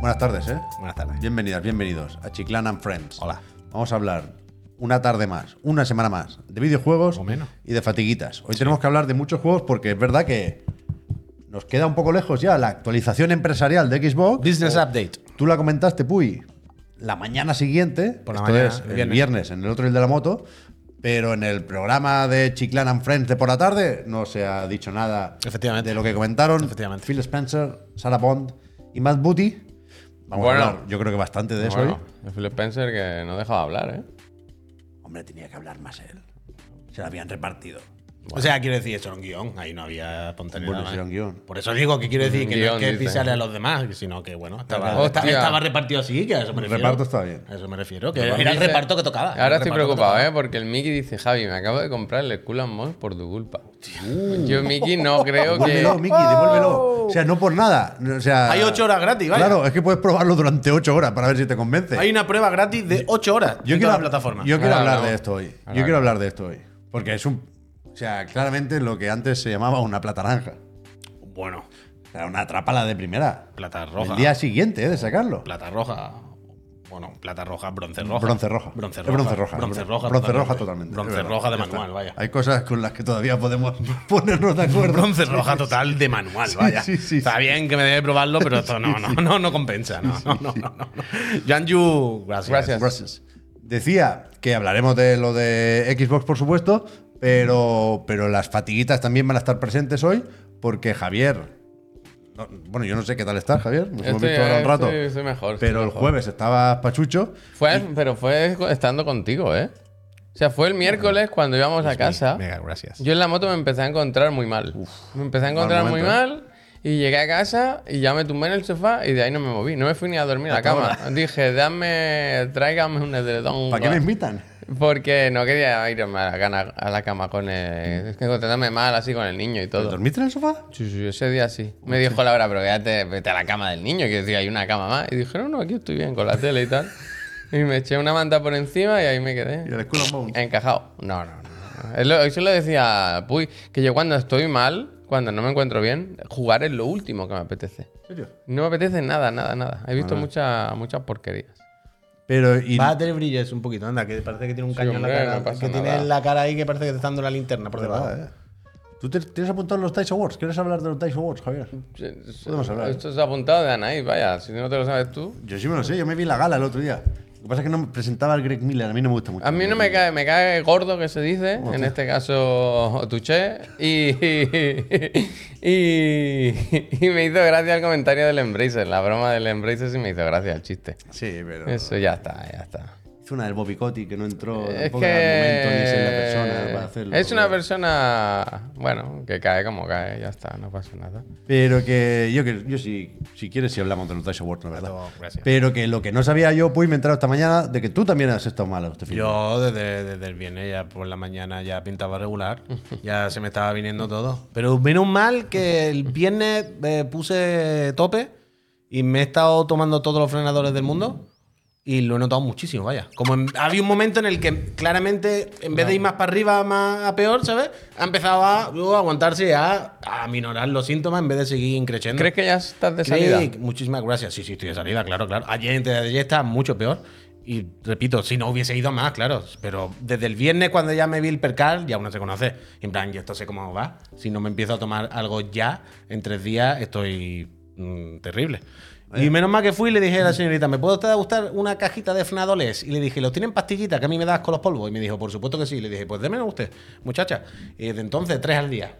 Buenas tardes, ¿eh? Buenas tardes. Bienvenidas, bienvenidos a Chiclan and Friends. Hola. Vamos a hablar una tarde más, una semana más, de videojuegos O menos. y de fatiguitas. Hoy tenemos que hablar de muchos juegos porque es verdad que nos queda un poco lejos ya la actualización empresarial de Xbox. Business O- update. Tú la comentaste, Puy, la mañana siguiente. Por la esto mañana, es el el viernes. viernes. en el otro el de la moto. Pero en el programa de Chiclan and Friends de por la tarde no se ha dicho nada Efectivamente. de lo que comentaron Efectivamente. Phil Spencer, Sarah Bond y Matt Booty. Vamos Bueno. a hablar, yo creo que bastante de eso Bueno, hoy. el Phil Spencer que no dejaba hablar, ¿eh? Hombre, tenía que hablar más él. Se la habían repartido. O sea, quiero decir, eso era un guión, ahí no había espontaneidad. Bueno, eso era un guión. Por eso digo que quiero decir Un que no guión, es que dice. pisarle a los demás, sino que bueno, estaba, Hostia. esta- estaba repartido así, que a eso me El refiero. reparto está bien. A eso me refiero, que era el Dice- reparto que tocaba. era el Ahora estoy reparto que preocupado, tocaba. ¿eh? Porque el Mickey dice, Javi, me acabo de comprar el Skull and Bones por tu culpa. Yo, Mickey, no creo que... Devuélvelo, Miki, devuélvelo. O sea, no por nada. O sea, Hay ocho horas gratis, vaya. Claro, es que puedes probarlo durante ocho horas para ver si te convence. Hay una prueba gratis de 8 horas Yo en quiero, toda la plataforma. Yo quiero Ahora hablar hablamos. de esto hoy. Ahora Yo quiero hablar de esto hoy. Porque es un. O sea, claramente lo que antes se llamaba una plata naranja. Bueno, O sea, una trápala de primera. plata roja. El día siguiente, eh, de sacarlo. Plata roja. Bueno, plata roja, bronce roja. Bronce roja. Bronce Es roja. Bronce roja. Bronce roja. Bronce roja totalmente. Es Bronce verdad, roja de ya está. manual, vaya. Hay cosas con las que todavía podemos ponernos de acuerdo. Bronce roja total de manual, vaya. sí, sí, Está bien que me debe probarlo, pero esto no, no, no, no compensa. No, no, no, no, no. Yanju, gracias. Gracias. Gracias. Decía que hablaremos de lo de Xbox, por supuesto, pero, pero las fatiguitas también van a estar presentes hoy, porque Javier. no, bueno, yo no sé qué tal estás, Javier. Nos hemos Estoy- visto ahora un rato. estoy- estoy mejor, estoy Pero el mejor. jueves estabas pachucho. Fue, pero fue estando contigo, ¿eh? O sea, fue el miércoles cuando íbamos a casa. Mega, gracias. ¿Ah? Yo en la moto me empecé a encontrar muy mal. me empecé a mal encontrar muy momento, ¿eh? mal y llegué a casa y ya me tumbé en el sofá y de ahí no me moví. No me fui ni a dormir a la Hasta cama. Dije, dame, tráigame un edredón. ¿Para qué me invitan? Porque no quería irme a la, cana- a la cama con el... Es que encontrarme mal así con el niño y todo. ¿Dormiste en el sofá? Sí, sí, ese día sí. Me dijo Laura, pero quédate, vete a la cama del niño, que decir, hay una cama más. Y dije, no, no, aquí estoy bien con la tele y tal. Y me eché una manta por encima y ahí me quedé. Y el Skull and Eh, Bones. Encajado. No, no, no. no. Es lo- Eso lo decía Puy, que yo cuando estoy mal, cuando no me encuentro bien, jugar es lo último que me apetece. ¿En serio? No me apetece nada, nada, nada. He visto muchas muchas porquerías. Pero, y, Va a tener brillos un poquito, anda, que parece que tiene un cañón hombre, en la no cara. pasa que tiene nada. en la cara ahí que parece que te está dando la linterna por debajo. ¿Verdad, eh? ¿Tú te- tienes apuntado los Dice Awards? ¿Quieres hablar de los Dice Awards, Javier? Podemos hablar. ¿eh? Esto es apuntado de Anaí, vaya, si no te lo sabes tú. Yo sí me lo sé, yo me vi la gala el otro día. Lo que pasa es que no me presentaba el Greg Miller, a mí no me gusta mucho. A mí no me cae, me cae gordo que se dice, en este caso Tuché, y, y- y me hizo gracia el comentario del Embracer, la broma del Embracer sí me hizo gracia el chiste. Sí, pero. Eso ya está, ya está. Hizo una del Bobby Cotti que no entró Es tampoco que era el momento ni es la persona para hacerlo. es una persona, bueno, que cae como cae, ya está, no pasa nada. Pero que yo, que yo sí, si quieres, si hablamos de los Dice Awards, la verdad. eh. todo, gracias. Pero que lo que no sabía yo, pues me he enterado esta mañana de que tú también has estado malo este fin. Yo desde, desde el viernes ya por la mañana ya pintaba regular, ya se me estaba viniendo todo. Pero menos mal que el viernes eh, puse tope y me he estado tomando todos los frenadores del mundo y lo he notado muchísimo, vaya. Como en- había un momento en el que claramente en vez de ir más para arriba, más a peor, ¿sabes? Ha empezado a, uh, aguantarse y a, a minorar los síntomas en vez de seguir creciendo. ¿Crees que ya estás de salida? Craig, muchísimas gracias. Sí, sí, estoy de salida, claro, claro. Ayer, antes de ayer estaba mucho peor. Y repito, si no hubiese ido más, claro. Pero desde el viernes, cuando ya me vi el percal, ya uno se conoce. En plan, yo esto sé cómo va. Si no me empiezo a tomar algo ya, en tres días estoy mm, terrible. Eh. Y menos mal que fui y le dije a la señorita, ¿me puedo usted gustar una cajita de fnadoles? Y le dije, ¿los tienen pastillitas? Que a mí me das con los polvos. Y me dijo, por supuesto que sí. Y le dije, pues démelo usted, muchacha. Y desde entonces, tres al día.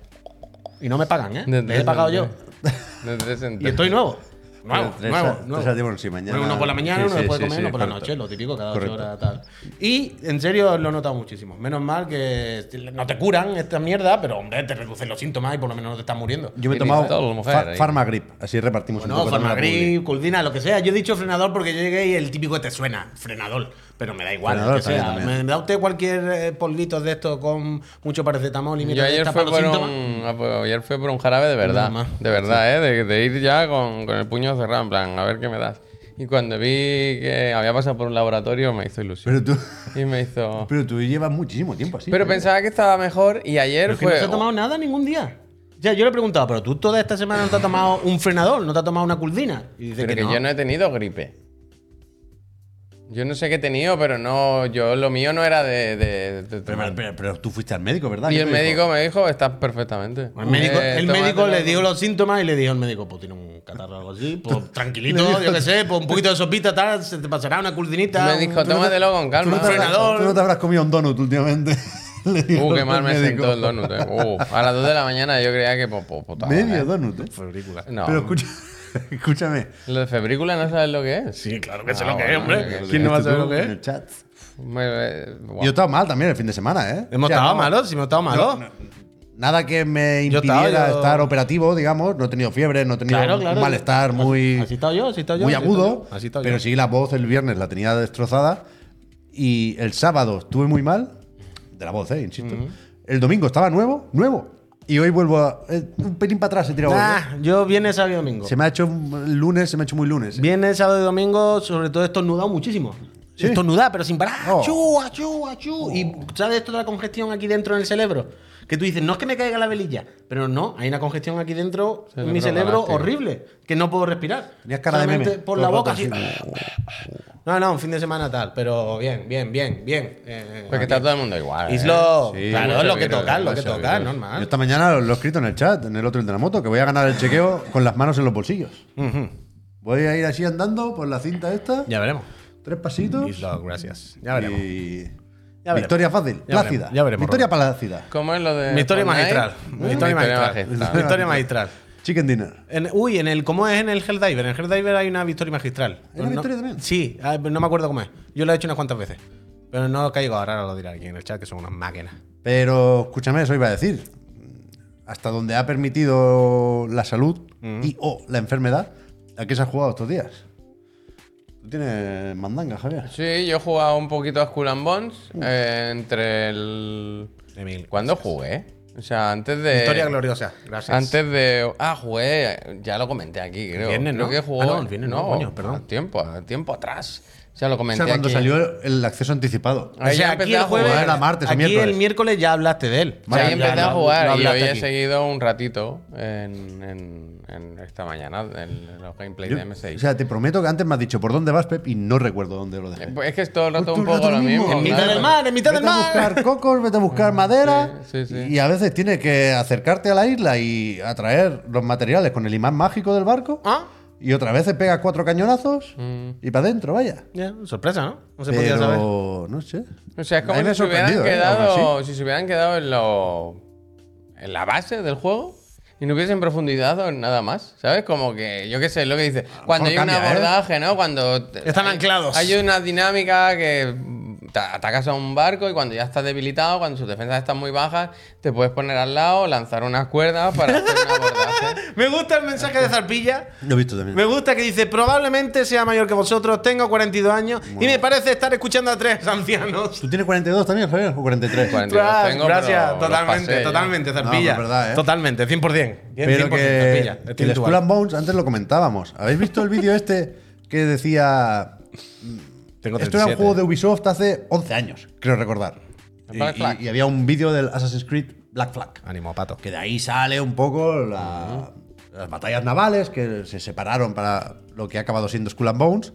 Y no me pagan, ¿eh? Desde Les he pagado yo. entonces. Desde ese Y estoy nuevo. Nuevo, Pero tres nuevo, a- tres nuevo. a ti, bueno, sí, mañana- Bueno, uno por la mañana, sí, uno sí, después sí, de comer, sí, uno por correcto. la noche, lo típico, cada ocho Correcto. horas tal. Y en serio lo he notado muchísimo. Menos mal que no te curan esta mierda, pero hombre, te reducen los síntomas y por lo menos no te estás muriendo. Yo me he Y tomado dice todo, la mujer, Fa- ahí. Pharmagrip, así repartimos un Bueno, poco. también la publi. Farmagrip, Culdina, lo que sea. Yo he dicho frenador porque yo llegué y el típico que te suena, frenador. Pero me da igual, Frenador el que sea. también, también. Me da usted cualquier eh, polvito de esto con mucho paracetamol y Yo mira, ayer está fue, para los por síntomas. un, ah, pues, ayer fue por un jarabe de verdad. Normal. De verdad, ¿eh? De, de ir ya con, con el puño cerrado, en plan, a ver qué me das. Y cuando vi que había pasado por un laboratorio, me hizo ilusión. Pero tú, y me hizo. Pero, pero tú llevas muchísimo tiempo así. ¿eh? pensaba que estaba mejor y Pero ayer es que fue. no se ha tomado nada ningún día. Ya, yo le he preguntado, pero tú toda esta semana no te has tomado un frenador, no te has tomado una culvina. Y dice Pero que, que no. yo no he tenido gripe. Yo no sé qué he tenido, pero no, yo lo mío no era de. de- de tomar. Pero, pero- pero tú fuiste al médico, ¿verdad? y ¿Qué el te dijo? médico me dijo, estás perfectamente. Pues El médico, Eh, el médico tómatelo". le dio los síntomas y le dijo al médico, pues tiene un catarro o algo así, pues tranquilito, yo qué sé, pues un poquito de sopita, tal, se te pasará una culvinita. Me un- dijo, tú no te- tómatelo con ¿Tú no, calma. te habrás, frenador. tú no te habrás comido un donut últimamente. Le dijo Uh, qué el mal me médico. sentó el donut. eh. Uh, a las 2 de la mañana yo creía que. po- po- puta madre. Medio donut, ¿eh? Febrícula. No. Pero escucha, escúchame. Lo de febrícula no sabes lo que es. Sí, claro que sé Ah, lo que es, bueno, hombre. que sí. ¿Quién no va a saber Tú lo que en es? el chat. Me- eh, Yo he guau. estado mal también el fin de semana, ¿eh? Hemos O sea, estado no- malos, si hemos estado malos. Nada que me Yo he impidiera estado, yo- estar operativo, digamos. No he tenido fiebre, no he tenido Claro, un claro. malestar muy. Así he estado yo, así he estado yo. muy así he estado agudo, yo, así he estado pero yo. sí la voz el viernes la tenía destrozada y el sábado estuve muy mal, de la voz, eh, insisto. El domingo estaba nuevo, nuevo, y hoy vuelvo a, eh, un pelín para atrás, he tirado. hoy, Nah, yo viernes, sábado y ¿eh? domingo. Se me ha hecho un- el lunes, se me ha hecho muy lunes. eh. Viernes, sábado y domingo, sobre todo estornudado muchísimo. Sí. Estornudar, pero sin parar. Oh. Achú, achú, achú. Y sabes toda la congestión aquí dentro en el cerebro. Que tú dices, no es que me caiga la velilla, pero no, hay una congestión aquí dentro en mi cerebro Cerebrogaláctico. horrible, que no puedo respirar. Tenías cara de Solamente meme, Por todo la el boca, así. rato, No, no, un fin de semana tal, pero bien, bien, bien, bien. Eh, Pues que está todo el mundo igual. eh. Islo, Sí, claro, mucho es lo que virus, toca, es lo que mucho toca, virus. Yo normal. esta mañana lo he escrito en el chat, en el otro el de la moto, que voy a ganar el chequeo con las manos en los bolsillos. Voy a ir así andando por la cinta esta, eh, Ya veremos. tres pasitos. Islo, gracias. Ya veremos. y- Ya veremos. Victoria fácil, Ya veremos, plácida. ya veremos, Victoria Roberto. plácida. ¿Cómo es lo de.? Mi historia Fortnite? Mm, magistral. Mi historia magistral. Mm. magistral. Victoria magistral. Chicken dinner. En- uy, en el ¿cómo es en el Helldiver? En el Helldiver hay una victoria magistral. Pero no- victoria también? Sí, ah, pero no me acuerdo cómo es. Yo lo he hecho unas cuantas veces. Pero no caigo ahora, ahora lo dirá aquí en el chat, que son unas máquinas. Pero escúchame, eso iba a decir. Hasta donde ha permitido la salud y o la enfermedad, ¿a qué se ha jugado estos días? Tú tienes mandanga, Javier. Sí, yo he jugado un poquito a Skull and Bones eh, entre el. Emil. ¿Cuándo jugué? O sea, antes de. Victoria gloriosa. Gracias. Eh, Pues Eh, Antes de. Ah, jugué. Ya lo comenté aquí, creo. viernes, creo ¿no? que jugó. Ah, no, el viernes no, coño, perdón. a tiempo, a tiempo atrás. O sea, lo O comenté sea, cuando aquí. salió el acceso anticipado. o Ahí sea, aquí ya empecé el a jueves, jugar. Era martes o aquí el miércoles. miércoles ya hablaste de él. O sea, Vale, ahí ya, empecé lo- a jugar lo y hoy hablaste he aquí. seguido un ratito en, en- en esta mañana, en los gameplays Yo- de M6. o sea, te prometo que antes me has dicho por dónde vas, Pep, y no recuerdo dónde lo Eh, dejé. pues es que es todo el rato Todo un el poco rato lo lo mismo. mismo. En En claro. mitad del mar, en mitad Vete del a mar. buscar cocos, vete a buscar madera. sí, sí. Y a veces tienes que acercarte a la isla y atraer los materiales con el imán mágico del barco. Ah, Y otra vez pegas cuatro cañonazos y para adentro, vaya. ya, sorpresa, ¿no? No Mm. se podía saber. Pero no sé. O sea, es A como mí me si ha se, hubieran sorprendido, ¿eh? Aún quedado, si se hubieran quedado en, lo, en la base del juego y no hubiesen profundizado en nada más, ¿sabes? Como que, yo qué sé, lo que dice. Cuando hay un cambia, ¿eh? abordaje, ¿no? Cuando. te- Están hay- anclados. Hay una dinámica que te atacas a un barco y cuando ya estás debilitado, cuando sus defensas están muy bajas, te puedes poner al lado, lanzar unas cuerdas para hacer un abordaje. Me gusta el mensaje de Zarpilla. Lo he visto también. Me gusta que dice, probablemente sea mayor que vosotros, tengo 42 años y me parece estar escuchando a tres ancianos. ¿Tú tienes 42 también, Javier? ¿O 43? Cuarenta. Yo los Tras, tengo, gracias, pero los totalmente, pasé, ¿eh? totalmente, No, Zarpilla. pero es verdad, ¿eh? Totalmente, 100%. 100%, Pero que, Zarpilla. que el Estoy Skull and igual. Bones, antes lo comentábamos. ¿Habéis visto el vídeo este que decía... Tengo Esto era un 37. juego de Ubisoft hace 11 años, creo recordar. Y, Black Flag. y- y había un vídeo del Assassin's Creed Black Flag. Ánimo, pato. Que de ahí sale un poco la- las batallas navales que se separaron para lo que ha acabado siendo Skull and Bones.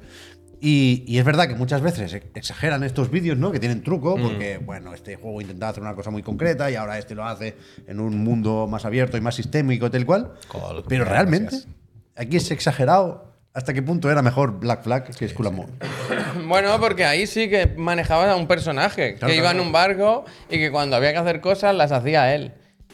Y, y es verdad que muchas veces ex- exageran estos vídeos, ¿no? Que tienen truco, porque, bueno, este juego intentaba hacer una cosa muy concreta y ahora este lo hace en un mundo más abierto y más sistémico, tal cual. Cool. Pero realmente, Gracias. aquí es exagerado hasta qué punto era mejor Black Flag que Skull and Bones. Bueno, porque ahí sí que manejabas a un personaje Claro, que iba claro. en un barco y que cuando había que hacer cosas las hacía él.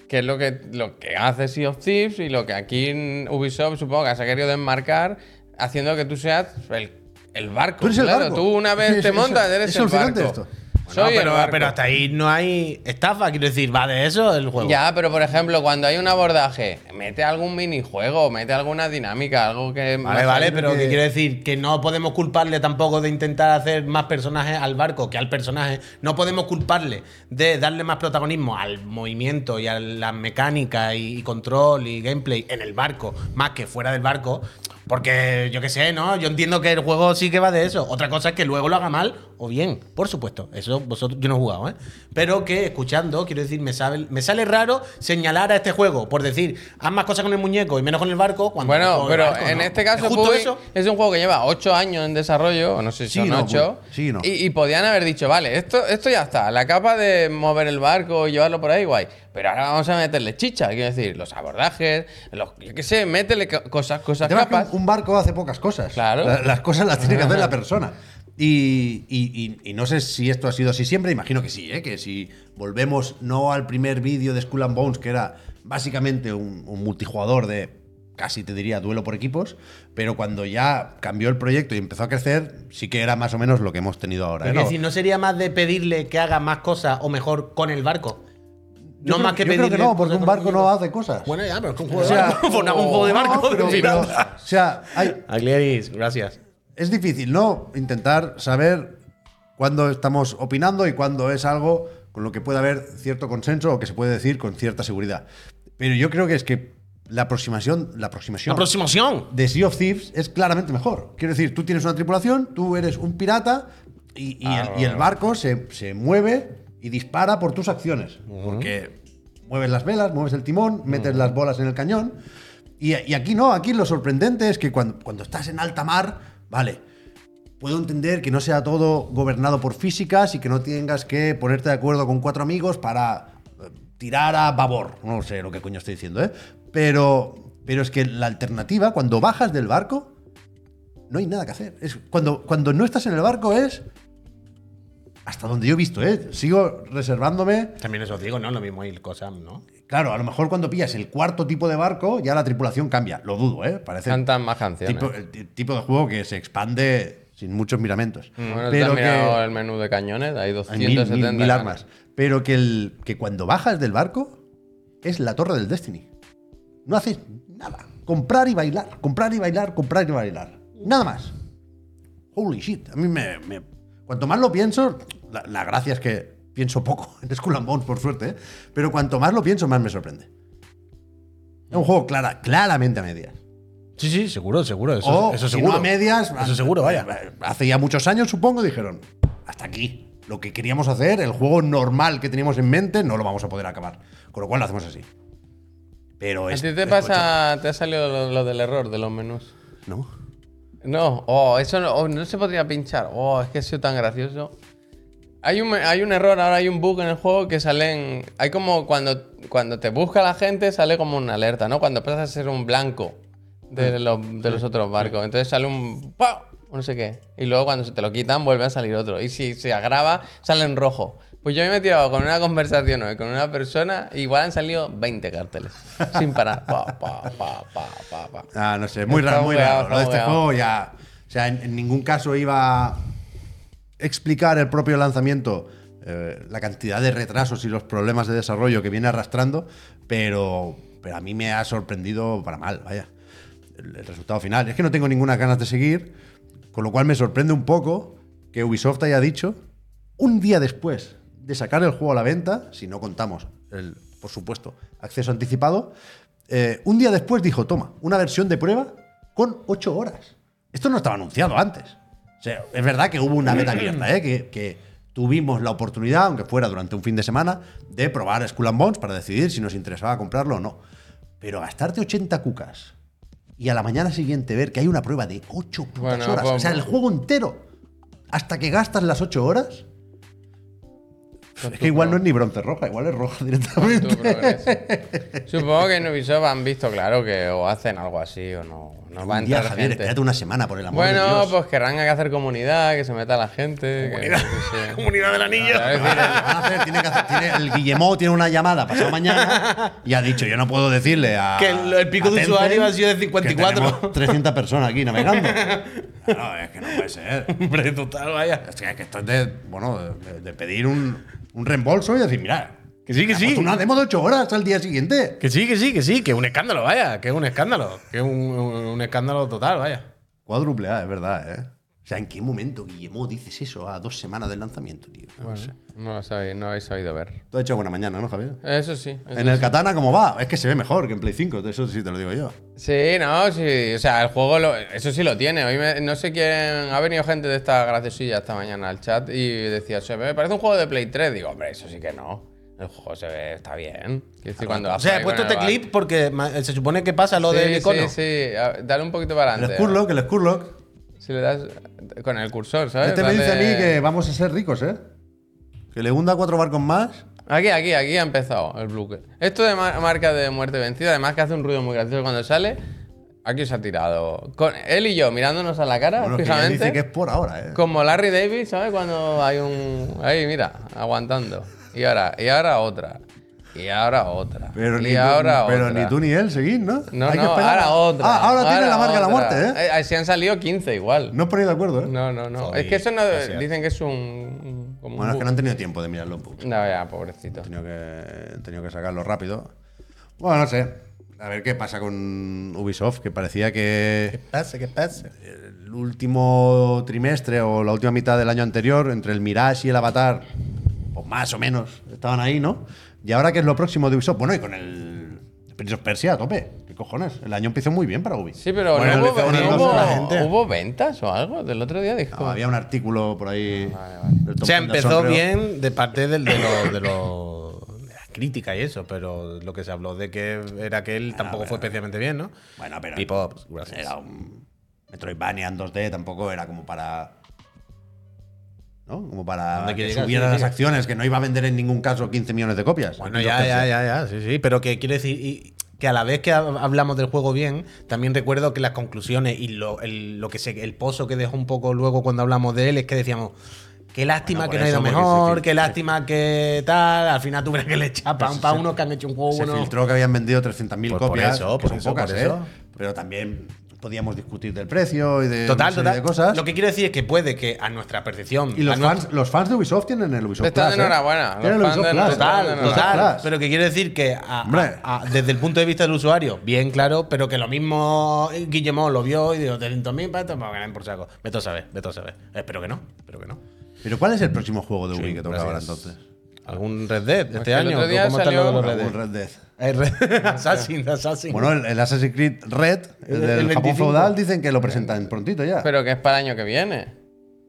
Que es lo que, lo que hace Sea of Thieves y lo que aquí en Ubisoft supongo que se ha querido desmarcar haciendo que tú seas el, el barco. Tú eres el claro, barco. tú una vez Sí, te es- montas, es- eres es el barco. alucinante esto. No, Soy el pero, barco. pero hasta ahí no hay estafa, quiero decir, va de eso el juego. Ya, pero por ejemplo, cuando hay un abordaje, mete algún minijuego, mete alguna dinámica, algo que... Vale, más vale, allá pero de- que quiero decir que no podemos culparle tampoco de intentar hacer más personajes al barco que al personaje. No podemos culparle de darle más protagonismo al movimiento y a las mecánicas y, y control y gameplay en el barco, más que fuera del barco. Porque yo qué sé, ¿no? Yo entiendo que el juego sí que va de eso. Otra cosa es que luego lo haga mal o bien, por supuesto. Eso vosotros, yo no he jugado, ¿eh? Pero que escuchando, quiero decir, me, sabe, me sale raro señalar a este juego por decir, haz más cosas con el muñeco y menos con el barco. Cuando Bueno, con el pero barco, en ¿no? este ¿Es caso justo Puy eso? es un juego que lleva 8 años en desarrollo, o no sé si Sí, son no, 8, Puy. Sí, no. y, y podían haber dicho, vale, esto, esto ya está, la capa de mover el barco y llevarlo por ahí, guay, pero ahora vamos a meterle chicha, quiero decir, los abordajes, los, yo qué sé, métele co- cosas, cosas El tema es que capas. un, un barco hace pocas cosas. Claro. La- las cosas las tiene que hacer la persona. Y, y- y- y no sé si esto ha sido así siempre, imagino que sí, ¿eh? que si volvemos no al primer vídeo de Skull and Bones, que era básicamente un, un multijugador de casi te diría duelo por equipos, pero cuando ya cambió el proyecto y empezó a crecer, sí que era más o menos lo que hemos tenido ahora. ¿eh? Pero No- que si no sería más de pedirle que haga más cosas o mejor con el barco. yo No creo- más que yo creo pedirle. que no, porque un cosas con el barco no muñeco. hace cosas. Bueno, ya, pero es que un o juego de sea, barco. Fue una- un juego de no, barco. pero- en fin. pero- o sea, hay, Aglieris, gracias. Es difícil, ¿no? Intentar saber cuándo estamos opinando y cuándo es algo con lo que puede haber cierto consenso o que se puede decir con cierta seguridad. Pero yo creo que es que la aproximación, la aproximación Aproximación. de Sea of Thieves es claramente mejor. Quiero decir, tú tienes una tripulación, tú eres un pirata y, y el, y el barco se, se mueve y dispara por tus acciones. Porque mueves las velas, mueves el timón, metes las bolas en el cañón. Y, y aquí no, aquí lo sorprendente es que cuando, cuando estás en alta mar, vale, puedo entender que no sea todo gobernado por físicas y que no tengas que ponerte de acuerdo con cuatro amigos para eh, tirar a babor. No sé lo que coño estoy diciendo, ¿eh? Pero, pero es que la alternativa, cuando bajas del barco, no hay nada que hacer. Es cuando, cuando no estás en el barco es... Hasta donde yo he visto, ¿eh? Sigo reservándome También eso os digo, ¿no? Lo mismo y cosas, ¿no? Claro, a lo mejor cuando pillas el cuarto tipo de barco, ya la tripulación cambia. Lo dudo, ¿eh? Parece Cantan más canciones. tipo, el ti- tipo de juego que se expande sin muchos miramentos. Mm, Bueno, ¿te has pero mirado que el menú de cañones, hay hay mil, mil- 270. mil cañones. armas. Pero que, el, que cuando bajas del barco es la torre del Destiny. No haces nada. Comprar y bailar, comprar y bailar, comprar y bailar. Nada más. Holy shit. A mí me. me- cuanto más lo pienso, la, la gracia es que pienso poco en Skull and Bones, por suerte, ¿eh? pero cuanto más lo pienso, más me sorprende. Es un juego clara, claramente a medias. Sí, sí, seguro, seguro. Eso, o eso si seguro. no a medias. Eso seguro, vaya. Hace ya muchos años, supongo, dijeron: hasta aquí. Lo que queríamos hacer, el juego normal que teníamos en mente, no lo vamos a poder acabar. Con lo cual lo hacemos así. Pero ¿A es. ti te es pasa, te ha salido lo, lo del error de los menús? coche- No. No, oh, eso no, oh, no se podría pinchar. Oh, es que ha sido tan gracioso. Hay un, hay un error, ahora hay un bug en el juego que salen. Hay como cuando, cuando te busca la gente, sale como una alerta, ¿no? Cuando pasas a ser un blanco de, los, de los otros barcos. Entonces sale un. ¡pau! o No sé qué. Y luego cuando se te lo quitan, vuelve a salir otro. Y si se agrava, sale en rojo. Pues yo me he metido con una conversación hoy con una persona, igual han salido 20 carteles. sin parar. Pa, pa, pa, pa, pa, pa. Ah, no sé, muy Está raro, muy bugueado, raro. Lo de está este bugueado. juego ya. O sea, en, en ningún caso iba a explicar el propio lanzamiento eh, la cantidad de retrasos y los problemas de desarrollo que viene arrastrando, pero, pero a mí me ha sorprendido para mal, vaya. El, el resultado final. Es que no tengo ninguna ganas de seguir, con lo cual me sorprende un poco que Ubisoft haya dicho un día después de sacar el juego a la venta, si no contamos, el, por supuesto, acceso anticipado, eh, un día después dijo, toma, una versión de prueba con 8 horas. Esto no estaba anunciado antes. O sea, es verdad que hubo una beta abierta, ¿eh? que, que tuvimos la oportunidad, aunque fuera durante un fin de semana, de probar Skull and Bones para decidir si nos interesaba comprarlo o no. Pero gastarte 80 cucas y a la mañana siguiente ver que hay una prueba de 8 putas Bueno, horas, o sea, pues- el juego entero, hasta que gastas las 8 horas, es que igual no es ni bronce roja, igual es roja Tu directamente. progreso. Supongo que en Ubisoft han visto, claro, que o hacen algo así o no, no va a Un día, entrar Javier, gente. espérate una semana, por el amor de Bueno, Dios. pues querrán que hacer comunidad, que se meta la gente. Comunidad. Comunidad del anillo. Van a hacer- tiene que hacer- tiene- el Guillemot tiene una llamada pasado mañana y ha dicho, yo no puedo decirle a... Que el- el pico de a Tencent usuario ha sido de que 54. tenemos 300 personas aquí navegando. Claro, es que no puede ser. Hombre, total, vaya. Es que, que esto es de, bueno, de, de pedir un, un reembolso y decir, mira, Que sí, que me ha sí. puesto una demo de 8 horas al día siguiente. Que sí, que sí, que sí, que es un escándalo, vaya. Que es un escándalo. Que es un, un- un escándalo total, vaya. Cuádruple A, es verdad, ¿eh? O sea, ¿en qué momento, Guillemot, dices eso a dos semanas del lanzamiento, tío? No sé. No, lo sabéis, no habéis sabido ver. Tú has hecho buena mañana, ¿no, Javier? Eso sí. eso En el sí. Katana, ¿cómo va? Es que se ve mejor que en Play 5, eso sí te lo digo yo. Sí, no, sí. O sea, el juego, lo- eso sí lo tiene. Hoy me- no sé quién. Ha venido gente de esta graciosilla esta mañana al chat y decía, se ve- me parece un juego de Play 3. Digo, hombre, eso sí que no. El juego se ve, está bien. Quiero decir, cuando o sea, hace he ahí puesto con el este bar- clip porque ma- se supone que pasa lo Sí, del icono. Sí, sí, A- dale un poquito para El adelante. Skurlock, el Skurlock. Si le das con el cursor, ¿sabes? Este me dice a Dale- mí que vamos a ser ricos, ¿eh? Que le hunda cuatro barcos más. Aquí, aquí, aquí ha empezado el bloque. Esto de mar- marca de muerte vencida, además que hace un ruido muy gracioso cuando sale. Aquí se ha tirado. Con él y yo mirándonos a la cara, Bueno, es que ya fijamente. dice que es por ahora, ¿eh? Como Larry David, ¿sabes? Cuando hay un. Ahí, mira, aguantando. Y ahora, y ahora otra. Y ahora otra. Pero, y ni, tú, ahora pero otra. ni tú ni él seguís, ¿no? No, Hay que no, esperar. ahora otra. Ah, ahora, tiene la marca de la otra. muerte, ¿eh? Eh, eh, se han salido 15 igual. No os ponéis de acuerdo, ¿eh? No, no, no. Joder, es que eso no. gracias. Dicen que es un. un- como un Bueno, es que bug. no han tenido tiempo de mirarlo. pues. pu. No, ya, pobrecito. He tenido que, he tenido que sacarlo rápido. Bueno, no sé. A ver qué pasa con Ubisoft, que parecía que Pase, que pase. el último trimestre o la última mitad del año anterior, entre el Mirage y el Avatar, pues más o menos, estaban ahí, ¿no? Y ahora que es lo próximo de Ubisoft, bueno, y con el Prince of Persia a tope, ¿qué cojones? El año empezó muy bien para Ubisoft. Sí, pero Bueno, ¿no le hubo, hizo una no ilusión a la hubo- gente. hubo ventas o algo? Del otro día dijo. había un artículo por ahí. Ah, del Tom O sea, Henderson, empezó creo. bien de parte del- de los de los- de las críticas y eso, pero lo que se habló de que era que Ah, él tampoco fue especialmente bien, ¿no? Bueno, pero. Tipo, pues, gracias. Era un Metroidvania en 2D, tampoco era como para. ¿No? Como para ¿Dónde que quiere llegar? subiera Sí, las sí. acciones, que no iba a vender en ningún caso 15 millones de copias. Bueno, Entonces, ya, ya, ya, ya, sí, sí, pero que quiero decir y- que a la vez que ha- hablamos del juego bien, también recuerdo que las conclusiones y lo, el, lo que se, el pozo que dejó un poco luego cuando hablamos de él es que decíamos, qué lástima Bueno, que por no ha ido eso, porque se mejor, fil- qué lástima que tal, al final tuviera que le echar Pues pan se- para unos que han hecho un juego Se bueno. filtró que habían vendido 300.000 Pues por copias. eso, que por son eso, pocas, por ¿eh? eso. Pero también podíamos discutir del precio y de, Eh, Total, una serie total. de cosas. Lo que Ah, quiero decir es que puede que a nuestra percepción. y los a nuestra- fans, los fans de Ubisoft tienen el Ubisoft Están Plus, ¿eh? enhorabuena, Tienen el los fans Ubisoft de- Plus. total, el Total, Ubisoft total. Plus. Pero que quiero decir que a- Hombre. a- a- desde el punto de vista del usuario, bien claro, pero que lo mismo Guillemot lo vio y dijo 300.000 para esto, me ganar por saco. Vete a saber, vete a saber. Espero que no, espero que no. Pero ¿cuál es el próximo juego de Ubi Sí, que toca ahora gracias. entonces? ¿Algún Red Dead este que el año? otro día ¿Cómo están salió- los Red Dead? Algún Red Dead. Eh, Red- Assassin, Assassin. Bueno, el, el Assassin's Creed Red, el, El- del el Japón 25. feudal, dicen que lo presentan prontito ya. Pero que es para el año que viene.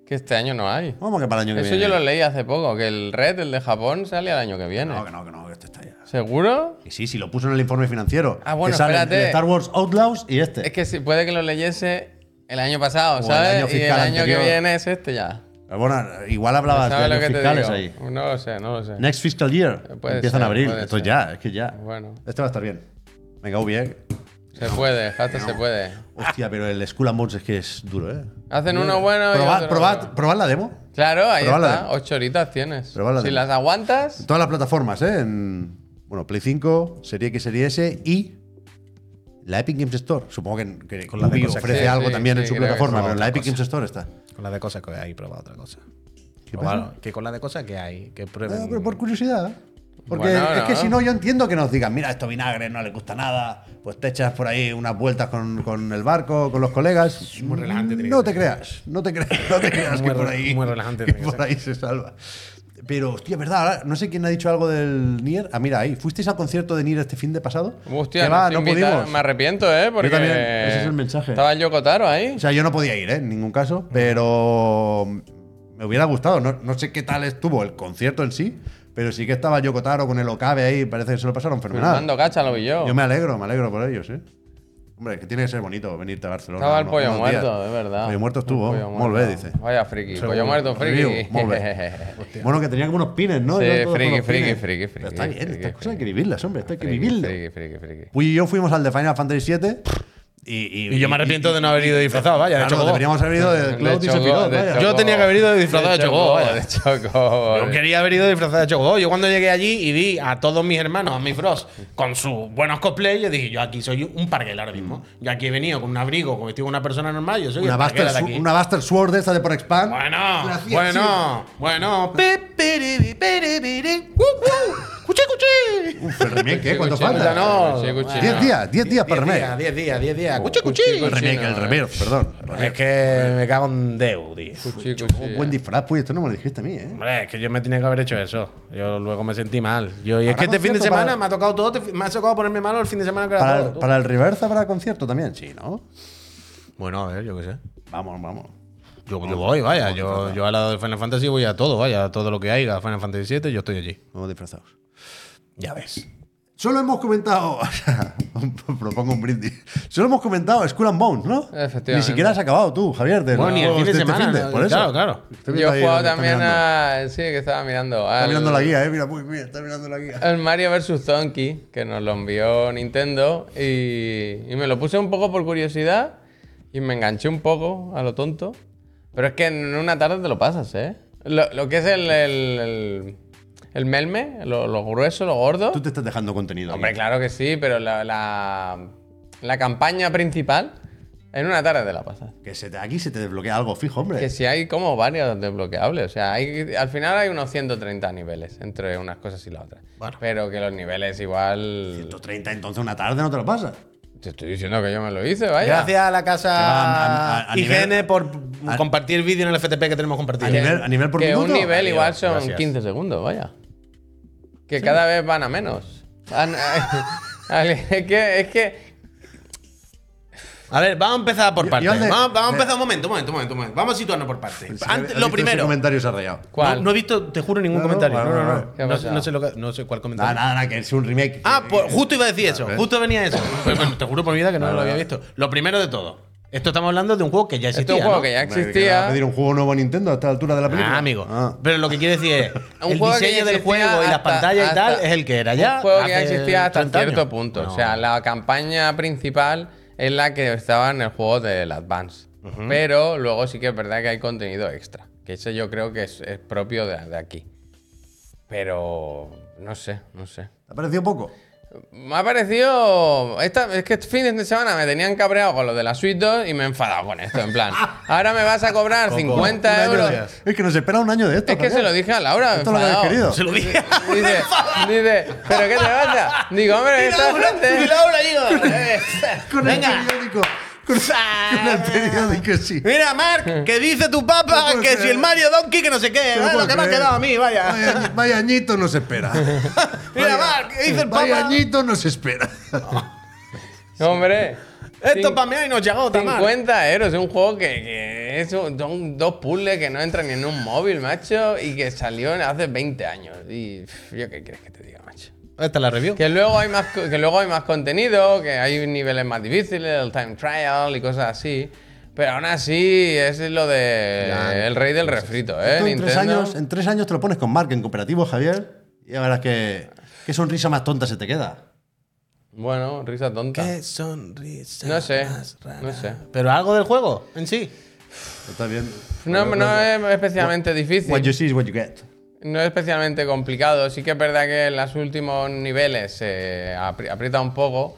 Que este año no hay. Vamos que para el año que Eso viene. yo lo leí hace poco, que el Red, el de Japón, sale al año que viene. No, que no, que no, que este está ya. ¿Seguro? Y sí, sí, lo puso en el informe financiero. Ah, bueno, que salen espérate. el Star Wars Outlaws y este. Es que sí, puede que lo leyese el año pasado, el ¿sabes? año y el fiscal año anterior. que viene es este ya. Bueno, igual hablabas de ¿Sabes lo los que te fiscales digo? ahí. No lo sé, no lo sé. Next fiscal year. Puede Empieza en ser, abril. puede Esto ser. ya, es que ya. Bueno, Este va a estar bien. Venga, Ubi, eh. se puede, hasta se puede. Hostia, pero el Skull and Bones es que es duro, eh. Hacen uno bueno y Probad, otro probad, bueno. probad la demo. Claro, ahí Probadla está. de- Ocho horitas tienes. Probadla Si de- las En aguantas, todas las plataformas, eh. En, bueno, Play 5, Serie X, Serie S y la Epic Games Store. Supongo que, que Con la de Ubi cosas que- ofrece Sí, algo sí, también sí, en su creo que plataforma, son pero en la otra Epic cosa. Games Store está. Con la de cosas que hay, prueba otra cosa. ¿Qué O pasa? bueno, que con la de cosas que hay, que prueben. No, pero por curiosidad. ¿eh? Porque Bueno, es que no. si no, yo entiendo que nos digan, mira, esto vinagre no le gusta nada, pues te echas por ahí unas vueltas con, con el barco, con los colegas. muy relajante, tiene No que te creas, no te creas, no te creas Muy que por re- ahí, muy relajante que tiene que por ser. ahí se salva. Pero, hostia, verdad, ahora no sé quién ha dicho algo del Nier. Ah, mira, ahí, ¿fuisteis al concierto de Nier este fin de pasado? hostia, Que va, nos no invitan- pudimos. Me arrepiento, ¿eh? Porque también, ese es el mensaje. Estaba el Yoko Taro ahí. O sea, yo no podía ir, ¿eh? En ningún caso, pero me hubiera gustado. No, no sé qué tal estuvo el concierto en sí, pero sí que estaba Yoko Taro con el Okabe ahí, parece que se lo pasaron fenomenal. Pues Fernando Cacha lo vi yo. Yo me alegro, me alegro por ellos, ¿eh? Hombre, que tiene que ser bonito venirte a Barcelona. Estaba el unos- pollo unos días. muerto, es verdad. El pollo muerto estuvo, El pollo molt muerto. bé, dice. Vaya friki, Seguro. pollo muerto friki. Review, molt bé. Bueno, que tenía como unos pines, ¿no? Sí, Eran todos friki, con los friki, pines. friki, Pero friki, está bien, friki, estas cosas hay que friki. vivirlas, hombre, esto hay que Friki, vivirlo. Friki, friki, friki. Fui y yo fuimos al de Final Fantasy VII y, Y yo me arrepiento de no haber ido disfrazado, vaya, de Claro, hecho. Ah, deberíamos haber ido de De Cloud y Chocobo, Sephiroth, de vaya. Chocobo. Yo tenía que haber ido disfrazado de Chocobo, vaya. De Chocobo. Yo quería haber ido disfrazado de Chocobo. Yo cuando llegué allí y vi a todos mis hermanos, a mi Frost, con sus buenos cosplays, yo dije, yo aquí soy un parguel ahora mismo. Yo aquí he venido con un abrigo, como vestido de una persona normal, yo soy Una el parguel Buster, de aquí. Su- una Buster Sword de esta de por expand. Bueno, Gracias, bueno, bueno. Pi, piri, pi, piri, piri. Uh, uh. ¡Cuchi, cuchi! Uf, ¿El remake ¿eh? ¿Cuánto Cuchi, cuchi, falta? No, cuchi, cuchi, Diez no. días, diez días para Oh, el 10 remake. días, 10 días, 10 días. ¡Cuchi, cuchi! El remake, el no, remake, perdón. el Es remake. que me cago en Deu, tío. Cuchi, Oh, cuchi. buen disfraz, pues esto no me lo dijiste a mí, ¿eh? Hombre, es que yo me tenía que haber hecho eso. Yo luego me sentí mal. Yo, y es ¿Habrá que este fin de concierto semana para- me ha tocado todo, este fi- me ha tocado ponerme malo el fin de semana que era Para, todo. para el reversa habrá concierto también, sí, ¿no? Bueno, a ver, yo qué sé. Vamos, vamos. Yo, yo voy, vaya. Yo, yo a la de Final Fantasy voy a todo, vaya. A todo lo que haya. Final Fantasy VII, yo estoy allí. Vamos disfrazados. Ya ves. Solo hemos comentado. o sea, propongo un brindis. Solo hemos comentado Skull and Bones, ¿no? Efectivamente. Ni siquiera has acabado tú, Javier. De Bueno, los ni el fin juegos de este semana. finde, ¿no? por eso. Claro, claro. Estoy viendo Yo he ahí jugado dónde está también mirando. a. Sí, que estaba mirando. Está al- mirando la guía, eh. Mira, muy bien, está mirando la guía. El Mario vs. Donkey, que nos lo envió Nintendo, y, y me lo puse un poco por curiosidad y me enganché un poco a lo tonto. Pero es que en una tarde te lo pasas, ¿eh? Lo, lo que es el, el, el- el melme, lo, lo grueso, lo gordo. Tú te estás dejando contenido. Hombre, aquí. claro que sí, pero la, la, la campaña principal, en una tarde te la pasas. Que se te- aquí se te desbloquea algo fijo, hombre. Que si hay como varios desbloqueables. O sea, hay, al final hay unos 130 niveles entre unas cosas y las otras. Bueno. Pero que los niveles igual. 130, entonces una tarde no te lo pasa. Te estoy diciendo que yo me lo hice, vaya. Gracias a la A- a- casa a IGN nivel- por a- compartir el vídeo en el FTP que tenemos compartido. A nivel, a nivel por que minuto. un nivel Adiós, igual son gracias. 15 segundos, vaya. Que cada vez van a menos. Van a- es que. Es que A ver, vamos a empezar por Yo- partes. yo de- Vamos, vamos a de- empezar un momento, un momento, un momento, un momento. Vamos a situarnos por partes. eh, Sí, Antes, he lo visto ese primero. comentario se ha rayado. ¿Cuál? No, no he visto, te juro, ningún No, no, comentario. vale, No, no, vale, no. ¿Qué ha No, sé- pasado? no sé lo que- no sé cuál comentario. Nada, nada, nada, que es un remake. Ah, Que- pues justo iba a decir eso. Vale. Justo venía eso. Bueno, te juro por mi vida que no lo había visto. Lo primero de todo. Esto estamos hablando de un juego que ya este existía. es un juego ¿no? que ya Hombre, que va a existía. pedir un juego nuevo a Nintendo a esta altura de la película. Ah, amigo. Ah. Pero lo que quiere decir es. Un el juego que diseño del existía juego y las hasta- pantallas y tal hasta- es el que era ya. Un juego que ya hace existía hasta 30 años. cierto punto. No. O sea, la campaña principal es la que estaba en el juego del Advance. Pero luego sí que es verdad que hay contenido extra. Que ese yo creo que es, es propio de, de aquí. Pero. No sé, no sé. ¿Te ha parecido poco? Me ha parecido. Esta, es que este fin de semana me tenían cabreado con lo de la Suite 2 y me he enfadado con esto. En plan, ahora me vas a cobrar Coco, 50 Un año euros. de- Es que nos espera un año de esto. Es que se Javier. lo dije a Laura. Esto es lo que habéis enfadado. querido. Se lo dije. Dice, dice, ¿pero qué te pasa? Digo, hombre, esta gente. Con eh, Venga. el periódico. Con, con Ah. el periódico, sí. Mira, Mark, que dice tu No papá puedo que creer. si el Mario Donkey que no sé qué, No ¿eh? puedo lo que me ha creer. quedado a mí, vaya. Vaya, vaya añito nos espera. Mira, Mark, que dice el Vaya papá. añito nos espera. Hombre. Esto cin- para mí y nos llegó también. 50 euros, es un juego que, que es un- son dos puzzles que no entran ni en un móvil, macho, y que salió hace 20 años. Y pff, yo qué quieres que te diga, macho. Esta es la review. Que luego hay más co- que luego hay más contenido, que hay niveles más difíciles, el time trial y cosas así. Pero aún así, ese es lo de Ya, el rey del refrito, ¿eh? Esto en, tres Nintendo. años, en tres años te lo pones con Mark en cooperativo, Javier. Y la verdad es que. Qué sonrisa más tonta se te queda. Bueno, risa tonta. Ah. sonrisa. No sé, no sé. Pero algo del juego en sí. Está bien. No, no es especialmente difícil. What you see is what you get. No es especialmente complicado. Sí que es verdad que en los últimos niveles se apri- aprieta un poco,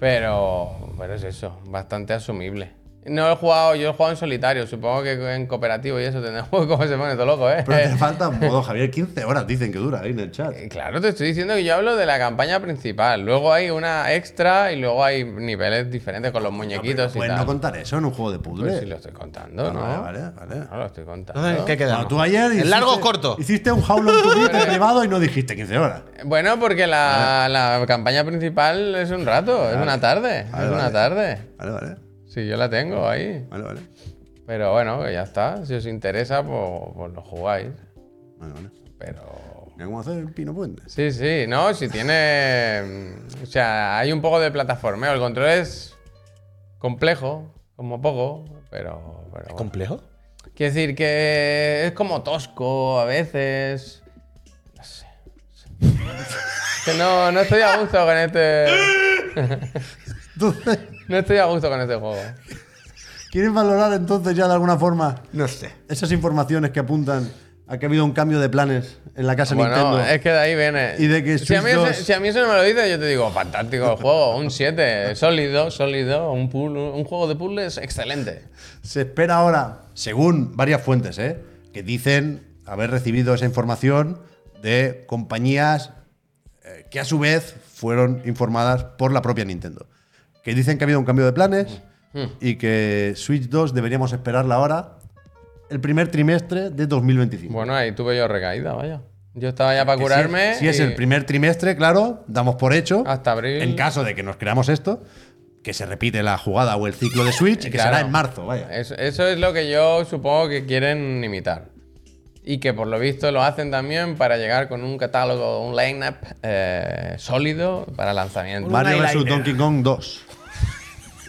pero, pero es eso, bastante asumible. No he jugado, yo he jugado en solitario, supongo que en cooperativo y eso tendrá juego como se pone todo loco, ¿eh? Pero te falta un modo, Javier. 15 horas dicen que dura ahí en el chat. Eh, Claro, te estoy diciendo que yo hablo de la campaña principal. Luego hay una extra y luego hay niveles diferentes con los muñequitos Pues y no tal. contar eso en un juego de Pues sí puzzle. lo estoy contando, ¿no? Vale, vale, vale. No lo estoy contando. Entonces, ¿qué queda? No, tú ayer. ¿El largo o corto? Hiciste un How Long to Beat en privado y no dijiste 15 horas. Bueno, porque la, la campaña principal es un rato, es una tarde, Ah. Vale, es una vale. tarde. Vale, vale. Sí, yo la tengo ahí. Vale, vale. Pero bueno, que ya está. Si os interesa, pues, pues lo jugáis. Vale, vale. Pero. Mira cómo hacer el pino puente. Sí, sí, no, si tiene. mm, O sea, hay un poco de plataformeo. El control es complejo, como poco, pero. pero bueno. ¿Complejo? Quiero decir que es como tosco a veces. No sé. no sé. que no, no estoy a gusto con este. Entonces, No estoy a gusto con este juego. ¿quieres valorar entonces ya de alguna forma No sé. esas informaciones que apuntan a que ha habido un cambio de planes en la casa Bueno, Nintendo? es que de ahí viene. Y de que si, Switch a mí eso, 2 si a mí eso no me lo dices, yo te digo, fantástico el juego, un 7, sólido, sólido, un, puzzle- un juego de puzzles excelente. Se espera ahora, según varias fuentes, ¿eh? que dicen haber recibido esa información de compañías eh, que a su vez fueron informadas por la propia Nintendo. Que dicen que ha habido un cambio de planes Mm. y que Switch 2 deberíamos esperarla ahora el primer trimestre de 2025. Bueno, ahí tuve yo recaída, vaya. Yo estaba ya para Que si- curarme. Si, es y el primer trimestre, claro, damos por hecho. Hasta abril. En caso de que nos creamos esto, que se repite la jugada o el ciclo de Switch, que Claro. será en marzo, vaya. Eso, eso es lo que yo supongo que quieren imitar. Y que por lo visto lo hacen también para llegar con un catálogo, un lineup eh, sólido para lanzamiento. Mario eyeliner. vs Donkey Kong 2.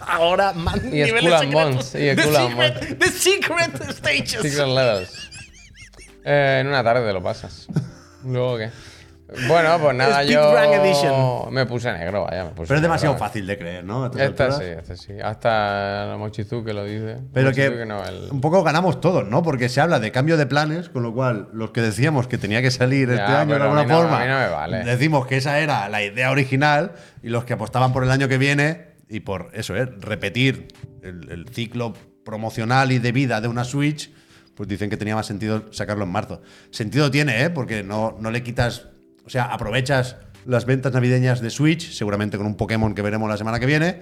Ahora más Y Skull and Bones, y the, Skull and secret, the secret stages. Secret levels. Eh, en una tarde lo pasas. Luego qué. Bueno, pues nada, Speedrun edition. yo me puse negro, vaya, me puse Pero es demasiado negro. fácil de creer, ¿no? A estas Esta sí, alturas. esta sí. Hasta Mochizuke lo dice. Pero Mochizuke que no, el- un poco ganamos todos, ¿no? Porque se habla de cambio de planes, con lo cual los que decíamos que tenía que salir Ya, este año de pero a mí alguna no- a forma, mí no me vale. decimos que esa era la idea original y los que apostaban por el año que viene y por eso es repetir el, el ciclo promocional y de vida de una Switch, pues dicen que tenía más sentido sacarlo en marzo. Sentido tiene, ¿eh? Porque no, no le quitas, o sea, aprovechas las ventas navideñas de Switch, seguramente con un Pokémon que veremos la semana que viene,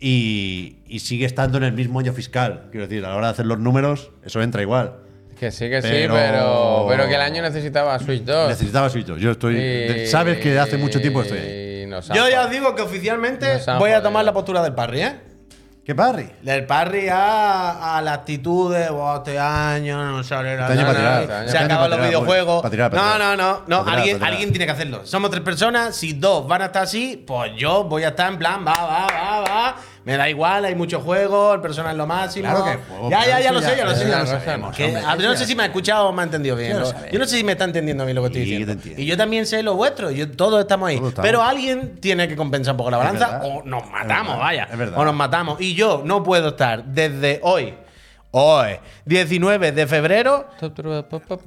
y, y sigue estando en el mismo año fiscal. Quiero decir, a la hora de hacer los números, eso entra igual. Que sí, que sí, Pero- pero, pero que el año necesitaba Switch 2. Necesitaba Switch 2. Yo estoy. Y- Sabes que hace mucho tiempo estoy ahí. y nos han Yo ya jodido. os digo que oficialmente Nos han voy a jodido. tomar la postura del parry, ¿eh? ¿Qué parry? Del parry a, a la actitud de "Buah, este año no sale nada. Este año no, pa' tirar, no, este se año acaban pa' los tirar, videojuegos. pa' tirar, pa' tirar. no, no, no. no. Pa' tirar, alguien, pa' tirar. alguien tiene que hacerlo. Somos tres personas. Si dos van a estar así, pues yo voy a estar en plan, va, va, va, va. Me da igual, hay muchos juegos, el personal es lo máximo. Claro que juego, ya, ya, ya eso lo sé, ya- ya lo sé, ya ya lo lo sé. sabemos, Que- hombre, a- Yo no ya sé si me ha escuchado o me ha entendido bien. Ya lo ¿no? sabes. Yo no sé si me está entendiendo bien lo que estoy Sí, te diciendo. entiendo. Y yo también sé lo vuestro. Yo, todos estamos ahí. Todos estamos. Pero alguien tiene que compensar un poco la Es balanza verdad. o nos Es matamos, verdad, vaya. es verdad. O nos matamos. Y yo no puedo estar desde hoy, hoy, 19 de febrero,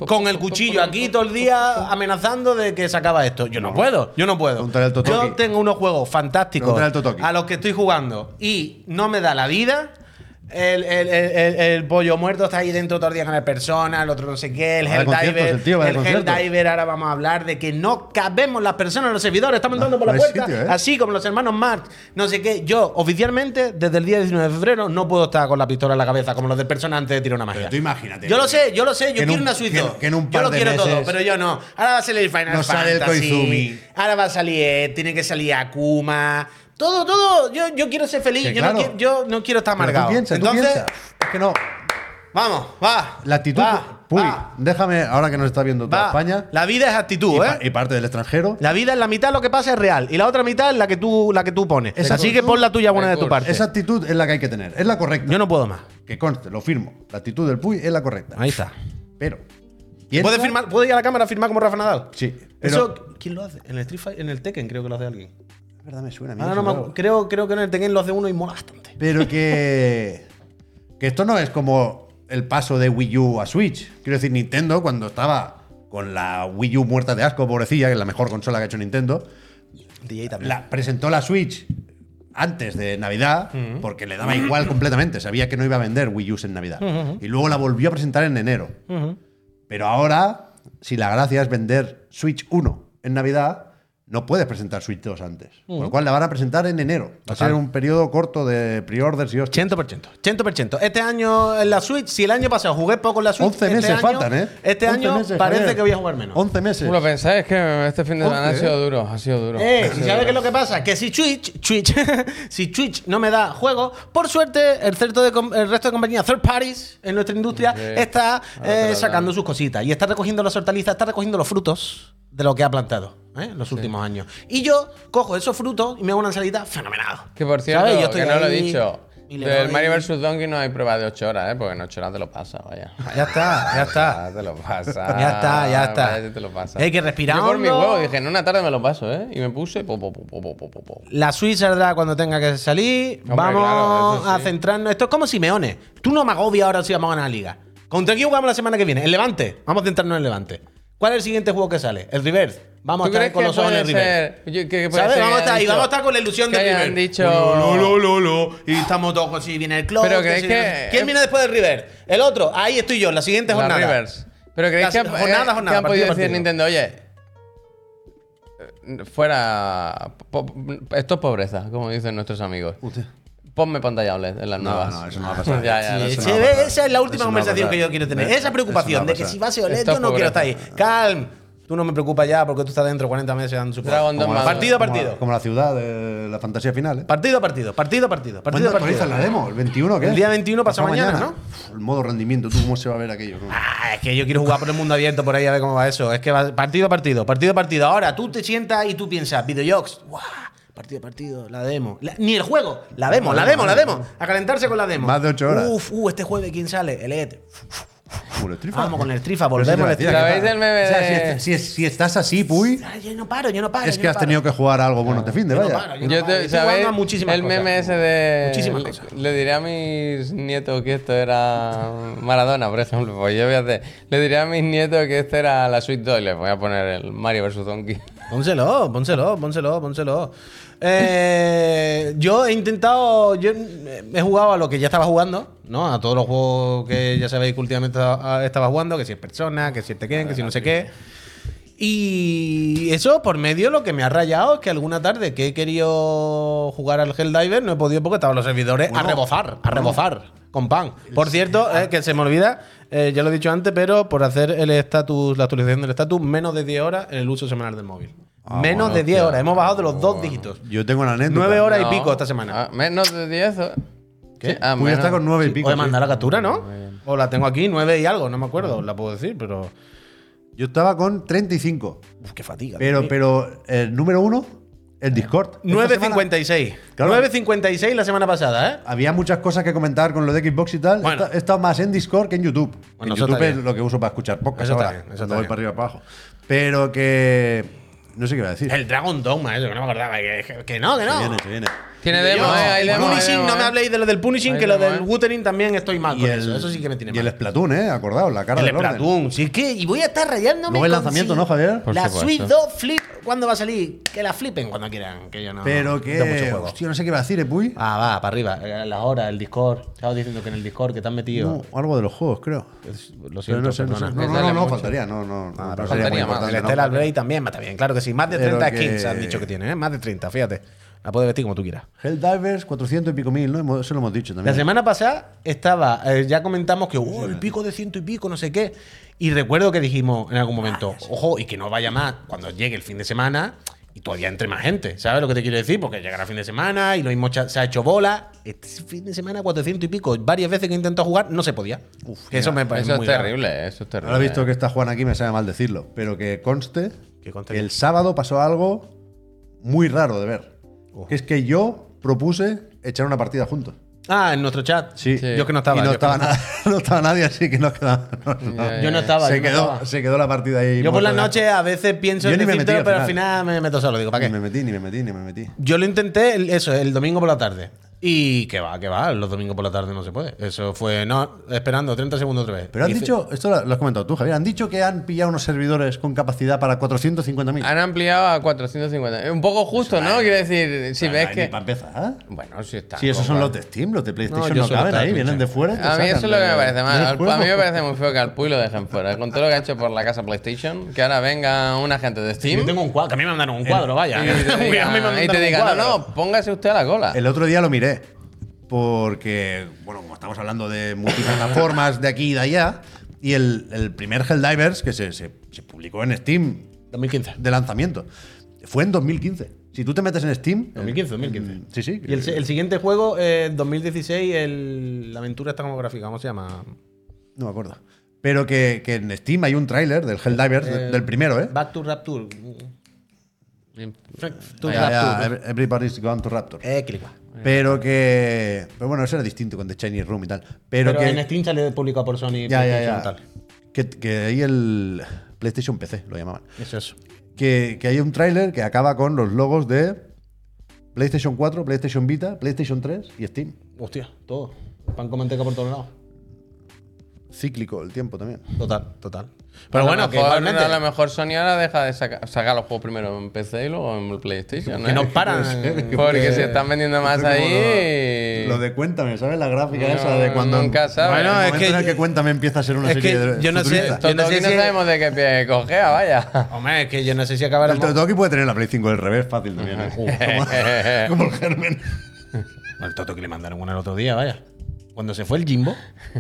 con el cuchillo aquí todo el día amenazando de que se acaba esto. Yo no puedo, yo no puedo. Pregúntale al Totoki. Yo tengo unos juegos fantásticos Pregúntale al Totoki. a los que estoy jugando y no me da la vida. El, el- el- el- el pollo muerto está ahí dentro todo el día con el persona, el otro no sé qué, el Va de conciertos, Helldiver. el tío va de el conciertos. Helldiver, ahora vamos a hablar de que no cabemos las personas, los servidores, estamos entrando por no la hay puerta, Ah, sitio, ¿eh? así como los hermanos Marx, no sé qué. Yo, oficialmente, desde el día 19 de febrero, no puedo estar con la pistola en la cabeza, como los del persona antes de tirar una magia. Pero tú imagínate. Yo lo sé, yo lo Ah, sé, Que yo en quiero un- una Switch que- 2. que en un yo par lo de quiero todo, meses- pero yo no. Ahora va a salir Final No sale el Fantasy, Koizumi. Ahora va a salir, eh, tiene que salir Akuma. Todo, todo. Yo, yo quiero ser feliz. Que Yo, claro. no quiero, yo no quiero estar Pero amargado. Tú piensas, Entonces, tú piensas. Es que no. vamos, va. La actitud. Va, Puy, va, déjame, ahora que nos está viendo toda va. España La vida es actitud, y, ¿eh? pa- y parte del extranjero, La vida es la mitad lo que pasa es real. Y la otra mitad es la que tú, la que tú pones. Esa Así que actitud- pon la tuya buena de tu Recurso. parte. esa actitud es la que hay que tener. Es la correcta. Yo no puedo más. Que conste, lo firmo. La actitud del Puy es la correcta. Ahí está. Pero. ¿Puedes piensa- firmar, ¿Puedes ir a la cámara a firmar como Rafa Nadal? Sí. Pero, Eso, ¿quién lo hace? En el Street Fighter- en el Tekken creo que lo hace alguien. Es verdad, me suena a mí Ahora eso, Ah, no me claro. acu- creo, creo que en el Tekken lo hace uno y mola bastante. Pero que. que esto no es como el paso de Wii U a Switch. Quiero decir, Nintendo, cuando estaba con la Wii U muerta de asco, pobrecilla, que es la mejor consola que ha hecho Nintendo, DJ también. la, presentó la Switch antes de Navidad porque le daba igual completamente. Sabía que no iba a vender Wii U en Navidad. Y luego la volvió a presentar en enero. Pero ahora, si la gracia es vender Switch 1 en Navidad, no puedes presentar Switch 2 antes. Con lo cual la van a presentar en enero. Va a ser un periodo corto de pre-orders y hostias. 100%, 100%. Este año en la Switch, si el año pasado jugué poco en la Switch, 11 este meses año- faltan, ¿eh? Este 11 año meses, parece Javier. que voy a jugar menos. 11 meses. ¿Tú lo pensáis? que este fin de semana ha Once, sido duro, ha sido duro. Eh, Ha ¿y sido ¿Sabes duro. qué es lo que pasa? Que si Twitch, Twitch, si Twitch no me da juego, por suerte el, certo de com- el resto de compañías third parties en nuestra industria Sí. Ah, está Ahora te eh, lo sacando dan. sus cositas y está recogiendo las hortalizas, está recogiendo los frutos de lo que ha plantado ¿eh? en los últimos años. Y yo cojo esos frutos y me hago una ensalita fenomenal. Que por cierto, ¿Sabes? Yo estoy que no lo he ahí dicho. y le Del doy- Mario vs. Donkey no hay prueba de 8 horas, ¿eh? Porque en 8 horas te lo pasa, vaya. Ya está, ya está. Ya te lo pasa. Ya está, ya está. Vaya, te lo pasa. Hay que respirar Yo por mi hondo. huevo dije, en una tarde me lo paso, ¿eh? Y me puse. po, po, po, po, po, po, po, po. La Switch saldrá cuando tenga que salir. Hombre, vamos claro, eso a sí. centrarnos. Esto es como Simeone. Tú no me agobias ahora si vamos a ganar la liga. ¿Contra quién jugamos la semana que viene? El Levante. Vamos a centrarnos en el Levante. ¿Cuál es el siguiente juego que sale? El Reverse. Vamos a ¿Tú estar crees con que los ojos en puede el Reverse. ser? yo- que- que puede ¿Sabes? ser que Vamos a hayan estar, y dicho- vamos a estar con la ilusión que de hayan River. dicho- Lo, lo, lo, lo, lo. Y estamos todos así. Viene el club. Pero creéis sí, que- no- ¿Quién viene después del River? El otro. Ahí estoy yo, la siguiente La jornada. Rivers. Pero creéis Las- que, han- jornada, eh, jornada, que han partido, podido decir partido. Nintendo, oye. eh, fuera. po- po- esto es pobreza, como dicen nuestros amigos. Ponme pantalla OLED en las No, nuevas. no, eso no va a pasar. ya, ya, Sí, lo Eso no sé. Se va a ve- pasar. Eh, esa es la Eso última no va a conversación que pasar. yo quiero tener. Eso- esa preocupación eso no va a de que pasar. si va a ser OLED, Esto yo no es quiero estar pobreza. ahí. Calm. Tú no me preocupas ya porque tú estás dentro 40 meses dando su Dragon Como Dogma. Partido a Como la- partido. Como la ciudad, de la fantasía final. ¿eh? Partido a partido. Partido a partido. Partido ¿Cuándo a partido. actualizan la demo? ¿El 21 qué? El día 21 pasa Pasado mañana, Uf, El modo rendimiento, tú cómo se va a ver aquello. ¿no? Ah, es que yo quiero jugar por el mundo abierto por ahí a ver cómo va eso. Es que va partido a partido, partido a partido. Ahora tú te sientas y tú piensas, videojuegos, guau, partido a partido, la demo. La- ni el juego, la demo, la demo, la demo. A calentarse con la demo. Más de ocho horas. Uf, uh, este jueves, ¿quién sale? El ET. Como el Strifa. Vamos con el Trifa, Pero sí te volvemos lo al decía, Strifa. que ¿Sabéis tal. el meme O sea, de- si este- est- si, es- si estás así, puy, Ay, Yo no paro, yo no paro. es yo que no has paro. tenido que jugar algo bueno este fin de Yo no vaya. paro, yo no Yo paro. te- Estoy jugando ¿Sabéis? a muchísimas el cosas. meme ese de. Muchísimas le, cosas. le diré a mis nietos que esto era Maradona, por ejemplo. Pues yo voy a hacer. Le diré a mis nietos que esto era la Switch 2 y les voy a poner el Mario vs. Donkey. Pónselo, pónselo, pónselo, pónselo. Eh, yo he intentado. Yo he jugado a lo que ya estaba jugando, ¿no? A todos los juegos que ya sabéis que últimamente estaba estaba jugando, que si es persona, que si es Tekken, que si no sé qué. Y eso por medio lo que me ha rayado es que alguna tarde que he querido jugar al Helldiver no he podido porque estaban los servidores a rebozar, a rebozar con pan. Por cierto, eh, que se me olvida, eh, ya lo he dicho antes, pero por hacer el estatus, la actualización del estatus, menos de 10 horas en el uso semanal del móvil. Ah, menos bueno, de 10 hostia. horas, hemos bajado de los dos dígitos. Yo tengo una anécdota. Nueve horas. Hora y No. pico esta semana. Ah, menos de 10. ¿o? ¿Qué? Sí, ah, Puy menos. está con nueve y pico. Voy a sí. mandar la captura, ¿no? O la tengo aquí, 9 y algo, no me acuerdo, la puedo decir, pero. Yo estaba con 35. Uf, qué fatiga. Pero, pero el número uno, el Discord. Esta semana 9.56. Claro. 9.56 la semana pasada, ¿eh? Había muchas cosas que comentar con lo de Xbox y tal. Bueno. He esta- He estado más en Discord que en YouTube. Bueno, en eso YouTube está es bien. lo que uso para escuchar podcast Eso está ahora. bien, eso cuando está voy bien. para arriba y para abajo. Pero que. No sé qué iba a decir. El Dragon Dogma, eso que no me acordaba. Que, que- que no, que Se no. viene, se viene. Tiene Y demo, yo, ¿eh? Hay demo. hay Punishing, demo, no me ¿eh? habléis de lo del Punishing, Hay que lo demo, del ¿eh? Wuthering también estoy mal Y con el- eso. Eso sí que me tiene Y el mal. Splatoon, ¿eh? Acordaos, la cara El del orden. Splatoon, sí que. Y voy a estar rayándome. Luego el con lanzamiento, si ¿no, Javier? Por la supuesto. Switch 2 flip, ¿cuándo va a salir? Que la flipen cuando quieran, que yo no. Pero tengo que. Ah, mucho juego. Hostia, no sé qué iba a decir, ¿eh, Puy? Ah, va, para arriba. eh, Las horas, el Discord. Estabas diciendo que en el Discord que te has metido. No, algo de los juegos, creo. Es- Lo Pero siento, no sé, no sé. perdona. No, no, Que sale no, no, mucho. faltaría. No, no, Ah, no, no faltaría sería muy más. El importante. Stellar ¿no? Blade también está bien, claro que sí. Más de Pero 30 que- skins han dicho que tiene, ¿eh? Más de 30, fíjate. La puedes vestir como tú quieras. Helldivers, 400 y pico mil, ¿no? Hemos- Eso lo hemos dicho La también. semana pasada estaba, eh, ya comentamos que "Oh, el pico de ciento y pico, no sé qué. Y recuerdo que dijimos en algún momento, ojo, y que no vaya más cuando llegue el fin de semana y todavía entre más gente. ¿Sabes lo que te quiero decir? Porque llegará el fin de semana y lo mismo cha- se ha hecho bola. Este fin de semana, 400 y pico. Varias veces que intentó jugar, no se podía. Que eso me parece Eso es muy grave. terrible, eh, eso es terrible. Ahora he visto que está Juan aquí, me sabe mal decirlo. Pero que conste Que conste que que- el sábado pasó algo muy raro de ver. Oh. Que es que yo propuse echar una partida juntos. Ah, en nuestro chat. Sí. Yo que no estaba. Y yo no que estaba, no- nada, no estaba nadie, así que nos quedamos. nos quedamos. Yo no estaba. se, yo no quedó, estaba. se quedó la partida ahí. Yo por muerta la de- noche a veces pienso Yo en ni me metí decírtelo, al pero al final. final me meto solo. Digo, ¿para Ni qué? me metí, ni me metí, ni me metí. Yo lo intenté, el- eso, el domingo por la tarde. Y que va, que va, los domingos por la tarde no se puede. Eso fue, no, esperando 30 segundos otra vez. Pero han Y fe- dicho, esto lo lo has comentado tú, Javier, han dicho que han pillado unos servidores con capacidad para 450.000. Han ampliado a 450. Un poco justo, ¿no? Quiere decir, si ves que. Para empezar. Bueno, si está. Si esos son como- los de Steam, los de PlayStation No, no, yo solo caben estaba ahí, vienen pinchando. de fuera. y te A mí sacan eso es lo que me de- parece mal. del Al- juego. A mí me parece muy feo que al Puy lo dejen fuera. Con todo lo que ha hecho por la casa PlayStation, que ahora venga una gente de Steam Yo tengo un cuadro, que a mí me mandaron un cuadro, vaya. y te A mí me diga, mandaron y te un diga, no, cuadro. no, póngase usted a la cola. Ah. El otro día lo miré. Porque, bueno, como estamos hablando de multiplataformas de aquí y de allá, y el, el primer Helldivers que se, se- se publicó en Steam 2015. de lanzamiento fue en 2015. Si tú te metes en Steam. 2015, en- 2015. Sí, sí. Y el, el siguiente juego, eh, 2016, el, la aventura está como gráfica, ¿cómo se llama? No me acuerdo. Pero que, que en Steam hay un tráiler del Helldivers, de- Eh, del primero, ¿eh? Back to Rapture. Back to Ya, ya, Rapture. ev- Everybody's gone to Raptor. Eh, clica. Pero que. Pero bueno, eso era distinto con The Chinese Room y tal. Pero, Pero que. en Steam sale publicado por Sony. ya, ya, PlayStation ya. y tal. Que, que ahí el. PlayStation PC lo llamaban. Eso es. Que, que hay un tráiler que acaba con los logos de PlayStation 4, PlayStation Vita, PlayStation 3 y Steam. Hostia, todo. Pan con manteca por todos lados. cíclico el tiempo también. Total, total. A Pero lo bueno, que mejor- igualmente. A lo mejor Sony ahora deja de saca- sacar los juegos primero en PC y luego en PlayStation. Que ¿eh? no paran. Porque se están vendiendo más Esto es como ahí. Lo, lo de Cuéntame, ¿sabes? La gráfica No, esa de cuando. nunca sabes. Bueno, Bueno, el es momento que- en el que Cuéntame empieza a ser una es serie que de. yo no sé- futurista. Totoki yo no sé no si- sabemos de qué pie cogea, vaya. Hombre, es que yo no sé si acabará. El Totoki puede tener la Play 5 del revés fácil también. ¿eh? Como, como el germen. Al Totoki le mandaron una el otro día, vaya. Cuando se fue el Jimbo,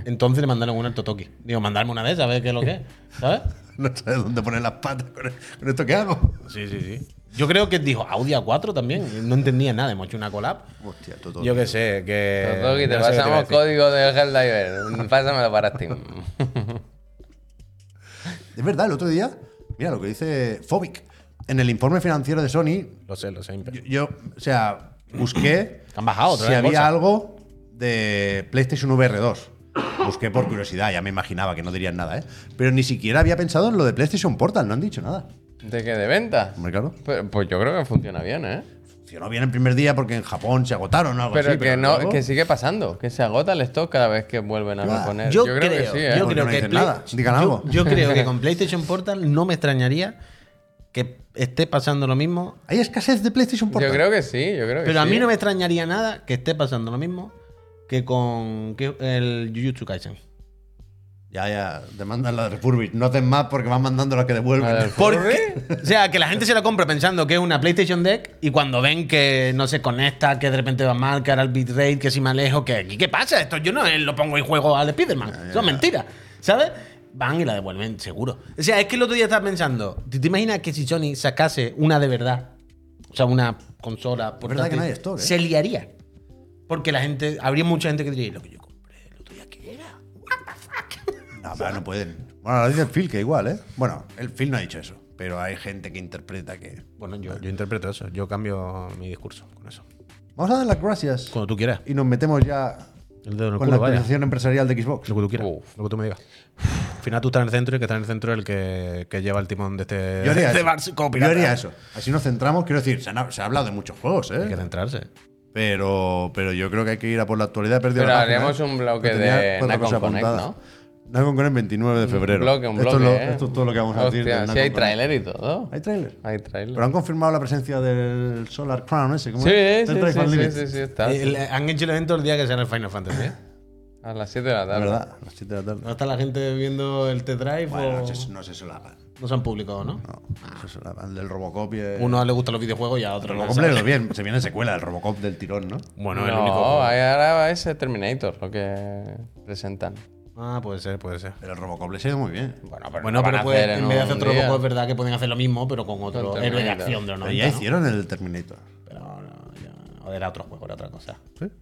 entonces le mandaron una al Totoki. Digo, mandarme una de esas, a ver qué es lo que es. ¿Sabes? No sé dónde poner las patas con, con esto que hago. Sí, sí, sí. Yo creo que dijo Audi A4 también. No entendía nada. Hemos hecho una collab. Hostia, Totoki. Yo qué sé, que. Totoki, te no sé qué iba a pasamos decir. código de Helldiver. Pásamelo para Steam. Es verdad, el otro día, mira lo que dice Fobic. En el informe financiero de Sony, Lo sé, lo sé. Impe. yo, yo, o sea, busqué Han bajado otra si vez había bolsa. algo de PlayStation VR 2. Busqué por curiosidad, ya me imaginaba que no dirían nada, ¿eh? Pero ni siquiera había pensado en lo de PlayStation Portal, no han dicho nada. ¿De qué? ¿De venta? Hombre, claro. Pero- Pues yo creo que funciona bien, ¿eh? Funcionó bien el primer día porque en Japón se agotaron o algo Pero así. que no, luego- que sigue pasando, que se agota el stock cada vez que vuelven a Ah, reponer. Yo, creo, que sí, ¿eh? yo Porque creo no que dicen Play- nada. Digan yo- algo. yo creo que con PlayStation Portal no me extrañaría que esté pasando lo mismo. Hay escasez de PlayStation Yo Portal. creo que sí, yo creo que Pero a sí. mí no me extrañaría nada que esté pasando lo mismo que con que el Jujutsu Kaisen. Ya, ya, demandan la de Refurbish. No hacen más porque van mandando la que devuelven. A ver. Porque, o sea, que la gente se la compra pensando que es una PlayStation Deck y cuando ven que no se conecta, que de repente va mal, que ahora el bitrate, que si me alejo, que aquí, ¿qué pasa? Esto yo no eh, lo pongo en juego al Spider-Man. Son mentiras, ¿sabes? Van y la devuelven, seguro. O sea, es que el otro día estaba pensando, ¿te, te imaginas que si Sony sacase una de verdad? O sea, una consola. por verdad que no hay stock, ¿eh? Se liaría. Porque la gente, habría mucha gente que diría, lo que yo compré el otro día, ¿qué era? No, pero no pueden. Bueno, lo dice el Phil, que igual, ¿eh? Bueno, el Phil no ha dicho eso, pero hay gente que interpreta que. Bueno, yo, yo interpreto eso, yo cambio mi discurso con eso. Vamos a dar las gracias Cuando tú quieras. y nos metemos ya El dedo en el con culo, la vaya. actualización empresarial de Xbox. Lo que tú quieras. Lo que tú me digas. Al final tú estás en el centro y el que está en el centro es el que, que lleva el timón de este. Yo haría, de eso. Barça como Yo pirata. haría eso. Así nos centramos. Quiero decir, se, han ha- se ha hablado de muchos juegos, Hay que ¿eh? centrarse. Pero, pero yo creo que hay que ir a por la actualidad. He perdido Pero la página, haremos ¿eh? un bloque Pero tenía de cuatro Nacon cosas Connect, apuntadas. Nacon Connect 29 de febrero. Un bloque, un bloque. esto, es lo- ¿eh? esto es todo lo que vamos a decir. Hostia, del sí, hay Nacon Connect. trailer y todo. ¿Hay trailer? Hay trailer. Pero han confirmado la presencia del Solar Crown ese. ¿cómo Sí, es? sí, Tetris sí, sí, Unlimited. sí, sí, está. Eh, le- han hecho el evento el día que será el Final Fantasy. ¿eh? A las 7 de la La tarde. verdad, a las 7 de la tarde. ¿No está la gente viendo el T-Drive? Bueno, o... no se, no se solapan. No se han publicado, ¿no? No, no se solapan. El del Robocop y el... Uno le gustan los videojuegos y a otro El no. Robocop le ha ido bien. Se viene secuela del Robocop del tirón, ¿no? Bueno, No, el único. juego. ahí ahora va ese Terminator lo que presentan. Ah, puede ser, puede ser. Pero el Robocop le ha ido muy bien. Bueno, pero, Bueno, lo van pero a puede, hacer en vez de hacer un otro día. poco, es verdad que pueden hacer lo mismo, pero con otro Con héroe de Terminator. acción de los Pero ya 90, ¿no? hicieron el Terminator. Pero no, ya- o era otro juego, era otra cosa.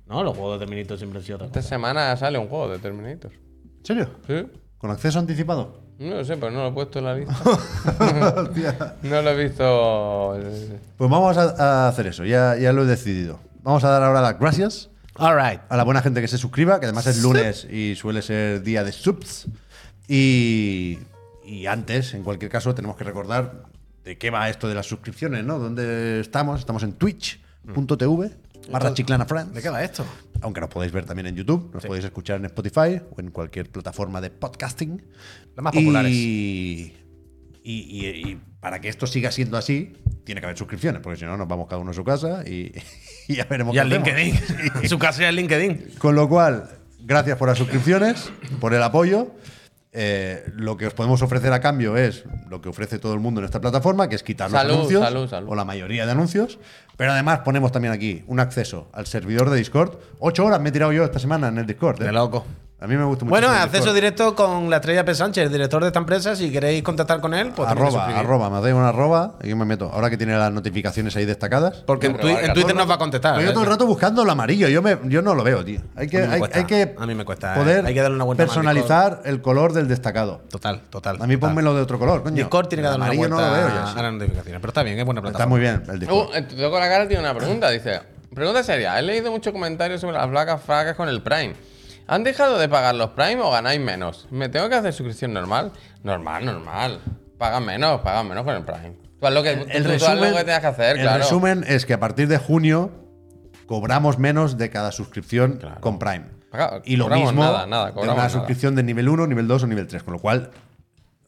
No, los juegos de Terminator siempre han sido otra Esta cosa. semana sale un juego de Terminator. ¿En serio? ¿Sí? ¿Con acceso anticipado? No lo sé, pero no lo he puesto en la lista. Hostia. no lo he visto. eh, pues vamos a, a hacer eso, ya, ya lo he decidido. Vamos a dar ahora las gracias All right. a la buena gente que se suscriba, que además es lunes y suele ser día de subs. Y, y antes, en cualquier caso, tenemos que recordar de qué va esto de las suscripciones, ¿no? ¿Dónde estamos? Estamos en twitch.tv barra chiclana France. ¿De qué va esto? Aunque nos podéis ver también en YouTube, nos podéis escuchar en Spotify o en cualquier plataforma de podcasting. Las más Y- populares. Y, y- y para que esto siga siendo así, tiene que haber suscripciones, porque si no, nos vamos cada uno a su casa y, y ya veremos Y qué al hacemos. LinkedIn. Su casa es el LinkedIn. Con lo cual, gracias por las suscripciones, por el apoyo. Eh, lo que os podemos ofrecer a cambio es lo que ofrece todo el mundo en esta plataforma, que es quitar los Salud, anuncios salud, salud. o la mayoría de anuncios. Pero además ponemos también aquí un acceso al servidor de Discord. Ocho horas me he tirado yo esta semana en el Discord. ¿eh? De loco. A mí me gusta mucho. Bueno, el acceso Discord. directo con la estrella P. Sánchez, el director de esta empresa. Si queréis contactar con él, pues tenéis que Arroba, suscribir. arroba, me dais una arroba y yo me meto. Ahora que tiene las notificaciones ahí destacadas. Porque en, Arroba, twi- en Twitter Todo el nos va a rato- contestar. Yo todo el ¿eh? rato buscando el amarillo. Yo, me, yo no lo veo, tío. Hay que, A mí me hay, cuesta. hay que, A mí me cuesta, ¿eh? poder Hay que darle una vuelta más al personalizar el color del destacado. Total, total. A mí total. pónmelo de otro color, coño. Discord tiene que El dar una amarillo vuelta no lo veo yo, sí. a las notificaciones. Pero está bien, es buena Está plataforma. muy bien el Discord. Uh, eh, te toco la cara, tiene una pregunta. Dice: Pregunta seria. He leído muchos comentarios sobre las placas fracas con el Prime. ¿Han dejado de pagar los Prime o ganáis menos? ¿Me tengo que hacer suscripción normal? Normal, normal. Pagan menos, pagan menos con el Prime. Tú haz lo que, el tú- tú haz resumen, lo que tengas que hacer, el claro. resumen es que a partir de junio cobramos menos de cada suscripción con Prime. pagado. Y lo Cobramos mismo Nada, nada, de cobramos una nada. suscripción de nivel 1, nivel 2 o nivel 3. Con lo cual,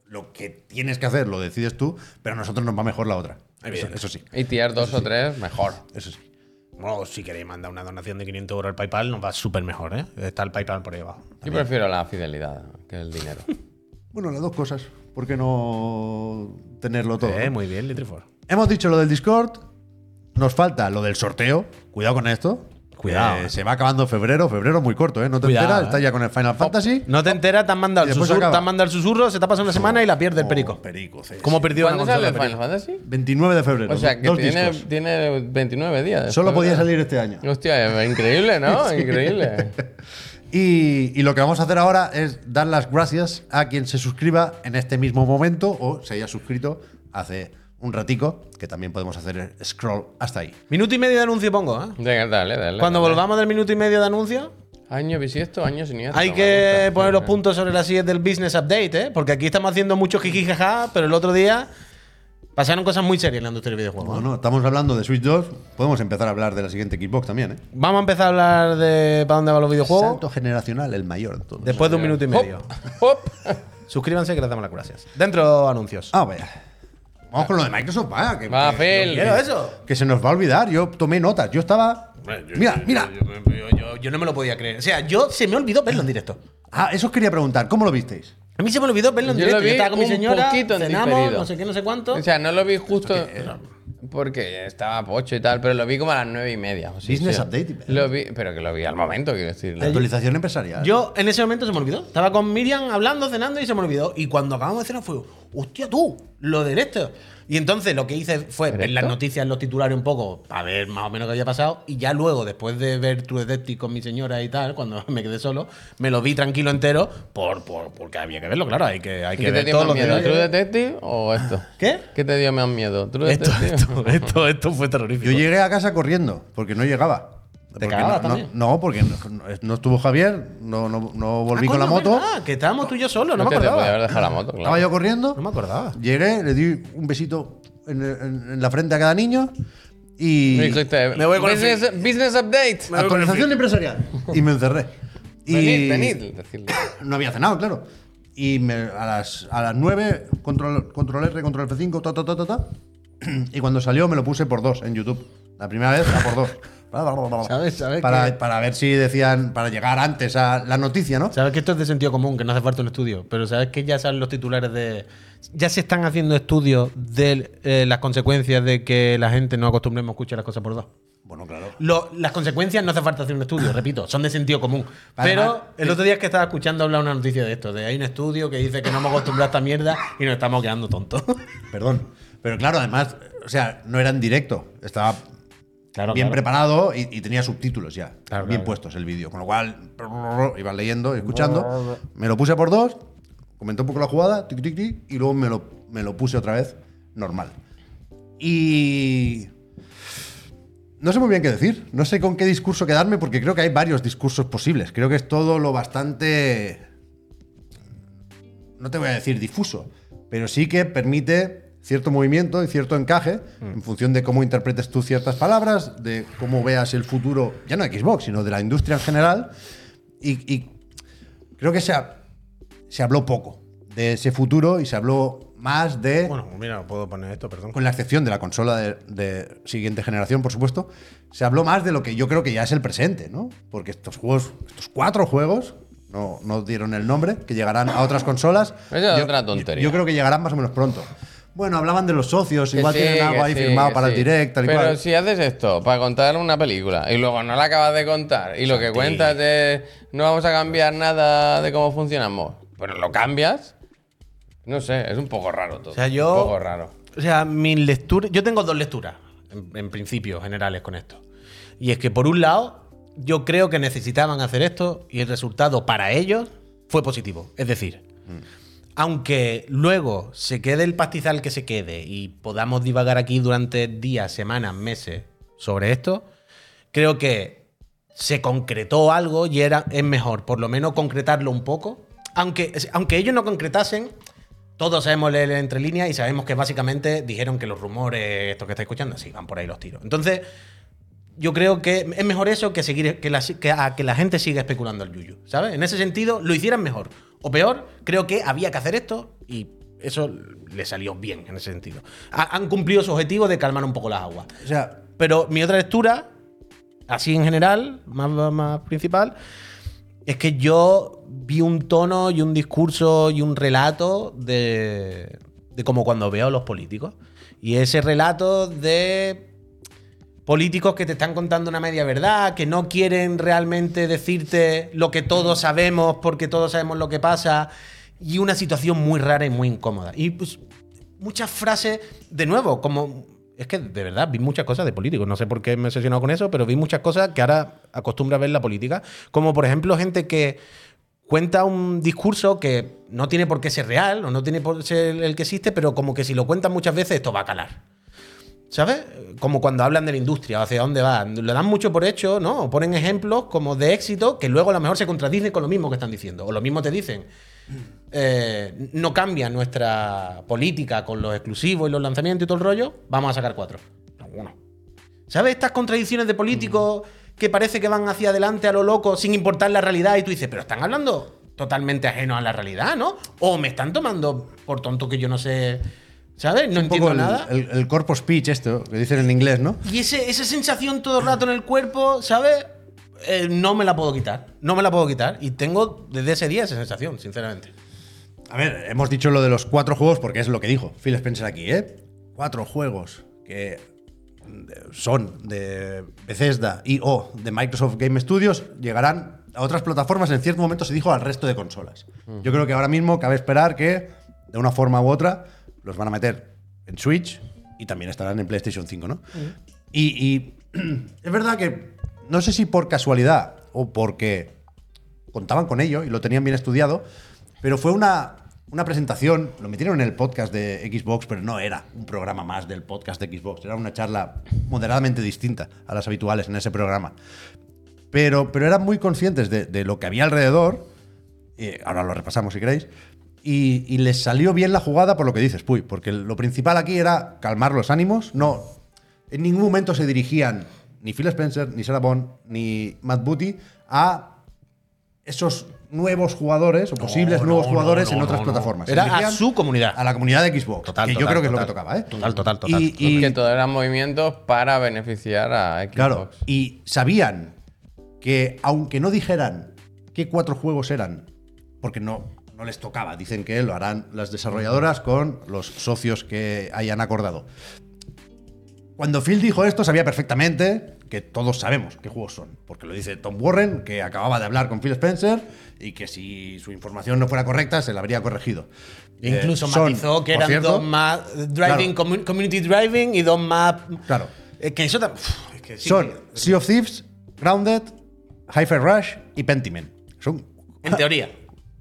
lo que tienes que hacer lo decides tú, pero a nosotros nos va mejor la otra. Eso, eso sí. Y tier 2 o 3, mejor. Eso sí. Bueno, si queréis mandar una donación de 500 euros al PayPal, nos va súper mejor, ¿eh? Está el PayPal por ahí abajo. Yo prefiero la fidelidad que el dinero. Bueno, las dos cosas. ¿Por qué no tenerlo todo? Eh, no? muy bien, Litrifor. Hemos dicho lo del Discord. Nos falta lo del sorteo. Cuidado con esto. Cuidado, eh. se va acabando febrero. Febrero muy corto, ¿eh? No te Cuidado, enteras. eh. Está ya con el Final Fantasy. No te enteras, te han mandado Y el después susurro, acaba. te han mandado el susurro, se te ha pasado una semana y la pierde el Oh, perico. perico, sí, ¿Cómo sí. perdió una ¿Cuándo consola sale el el Final perico? Fantasy? 29 de febrero. O sea, que dos tiene, discos. tiene 29 días. de Solo podía febrero. salir este año. Hostia, eh, increíble, ¿no? Increíble. Y, y lo que vamos a hacer ahora es dar las gracias a quien se suscriba en este mismo momento o se haya suscrito hace un ratico, que también podemos hacer scroll hasta ahí. Minuto y medio de anuncio pongo, ¿eh? Venga, dale, dale. Cuando dale. volvamos del minuto y medio de anuncio, Año bisiesto, año siniestro. hay me que gusta. poner los puntos sobre las sillas del Business Update, ¿eh? Porque aquí estamos haciendo mucho jiji jaja, pero el otro día pasaron cosas muy serias en la industria del videojuego. ¿eh? Bueno, estamos hablando de Switch 2, podemos empezar a hablar de la siguiente Xbox también, ¿eh? Vamos a empezar a hablar de para dónde van los videojuegos Salto generacional, el mayor de todos. después de un minuto y medio. Hop. Suscríbanse que les damos las gracias. Dentro anuncios. Ah, vaya. Vamos con lo de Microsoft, vaya. Que, Va, que- Phil. Quiero eso. que se nos va a olvidar. Yo tomé notas, yo estaba. Mira, mira. Yo, yo- yo no me lo podía creer. O sea, yo se me olvidó verlo en directo. Ah, eso os quería preguntar, ¿cómo lo visteis? A mí se me olvidó verlo en Yo directo. lo vi yo estaba con mi un señora, poquito en cenamos, diferido. no sé qué, no sé cuánto. O sea, no lo vi justo porque estaba pocho y tal, pero lo vi como a las nueve y media. o sea, Business sí. update, man. Lo vi, pero que lo vi al momento, quiero decir. La actualización empresarial. yo en ese momento se me olvidó. Estaba con Miriam hablando, cenando y se me olvidó. Y cuando acabamos de cenar fue, hostia tú, lo del esto. Y entonces lo que hice fue ver ¿Directo? las noticias, los titulares un poco, para ver más o menos qué había pasado. Y ya luego, después de ver True Detective con mi señora y tal, cuando me quedé solo, me lo vi tranquilo entero por, por- porque había que verlo, claro. Hay que, hay que ¿Qué te ver dio todos más los miedo? ¿True detalles. Detective o esto? ¿Qué? ¿Qué te dio más miedo? ¿True Esto, Detective? esto, esto, esto fue terrorífico. Yo llegué a casa corriendo, porque no llegaba. Porque cagabas no, también? No, no, porque no, no estuvo Javier, no, no, no Ah, volví con coño, la es moto. verdad, que estábamos tú y yo solos, no, Hostia, me te podía acordaba. haber dejado la moto, claro. Estaba yo corriendo. No me acordaba. Llegué, le di un besito en, en- en la frente a cada niño y. Me dijiste, Me voy con el Ah, business, business update. Actualización empresarial. Y me encerré. Y Venid, venid. decirle. No había cenado, claro. Y me- a, las, a las 9, control, control R, control F5, ta, ta, ta, ta, ta. Y cuando salió me lo puse por dos en YouTube. La primera vez a por dos. ¿Sabes- sabes que- para, para ver si decían, para llegar antes a la noticia, ¿no? Sabes que esto es de sentido común, que no hace falta un estudio, pero sabes que ya salen los titulares de... Ya se están haciendo estudios de eh, las consecuencias de que la gente no acostumbremos a escuchar las cosas por dos. Bueno, claro. Lo- las consecuencias no hace falta hacer un estudio, repito, son de sentido común. Vale, pero vale. el otro día es que estaba escuchando hablar una noticia de esto, de hay un estudio que dice que no hemos acostumbrado a esta mierda y nos estamos quedando tontos. Perdón. Pero claro, además, o sea, no era en directo. Estaba claro, bien claro. preparado y, y tenía subtítulos ya. Claro, bien claro. puestos el vídeo. Con lo cual, iba leyendo y escuchando. Me lo puse por dos, comenté un poco la jugada, tic, tic, tic, y luego me lo, me lo puse otra vez normal. Y. No sé muy bien qué decir. No sé con qué discurso quedarme porque creo que hay varios discursos posibles. Creo que es todo lo bastante no te voy a decir difuso, pero sí que permite cierto movimiento y cierto encaje en función de cómo interpretes tú ciertas palabras, de cómo veas el futuro, ya no de Xbox, sino de la industria en general. Y, y creo que se, ha- se habló poco de ese futuro y se habló más de Bueno, mira, puedo poner esto, perdón. con la excepción de la consola de, de siguiente generación, por supuesto, se habló más de lo que yo creo que ya es el presente, ¿no? Porque estos juegos, estos cuatro juegos, no, no dieron el nombre, que llegarán a otras consolas. Eso es yo, otra tontería. Yo, yo creo que llegarán más o menos pronto. Bueno, hablaban de los socios, Que igual sí, tienen algo que ahí sí, firmado que para sí. el direct, tal y Pero cual. si haces esto para contar una película y luego no la acabas de contar y lo que cuentas es no vamos a cambiar nada de cómo funcionamos, pero lo cambias, no sé, es un poco raro todo. O sea, yo- Un poco raro. O sea, mi lectura. Yo tengo dos lecturas, en, en principio, generales con esto. Y es que, por un lado, yo creo que necesitaban hacer esto y el resultado para ellos fue positivo. Es decir, aunque luego se quede el pastizal que se quede y podamos divagar aquí durante días, semanas, meses sobre esto, creo que se concretó algo y era, es mejor por lo menos concretarlo un poco. Aunque, aunque ellos no concretasen, todos sabemos leer entre líneas y sabemos que básicamente dijeron que los rumores, esto que está escuchando, sí, van por ahí los tiros. Entonces, yo creo que es mejor eso que seguir que la, que a que la gente siga especulando al yuyu, ¿sabes? En ese sentido, lo hicieran mejor. O peor, creo que había que hacer esto y eso le salió bien en ese sentido. Ha- han cumplido su objetivo de calmar un poco las aguas. O sea, Pero mi otra lectura, así en general, más, más principal, es que yo vi un tono y un discurso y un relato de, de como cuando veo a los políticos. Y ese relato de políticos que te están contando una media verdad, que no quieren realmente decirte lo que todos sabemos porque todos sabemos lo que pasa, y una situación muy rara y muy incómoda. Y pues muchas frases, de nuevo, como... Es que de verdad vi muchas cosas de políticos, no sé por qué me he obsesionado con eso, pero vi muchas cosas que ahora acostumbra a ver la política, como por ejemplo gente que cuenta un discurso que no tiene por qué ser real o no tiene por ser el que existe, pero como que si lo cuentan muchas veces esto va a calar. ¿Sabes? Como cuando hablan de la industria, hacia dónde va. Lo dan mucho por hecho, ¿no? O ponen ejemplos como de éxito que luego a lo mejor se contradicen con lo mismo que están diciendo. O lo mismo te dicen. eh, no cambia nuestra política con los exclusivos y los lanzamientos y todo el rollo. Vamos a sacar cuatro. No, uno. ¿Sabes? Estas contradicciones de políticos Mm. que parece que van hacia adelante a lo loco sin importar la realidad y tú dices, pero están hablando totalmente ajeno a la realidad, ¿no? O me están tomando por tonto que yo no sé. ¿Sabes? No un poco entiendo el, nada. el, el corpo speech, esto, que dicen en inglés, ¿no? Y ese- esa sensación todo el rato en el cuerpo, ¿sabes? Eh, no me la puedo quitar. No me la puedo quitar. Y tengo desde ese día esa sensación, sinceramente. A ver, hemos dicho lo de los cuatro juegos porque es lo que dijo Phil Spencer aquí, ¿eh? Cuatro juegos que son de Bethesda y o de Microsoft Game Studios llegarán a otras plataformas en cierto momento se dijo al resto de consolas. Yo creo que ahora mismo cabe esperar que de una forma u otra los van a meter en Switch y también estarán en PlayStation 5, ¿no? Y, y es verdad que no sé si por casualidad o porque contaban con ello y lo tenían bien estudiado, pero fue una, una presentación, lo metieron en el podcast de Xbox, pero no era un programa más del podcast de Xbox, era una charla moderadamente distinta a las habituales en ese programa. Pero, pero eran muy conscientes de, de lo que había alrededor, eh, ahora lo repasamos si queréis, y, y les salió bien la jugada por lo que dices, Puy, porque lo principal aquí era calmar los ánimos, no, en ningún momento se dirigían ni Phil Spencer, ni Sarah Bond, ni Matt Booty a esos nuevos jugadores o posibles no, nuevos no, jugadores no, en otras no, no. plataformas. Se Era a dirigían su comunidad. a la comunidad de Xbox, Total, que yo total, creo que es lo total. que tocaba, ¿eh? Total, total, total, Y- y- Que todo eran movimientos para beneficiar a Xbox. Claro, y sabían que aunque no dijeran qué cuatro juegos eran, porque no, no les tocaba, dicen que lo harán las desarrolladoras con los socios que hayan acordado. Cuando Phil dijo esto, sabía perfectamente que todos sabemos qué juegos son, porque lo dice Tom Warren, que acababa de hablar con Phil Spencer y que si su información no fuera correcta, se la habría corregido. Eh, E Incluso son, matizó que por eran cierto, dos más driving, Claro. commu- community driving y dos más. Claro. Es que eso tam- Uf, es que sí, Son tío. Sea of Thieves, Grounded, Hi-Fi Rush y Pentiment. Son En teoría.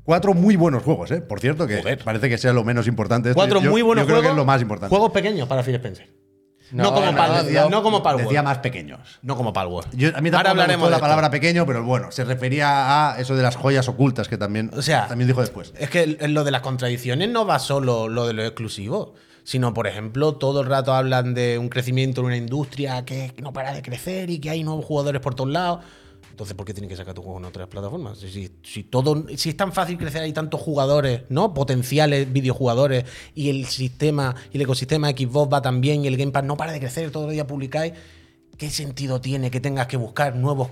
cuatro muy buenos juegos, ¿eh? Por cierto, que Joder. parece que sea lo menos importante. esto. Cuatro Yo- muy buenos yo creo juegos. que es lo más importante. Juegos pequeños para Phil Spencer. No, No, como no, Pal- decía- no como Palworld. Decía más pequeños. No como Palworld. Yo- a mí tampoco Ahora me hablaremos gustó de la esto. palabra pequeño, pero bueno, se refería a eso de las joyas ocultas que también, O sea, también dijo después. Es que lo de las contradicciones no va solo lo de lo exclusivo, sino, por ejemplo, todo el rato hablan de un crecimiento en una industria que no para de crecer y que hay nuevos jugadores por todos lados. Entonces, ¿por qué tienen que sacar tu juego en otras plataformas? Si, si- si todo, si es tan fácil crecer, hay tantos jugadores, ¿no? Potenciales videojugadores y el sistema y el ecosistema Xbox va tan bien y el Game Pass no para de crecer, todos los días publicáis. ¿Qué sentido tiene que tengas que buscar nuevos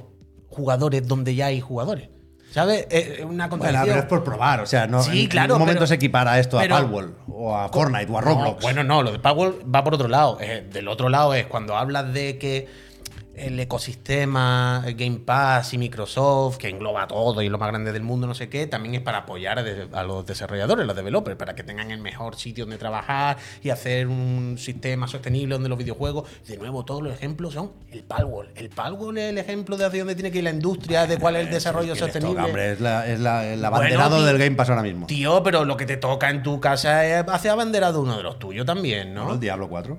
jugadores donde ya hay jugadores? ¿Sabes? Es es una Bueno, contradicción. pero es por probar, o sea, no, Sí, en- en claro, ningún momento pero- se equipara esto pero- a Palworld o a Fortnite o a Roblox. No, bueno, no, lo de Powell va por otro lado. Eh, del otro lado es cuando hablas de que el ecosistema, el Game Pass y Microsoft, que engloba todo y lo más grande del mundo, no sé qué, también es para apoyar a, de- a los desarrolladores, los developers, para que tengan el mejor sitio donde trabajar y hacer un sistema sostenible donde los videojuegos. De nuevo, todos los ejemplos son el Palworld. El Palworld es el ejemplo de hacia dónde tiene que ir la industria, de cuál es el desarrollo Que les toca, sostenible. hombre, es, la, es la- el abanderado tío. del Game Pass ahora mismo. Tío, pero lo que te toca en tu casa es hacer abanderado uno de los tuyos también, ¿no? ¿No? El Diablo 4.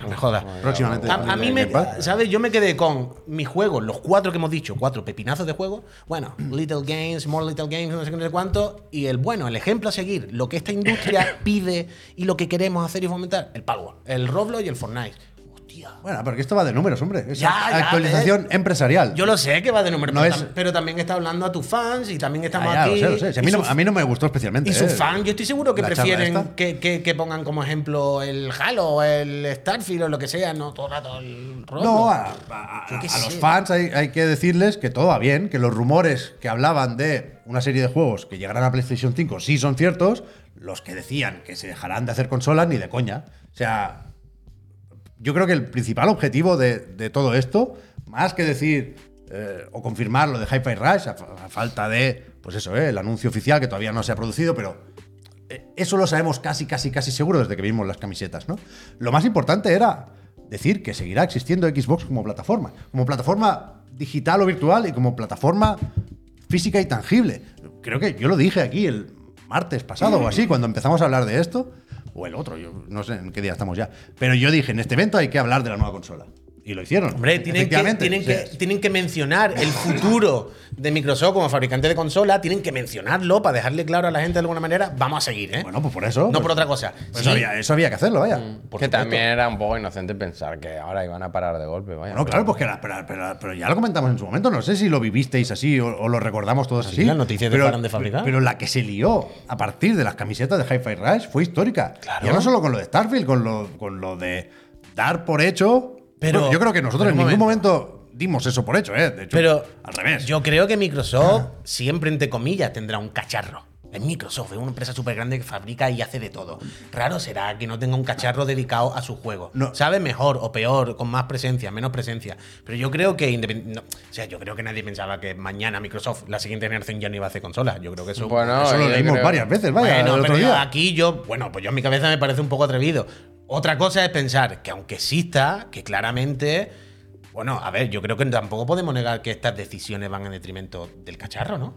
No me jodas. Próximamente. A, a mí Game me, Pass. ¿sabes? Yo me quedé con mis juegos, los cuatro que hemos dicho, cuatro pepinazos de juegos. Bueno, Mm. Little Games, More Little Games, no sé qué, no sé cuánto. Y el bueno, el ejemplo a seguir, lo que esta industria pide y lo que queremos hacer y fomentar, el Power, el Roblox y el Fortnite. hostia. Bueno, porque esto va de números, hombre. Es Ya, ya, actualización empresarial. Ah, Yo lo sé que va de número, No pero, es- tam- pero también está hablando a tus fans y también Ah, estamos ya, lo aquí. sé, lo sé. Si a, mí Y no, sus- a mí no me gustó especialmente. y sus eh. fans, yo estoy seguro que La charla prefieren esta. que, que- que pongan como ejemplo el Halo, o el Starfield o lo que sea, no todo el rato el Roblox. No, a, a- Yo qué a los sé. fans hay, hay que decirles que todo va bien, que los rumores que hablaban de una serie de juegos que llegarán a PlayStation 5 sí son ciertos, los que decían que se dejarán de hacer consolas ni de coña. O sea, yo creo que el principal objetivo de, de todo esto, más que decir eh, o confirmar lo de Hi-Fi Rush, a, fa- a falta de, pues eso, eh, el anuncio oficial que todavía no se ha producido, pero eh, eso lo sabemos casi, casi, casi seguro desde que vimos las camisetas, ¿no? Lo más importante era decir que seguirá existiendo Xbox como plataforma, como plataforma digital o virtual y como plataforma física y tangible. Creo que yo lo dije aquí el martes pasado o así, cuando empezamos a hablar de esto, o el otro, yo no sé en qué día estamos ya, pero yo dije, en este evento hay que hablar de la nueva consola. Y lo hicieron. Hombre, tienen que, efectivamente. tienen, que, Sí. tienen que mencionar el futuro de Microsoft como fabricante de consola, tienen que mencionarlo para dejarle claro a la gente de alguna manera, vamos a seguir, ¿eh? Bueno, pues por eso. no pues- por otra cosa. Mm. pues Sí, eso, había, eso había que hacerlo, vaya. que Por supuesto. también era un poco inocente pensar que ahora iban a parar de golpe, vaya. Bueno, claro, pues que la- pero, pero- pero ya lo comentamos en su momento. No sé si lo vivisteis así o, o lo recordamos todos Sí, así. las noticias de pero, paran de fabricar. Pero la que se lió a partir de las camisetas de Hi-Fi Rush fue histórica. Claro. Ya no solo con lo de Starfield, con lo, con lo de dar por hecho. Pero- Bueno, yo creo que nosotros pero en un ningún momento dimos eso por hecho, ¿eh? De hecho, Pero al revés. Yo creo que Microsoft siempre, entre comillas, tendrá un cacharro. Es Microsoft, es una empresa súper grande que fabrica y hace de todo. Raro será que no tenga un cacharro dedicado a su juego. No. Sabe mejor o peor, con más presencia, menos presencia. Pero yo creo que independ- no, o sea, yo creo que nadie pensaba que mañana Microsoft, la siguiente generación, ya no iba a hacer consolas. Yo creo que eso. Bueno, eso lo yo leímos creo- varias veces, vaya. eh, Bueno, el otro pero yo día. aquí yo, bueno, pues yo en mi cabeza me parece un poco atrevido. Otra cosa es pensar que aunque exista, que claramente, bueno, a ver, yo creo que tampoco podemos negar que estas decisiones van en detrimento del cacharro, ¿no?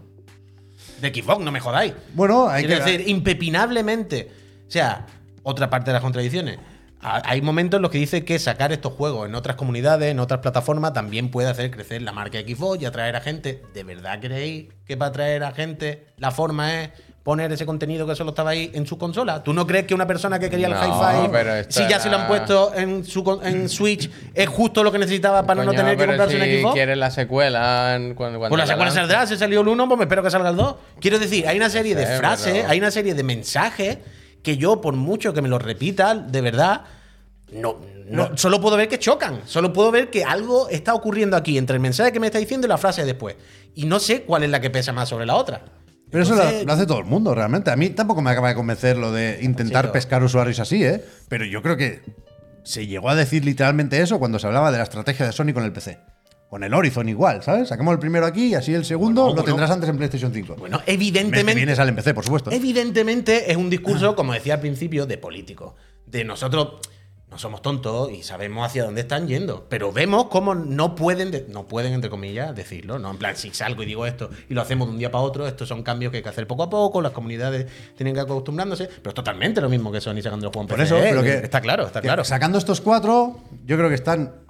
De Xbox, no me jodáis. Bueno, hay Quiero que- decir, impepinablemente. O sea, otra parte de las contradicciones. Ha- Hay momentos en los que dice que sacar estos juegos en otras comunidades, en otras plataformas, también puede hacer crecer la marca Xbox y atraer a gente. ¿De verdad creéis que para atraer a gente la forma es poner ese contenido que solo estaba ahí en su consola? ¿Tú no crees que una persona que quería el No, pero Hi-Fi, esto si ya se lo han era- puesto en, su, con- en Switch, es justo lo que necesitaba para no Coño, tener que pero comprarse si un Xbox? quieres la secuela en- cuando, cuando Pues la la secuela lancen. saldrá, se salió el 1, pues me espero que salga el 2. Quiero decir, hay una serie de sé, frases, pero- hay una serie de mensajes que yo, por mucho que me los repita, de verdad, no, no, solo puedo ver que chocan. Solo puedo ver que algo está ocurriendo aquí entre el mensaje que me está diciendo y la frase después. Y no sé cuál es la que pesa más sobre la otra. Pero eso Entonces, lo, lo hace todo el mundo, realmente. A mí tampoco me acaba de convencer lo de intentar Chico. pescar usuarios así, ¿eh? Pero yo creo que se llegó a decir literalmente eso cuando se hablaba de la estrategia de Sony con el PC. Con el Horizon igual, ¿sabes? Sacamos el primero aquí y así el segundo Bueno, lo bueno. tendrás antes en PlayStation 5. Bueno, El mes que evidentemente. viene sale en PC, por supuesto. Evidentemente es un discurso, como decía al principio, de político. De nosotros no somos tontos y sabemos hacia dónde están yendo. Pero vemos cómo no pueden, de- no pueden, entre comillas, decirlo. No, en plan, si salgo y digo esto y lo hacemos de un día para otro, estos son cambios que hay que hacer poco a poco, las comunidades tienen que acostumbrándose. Pero es totalmente lo mismo que Sony sacando el juego en Por PC, eso, ¿eh? pero que- Está claro, está que claro. Sacando estos cuatro, yo creo que están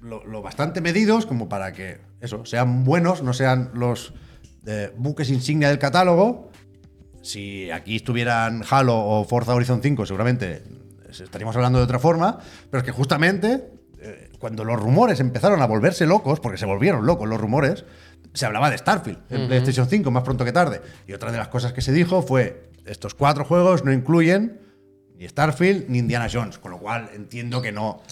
lo, lo bastante medidos como para que eso, sean buenos, no sean los eh, buques insignia del catálogo. Si aquí estuvieran Halo o Forza Horizon 5, seguramente estaríamos hablando de otra forma, pero es que justamente eh, cuando los rumores empezaron a volverse locos, porque se volvieron locos los rumores, se hablaba de Starfield en PlayStation 5 más pronto que tarde. Y otra de las cosas que se dijo fue, estos cuatro juegos no incluyen ni Starfield ni Indiana Jones, con lo cual entiendo que no,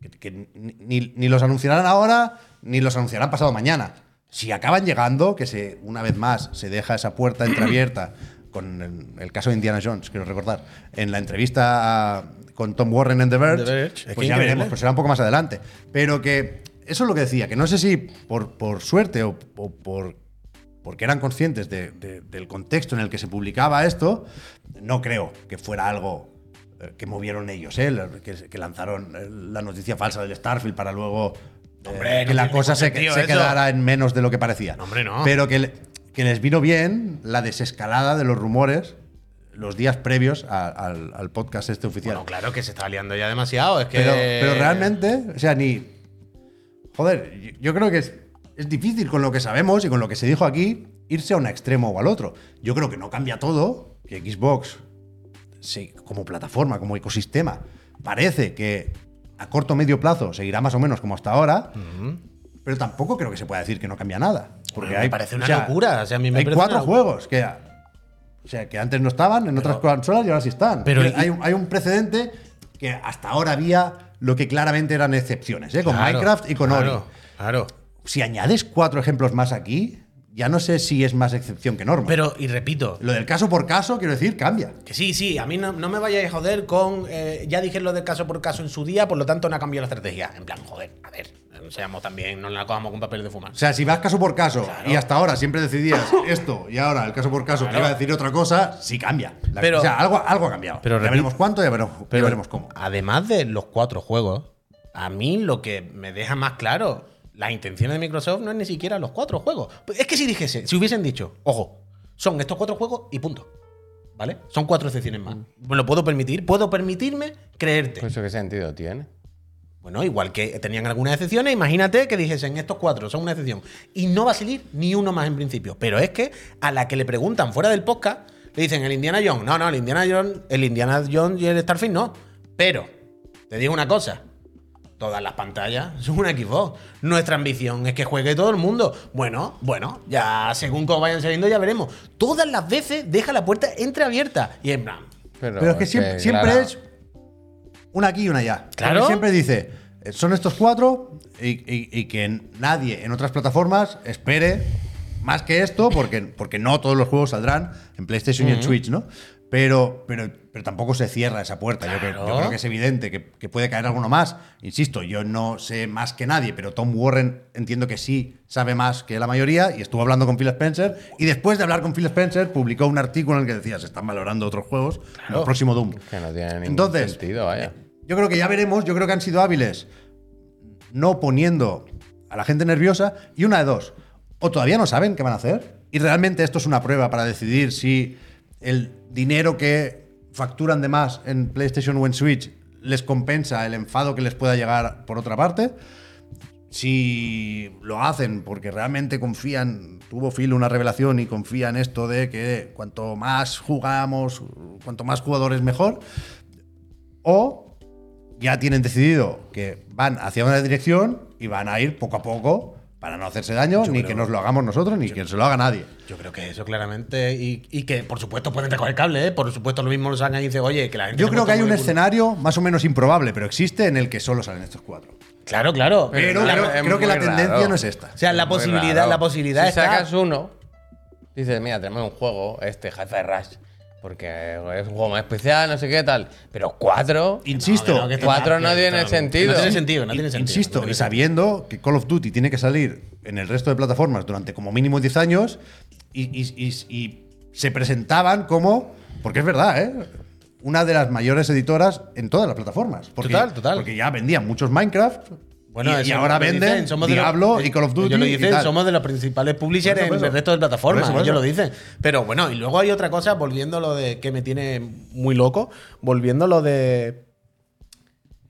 que, que ni- ni, ni los anunciarán ahora ni los anunciarán pasado mañana. Si acaban llegando, que se, una vez más se deja esa puerta entreabierta con el, el caso de Indiana Jones, quiero recordar, en la entrevista a- con Tom Warren en The Verge, The Verge. Es que pues ya increíble. veremos, pues será un poco más adelante. Pero que eso es lo que decía, que no sé si por, por suerte o, o por porque eran conscientes de- de- del contexto en el que se publicaba esto, no creo que fuera algo eh, que movieron ellos, ¿eh? La- que, que lanzaron eh, la noticia falsa del Starfield para luego eh, Hombre, no que la tiene cosa ningún se, sentido se eso. quedara en menos de lo que parecía. No, hombre, no. Pero que, le- que les vino bien la desescalada de los rumores los días previos a- al, al podcast este oficial. Bueno, claro que se está liando ya demasiado. Es que... Pero, pero realmente, o sea, ni. Joder, yo, yo creo que es, es difícil con lo que sabemos y con lo que se dijo aquí irse a un extremo o al otro. Yo creo que no cambia todo, que Xbox, sí, como plataforma, como ecosistema, parece que a corto o medio plazo seguirá más o menos como hasta ahora, pero tampoco creo que se pueda decir que no cambia nada. Porque Bueno, me hay, parece una locura, o sea, a mí me hay parece cuatro una- juegos que, o sea, que antes no estaban en otras consolas y ahora sí están. pero Quiero- el- hay, un- hay un precedente que hasta ahora había lo que claramente eran excepciones, ¿eh? con Claro, Minecraft y con claro, Ori. Claro. Si añades cuatro ejemplos más aquí, ya no sé si es más excepción que norma. Pero, y repito, Lo del caso por caso, quiero decir, cambia. que sí, sí, a mí no, no me vayáis a joder con. eh, ya dije lo del caso por caso en su día, por lo tanto no ha cambiado la estrategia. En plan, joder, a ver, no seamos también, no la cojamos con papel de fumar. O sea, si vas caso por caso y hasta ahora siempre decidías esto y ahora el caso por caso te Claro. iba a decir otra cosa, sí cambia. La- Pero- o sea, algo, algo ha cambiado. pero ya repi- veremos cuánto, ya veremos, ya veremos cómo. Además de los cuatro juegos, a mí lo que me deja más claro, las intenciones de Microsoft no es ni siquiera los cuatro juegos. Pues Es que si dijese, si hubiesen dicho, ojo, son estos cuatro juegos y punto. ¿Vale? Son cuatro excepciones más. Me lo puedo permitir, puedo permitirme creerte. Pues eso qué sentido tiene. Bueno, igual que tenían algunas excepciones, imagínate que dijesen estos cuatro son una excepción. Y no va a salir ni uno más en principio. Pero es que a la que le preguntan fuera del podcast, le dicen el Indiana Jones. No, no, el Indiana Jones, el Indiana Jones y el Starfield no. Pero, te digo una cosa. Todas las pantallas son un Xbox. Nuestra ambición es que juegue todo el mundo. Bueno, bueno, ya según cómo vayan saliendo ya veremos. Todas las veces deja la puerta entreabierta. Y en plan, Pero, Pero es que siempre, siempre claro, es una aquí y una allá. Claro. Porque Siempre dice, eh, son estos cuatro y, y- y que n- nadie en otras plataformas espere más que esto, porque, porque no todos los juegos saldrán en PlayStation y en Switch, ¿no? Pero, pero, pero tampoco se cierra esa puerta. Yo, creo, yo Claro. creo que es evidente que, que puede caer alguno más. Insisto, yo no sé más que nadie, pero Tom Warren entiendo que sí sabe más que la mayoría y estuvo hablando con Phil Spencer. Y después de hablar con Phil Spencer, publicó un artículo en el que decía, se están valorando otros juegos, como el próximo Doom. Que no tiene ningún Entonces, eh, sentido, vaya. Yo creo que ya veremos, yo creo que han sido hábiles no poniendo a la gente nerviosa y una de dos, o todavía no saben qué van a hacer y realmente esto es una prueba para decidir si el dinero que facturan de más en PlayStation o en Switch les compensa el enfado que les pueda llegar por otra parte. Si lo hacen porque realmente confían, tuvo Phil una revelación y confían esto de que cuanto más jugamos, cuanto más jugadores mejor, o ya tienen decidido que van hacia una dirección y van a ir poco a poco para no hacerse daño, ni que nos lo hagamos nosotros, ni que se lo haga nadie. Yo creo que eso claramente. Y, y que por supuesto pueden recoger cable, ¿eh? Por supuesto lo mismo lo sacan y dicen, oye, que la gente. Yo se creo que porta hay muy un culo". escenario más o menos improbable, pero existe en el que solo salen estos cuatro. Claro, claro. Pero es la- creo, muy creo que la raro. tendencia no es esta. o sea, la Muy posibilidad, raro. la posibilidad si está. sacas uno, dices, mira, tenemos un juego, este Jefe Rush, porque es un juego más especial, no sé qué tal. Pero cuatro, Insisto, que te cuatro no marquen, tiene tal. sentido. No tiene sentido, no tiene sentido. Insisto, no tiene y sentido. sabiendo que Call of Duty tiene que salir en el resto de plataformas durante como mínimo 10 años, y, y- y- y se presentaban como, porque es verdad, ¿eh? una de las mayores editoras en todas las plataformas. Porque, Total, total. Porque ya vendían muchos Minecraft, y, y eso ahora lo dicen, venden somos de los- Diablo y Call of Duty. Ellos lo y dicen, tal. somos de los principales publishers Por eso, por en el eso. resto de plataformas. Por eso, por ellos eso. lo dicen. Pero bueno, y luego hay otra cosa, volviendo a lo de que me tiene muy loco, volviendo a lo de.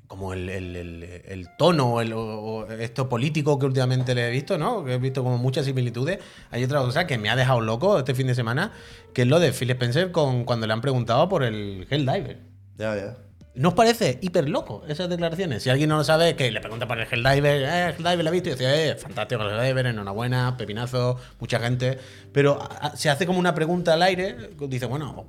Como el, el- el- el tono, el, o- o esto político que últimamente le he visto, ¿no? Que he visto como muchas similitudes. Hay otra cosa que me ha dejado loco este fin de semana, que es lo de Phil Spencer con, cuando le han preguntado por el Helldiver. Ya, ya. ¿No os parece hiper loco esas declaraciones? Si alguien no lo sabe, que le pregunta por el Helldiver, eh, Helldiver la ha visto y dice, eh, fantástico el Helldiver, enhorabuena, pepinazo, mucha gente. Pero a- a- se hace como una pregunta al aire, dice, bueno,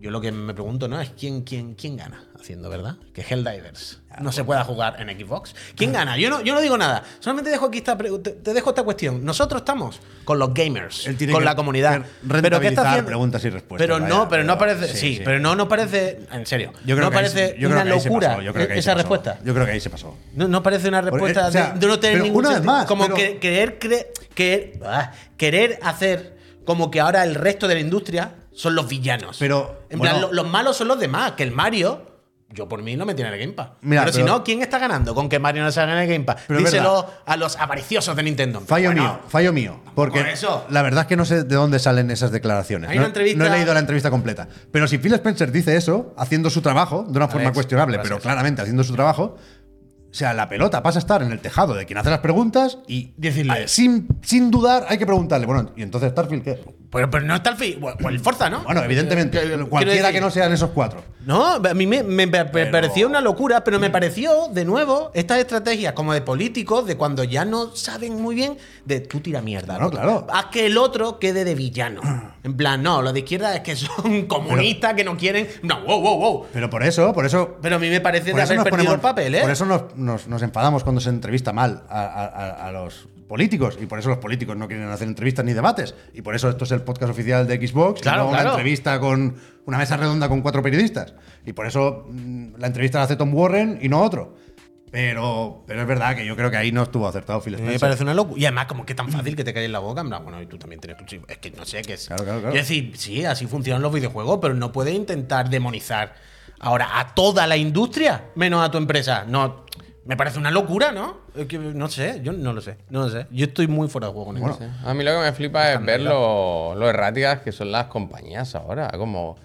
yo lo que me pregunto, ¿no? Es quién, quién, quién gana haciendo, ¿verdad? Que Helldivers Ah, no se pueda jugar en Xbox. ¿Quién gana? Yo no, yo no digo nada. Solamente dejo aquí esta pre- te, te dejo esta cuestión. Nosotros estamos con los gamers, Él tiene con que la comunidad. re- Pero ¿qué está rentabilizar haciendo? preguntas y respuestas, Pero no, vaya, pero no pero- parece. Sí, sí, sí. pero no, no parece. En serio. Yo creo no que ahí se- parece yo creo una que ahí se locura e-, pasó, yo creo que ahí se esa pasó. respuesta. Yo creo que ahí se pasó. No, no parece una respuesta o sea, de, de no tener pero ningún una vez sentido. más, como pero- que, creer, cre- creer, ah, querer hacer como que ahora el resto de la industria son los villanos. Pero, en bueno- plan, lo- los malos son los demás, que el Mario yo por mí no me tiene el Game Pass. Mira, pero, si pero- no, ¿quién está ganando con que Mario no salga en el Game Pass? Pero es Díselo a los avariciosos de Nintendo. Fallo Bueno, mío, fallo mío. Porque eso. la verdad es que no sé de dónde salen esas declaraciones. Hay no, una entrevista- no he leído la entrevista completa. Pero si Phil Spencer dice eso, haciendo su trabajo, de una forma Alex, cuestionable, gracias. pero claramente haciendo su trabajo, O sea, la pelota pasa a estar en el tejado de quien hace las preguntas y Decirle- a- sin, sin dudar hay que preguntarle. Bueno, y entonces Starfield, ¿qué? Pero, pero no está el fin. O el Forza, ¿no? Bueno, evidentemente, Eh, Quiero decir- cualquiera que no sean esos cuatro. No, a mí me, me pa- pa- Pero- pareció una locura, pero me pareció, de nuevo, estas estrategias como de políticos, de cuando ya no saben muy bien, de tú tira mierda. Bueno, al otro. claro. Haz que el otro quede de villano. En plan, no, los de izquierda es que son comunistas, que no quieren. No, wow, wow, wow. Pero por eso, por eso Pero a mí me parece Por de eso haber nos perdido ponemos- el papel, ¿eh? Por eso nos, nos- nos enfadamos cuando se entrevista mal a, a- a- a los políticos y por eso los políticos no quieren hacer entrevistas ni debates y por eso esto es el podcast oficial de Xbox y Claro, no claro. una entrevista con una mesa redonda con cuatro periodistas y por eso mm, la entrevista la hace Tom Warren y no otro pero, pero es verdad que yo creo que ahí no estuvo acertado Phil A mí Spencer Me parece una locura. Y además, como que tan fácil que te cae en la boca. en plan, bueno, y tú también tienes tu chip. Es que no sé qué es. Claro, claro, claro. Es decir, sí, así funcionan los videojuegos, pero no puedes intentar demonizar ahora a toda la industria, menos a tu empresa. No, me parece una locura, ¿no? Es que no sé, yo no lo sé. No lo sé. Yo estoy muy fuera de juego con Bueno. eso. Sí. A mí lo que me flipa es ver lo, lo erráticas que son las compañías ahora. Como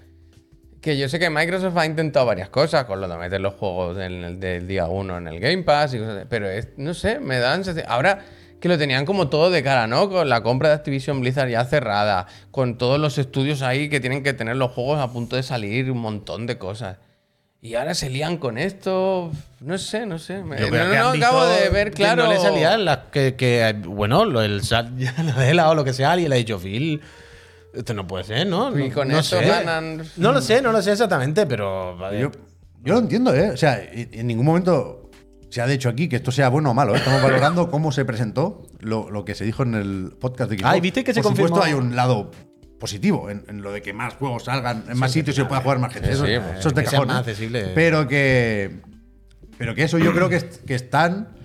que yo sé que Microsoft ha intentado varias cosas con lo de meter los juegos en el, del día 1 en el Game Pass, y cosas así, pero es- no sé, me dan sensación- Ahora que lo tenían como todo de cara, ¿no? Con la compra de Activision Blizzard ya cerrada, con todos los estudios ahí que tienen que tener los juegos a punto de salir, un montón de cosas. Y ahora se lían con esto. No sé, no sé. Me- Yo no, creo no, que no, han acabo visto de ver, que claro. No le salía la- que, que, bueno, lo- el SAT ya la vela o lo que sea, alguien le ha dicho, Phil, esto no puede ser, ¿no? Y No- con no esto sé. ganan- No lo sé, no lo sé exactamente, pero. vale. yo, yo lo entiendo eh o sea y- y en ningún momento se ha dicho aquí que esto sea bueno o malo. ¿eh? Estamos valorando cómo se presentó lo, lo que se dijo en el podcast de Xbox. Ah, ¿y viste que se Por supuesto, confirmó? hay un lado positivo en, en lo de que más juegos salgan en más sitios y se pueda jugar más gente. Sí, eso, sí, eso pues, es de que sea cajón, más ¿eh? accesible. Pero que. Pero que eso yo creo que, est- que están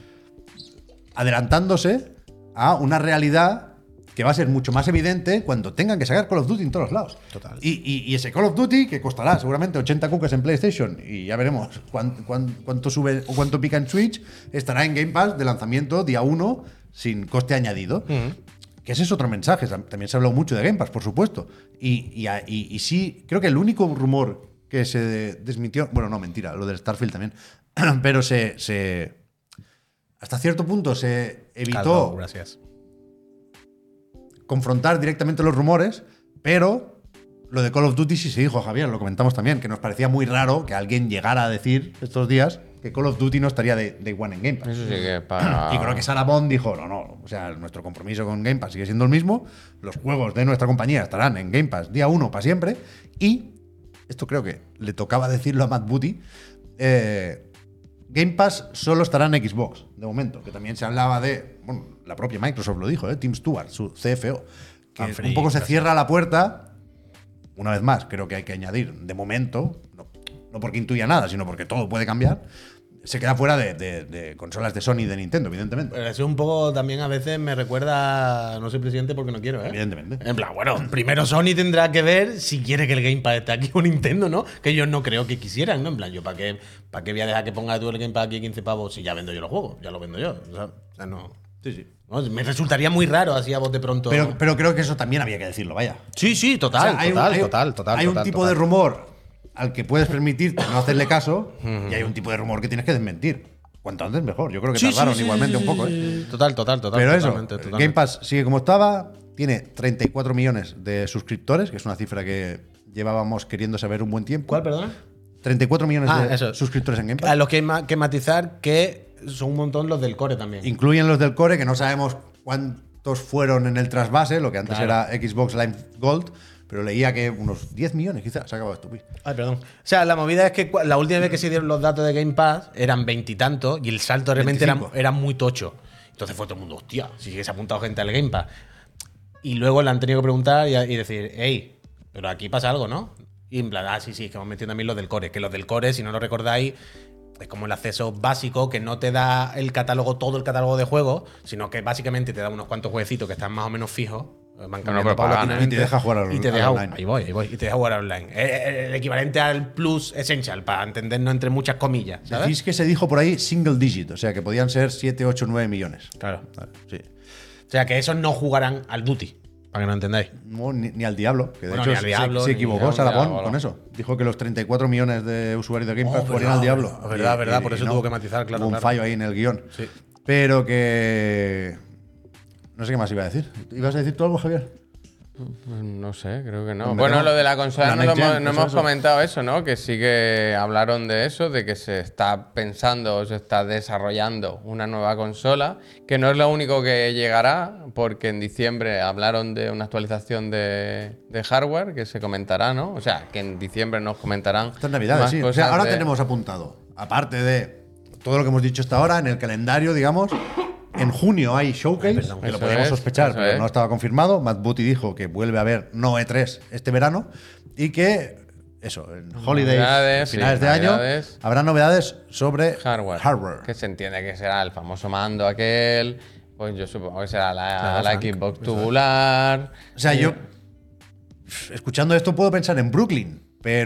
adelantándose a una realidad que va a ser mucho más evidente cuando tengan que sacar Call of Duty en todos lados. Total. Y, y- y ese Call of Duty que costará seguramente 80 cucas en PlayStation y ya veremos cuán- cuán- cuánto sube o cuánto pica en Switch, estará en Game Pass de lanzamiento día 1 sin coste añadido. Mm. Que ese es otro mensaje. Tam- También se ha hablado mucho de Game Pass, por supuesto. Y, y a- y- y sí, creo que el único rumor que se desmintió. Bueno, no, mentira, lo del Starfield también. Pero se. se- hasta cierto punto se evitó Caldo, gracias. confrontar directamente los rumores, pero lo de Call of Duty sí se dijo, Javier, lo comentamos también, que nos parecía muy raro que alguien llegara a decir estos días que Call of Duty no estaría de, de One en Game Pass. Eso sí que es para. Y creo que Sarah Bond dijo, no, no, o sea, nuestro compromiso con Game Pass sigue siendo el mismo, los juegos de nuestra compañía estarán en Game Pass día uno para siempre, y esto creo que le tocaba decirlo a Matt Booty, eh, Game Pass solo estará en Xbox, de momento, que también se hablaba de, bueno, la propia Microsoft lo dijo, eh, Tim Stewart, su CFO, que Humphrey, un poco se gracias. cierra la puerta, una vez más, creo que hay que añadir, de momento, no, no porque intuya nada, sino porque todo puede cambiar, se queda fuera de, de- de consolas de Sony y de Nintendo, evidentemente. Pero eso un poco también a veces me recuerda, no soy presidente porque no quiero, ¿eh? Evidentemente. En plan, bueno, primero Sony tendrá que ver si quiere que el Game Pass esté aquí o Nintendo, ¿no? Que ellos no creo que quisieran, ¿no? En plan, yo para qué, para qué voy a dejar que ponga tú el Game Pass aquí 15 pavos si ya vendo yo los juegos, ya lo vendo yo. O sea, o sea, no, no, Me resultaría muy raro así a vos de pronto. Pero, pero creo que eso también había que decirlo, vaya. sí, sí, O sea, total, total, total, total. hay un total, tipo total. de rumor al que puedes permitirte no hacerle caso y hay un tipo de rumor que tienes que desmentir. Cuanto antes mejor. Yo creo que Sí, sí, tardaron sí, sí, igualmente sí, un poco. sí, ¿eh? sí, sí. Total, total, total. Pero eso, totalmente, el totalmente. Game Pass sigue como estaba, tiene 34 millones de suscriptores, que es una cifra que llevábamos queriendo saber un buen tiempo. ¿Cuál, perdón? 34 millones Ah, de eso. suscriptores en Game Pass. A los que hay ma- que matizar que son un montón los del core también. Incluyen los del core, que no sabemos cuántos fueron en el trasvase, lo que antes Claro. era Xbox Live Gold, pero leía que unos 10 millones quizás, se ha acabado estúpido. Ay, perdón. O sea, la movida es que cua- la última vez que se dieron los datos de Game Pass eran veintitantos y, el salto realmente era, 25. era muy tocho. Entonces fue todo el mundo, hostia, si se ha apuntado gente al Game Pass. Y luego le han tenido que preguntar y, y decir, hey, pero aquí pasa algo, ¿no? Y en plan, ah, sí, sí, es que hemos metido también los del core. Que los del core, si no lo recordáis, es como el acceso básico que no te da el catálogo, todo el catálogo de juegos, sino que básicamente te da unos cuantos jueguecitos que están más o menos fijos. eh, Van cambiando pero pagan, ¿eh? Y paulatinamente. te deja jugar al- Y te al deja- online. ahí voy, ahí voy. Y te deja jugar online. Eh, eh, El equivalente al Plus Essential, para entendernos entre muchas comillas, ¿sabes? Decís que se dijo por ahí single digit, o sea que podían ser 7, 8, 9 millones. Claro. Sí. O sea, que esos no jugarán al Duty. para que no entendáis. No, ni, ni al diablo, que de Bueno, ni hecho al se, diablo, se ni equivocó al Sarabón diablo. con eso. Dijo que los 34 millones de usuarios de Game Pass Oh, fueron verdad, al diablo. verdad, verdad, verdad, por eso tuvo que matizar, claro, Hubo un claro. fallo ahí en el guión. Sí. Pero que. No sé qué más iba a decir. ¿Ibas a decir tú algo, Javier? No sé, creo que no. Pues bueno, metemos lo de la consola la no, lo next hemos, gen, no eso, hemos eso. comentado eso, ¿no? Que sí que hablaron de eso, de que se está pensando o se está desarrollando una nueva consola, que no es lo único que llegará, porque en diciembre hablaron de una actualización de, de hardware que se comentará, ¿no? O sea, que en diciembre nos comentarán. Estas navidades, más sí. O sea, cosas ahora de- tenemos apuntado, aparte de todo lo que hemos dicho hasta ahora, en el calendario, digamos, en junio hay showcase, que Eso lo podíamos es, sospechar, eso pero es. no estaba confirmado. Matt Booty dijo que vuelve a haber no E3 este verano y que, eso, en holidays, Navidades, finales sí, de año, navidades. habrá novedades sobre Hardware. Que se entiende que será el famoso mando aquel. Pues yo supongo que será la, Claro, la Frank, Xbox tubular. O sea, Sí. Eh. yo pf, escuchando esto puedo pensar en Brooklyn,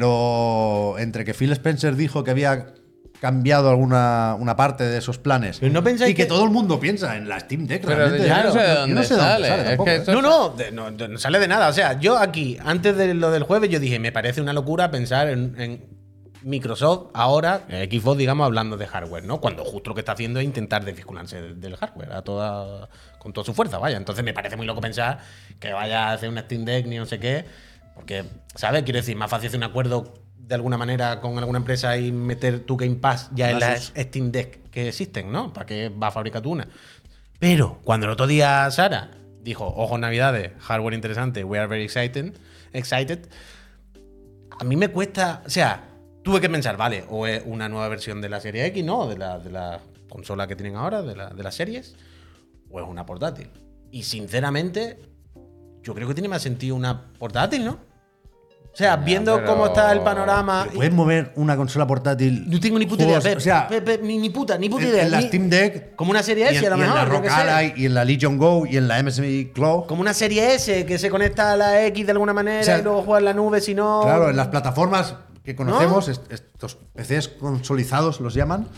pero entre que Phil Spencer dijo que había cambiado alguna una parte de esos planes Pero no pensáis y que, que- todo el mundo piensa en la Steam Deck. Pero realmente, yo no claro, sé de yo dónde sale, es tampoco, que ¿eh? esto- No, no, de- no, de- no sale de nada. O sea, yo aquí, antes de lo del jueves, yo dije, me parece una locura pensar en, en Microsoft ahora, eh, Xbox, digamos, hablando de hardware, ¿no? Cuando justo lo que está haciendo es intentar desvincularse de- del hardware a toda, con toda su fuerza, vaya. Entonces me parece muy loco pensar que vaya a hacer una Steam Deck ni no sé qué. Porque, ¿sabes? Quiero decir, más fácil hacer un acuerdo de alguna manera con alguna empresa y meter tu Game Pass ya en las Steam Deck que existen, ¿no? ¿Para qué va a fabricar tú una? Pero cuando el otro día Sara dijo, ojo navidades, hardware interesante, we are very excited, excited, a mí me cuesta, o sea, tuve que pensar, vale, o es una nueva versión de la serie X, ¿no? De la, de la consola que tienen ahora, de, la- de las series, o es una portátil. Y sinceramente, yo creo que tiene más sentido una portátil, ¿no? O sea, Ya, viendo pero- cómo está el panorama... Pero puedes mover una consola portátil. No tengo ni puta idea, juegos, Pep, o sea, Pep, Pep, ni, ni puta, ni puta en, idea. en la ni- Steam Deck Como una serie y en, S, a lo y en mejor. la yo Rock qué sé. Ally y en la Legion Go y en la MSI Claw. Como una serie S que se conecta a la X de alguna manera O sea, y luego juega en la nube, si no. Claro, en las plataformas que conocemos, est- estos PCs consolizados los llaman,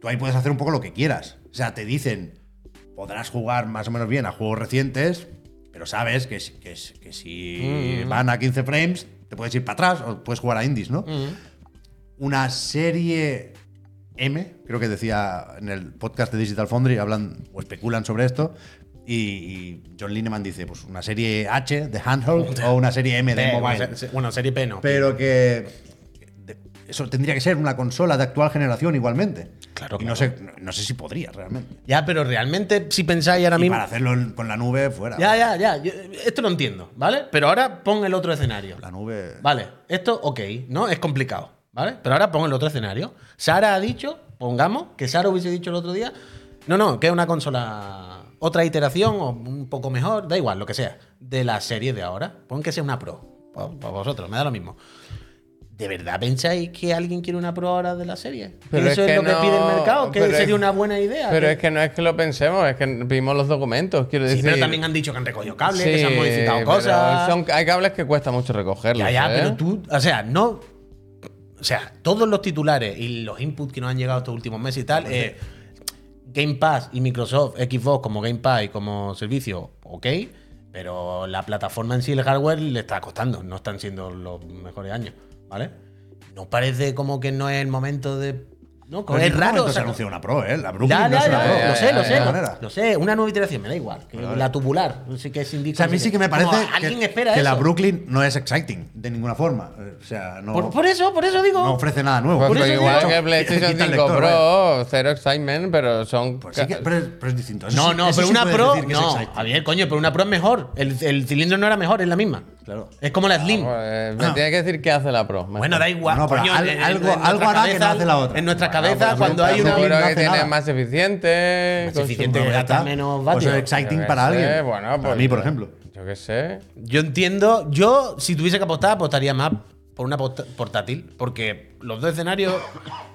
tú ahí puedes hacer un poco lo que quieras. O sea, te dicen, podrás jugar más o menos bien a juegos recientes, pero sabes que, si- que si- que si van a 15 frames, te puedes ir para atrás o puedes jugar a indies, ¿no? Una serie M, creo que decía en el podcast de Digital Foundry, hablan o especulan sobre esto. Y, y John Lineman dice, pues una serie H de handheld o una serie M de P, mobile. se- se- Eh, bueno, serie P no. Pero que de- eso tendría que ser una consola de actual generación igualmente. Claro, Y no sé, no, no sé si podría realmente. ya, pero realmente, si pensáis ahora Y mismo. para hacerlo en- con la nube fuera. Ya, ya, ya. yo- esto lo entiendo, ¿vale? Pero ahora pon el otro escenario. La nube. Vale, esto, ok, ¿no? Es complicado, ¿vale? Pero ahora pon el otro escenario. Sara ha dicho, pongamos, que Sara hubiese dicho el otro día, no, no, que es una consola, otra iteración o un poco mejor, da igual, lo que sea, de la serie de ahora. Pon que sea una Pro. Para vosotros, me da lo mismo. ¿De verdad pensáis que alguien quiere una Pro ahora de la serie? ¿Que Pero eso es es, que lo que no- pide el mercado? ¿Que pero sería es- una buena idea? Pero ¿Que- es que no es que lo pensemos, es que vimos los documentos, quiero Sí, decir. pero también han dicho que han recogido cables, que se han Sí, modificado pero cosas. son- hay cables que cuesta mucho recogerlos. Ya, ya, ¿eh? pero tú, o sea, no. O sea, todos los titulares y los inputs que nos han llegado estos últimos meses y tal, eh, Game Pass y Microsoft, Xbox como Game Pass y como servicio, ok, pero la plataforma en sí, el hardware, le está costando, no están siendo los mejores años, ¿vale? ¿No parece como que no es el momento de. No, Pero en es ningún raro. momento o sea, se anunció una pro, ¿eh? La Brooklyn ya, no ya, es una ya, pro. lo sé, lo De sé. ninguna manera. Lo sé, una nueva iteración, me da igual. que la tubular, no sé qué es O sea, a mí sí que me parece Alguien que, espera que eso. la Brooklyn no es exciting de ninguna forma. O sea, no, Por, por eso, por eso digo. no ofrece nada nuevo. Pues Por pero eso igual digo- De que hecho, PlayStation quita 5 el lector, vaya. ¿eh? Pro, cero excitement, pero son. Pues sí que- pero, es, pero es distinto. Eso No, sí- no, eso pero sí una puedes Pro. decir que es No, exciting. Javier, coño, pero una Pro es mejor. El, el cilindro no era mejor, es la misma. Claro. Es como la Slim. Pues, me Ah. tiene que decir qué hace la Pro. mejor. bueno, da igual. No, pero coño, al- en- en- algo- en nuestra algo hará que no cabeza- hace la otra. En nuestras Bueno, cabezas, pues, cuando pero hay una. tampoco- Seguro no que hace tiene nada. más eficiente. Más con su- eficiente. Bueno, ya gasta está. menos Pues vatios. es exciting Yo para qué sé, alguien. Bueno, para pues, mí, por ejemplo. Yo qué sé. Yo entiendo. Yo, si tuviese que apostar, apostaría más por una posta- portátil. Porque los dos escenarios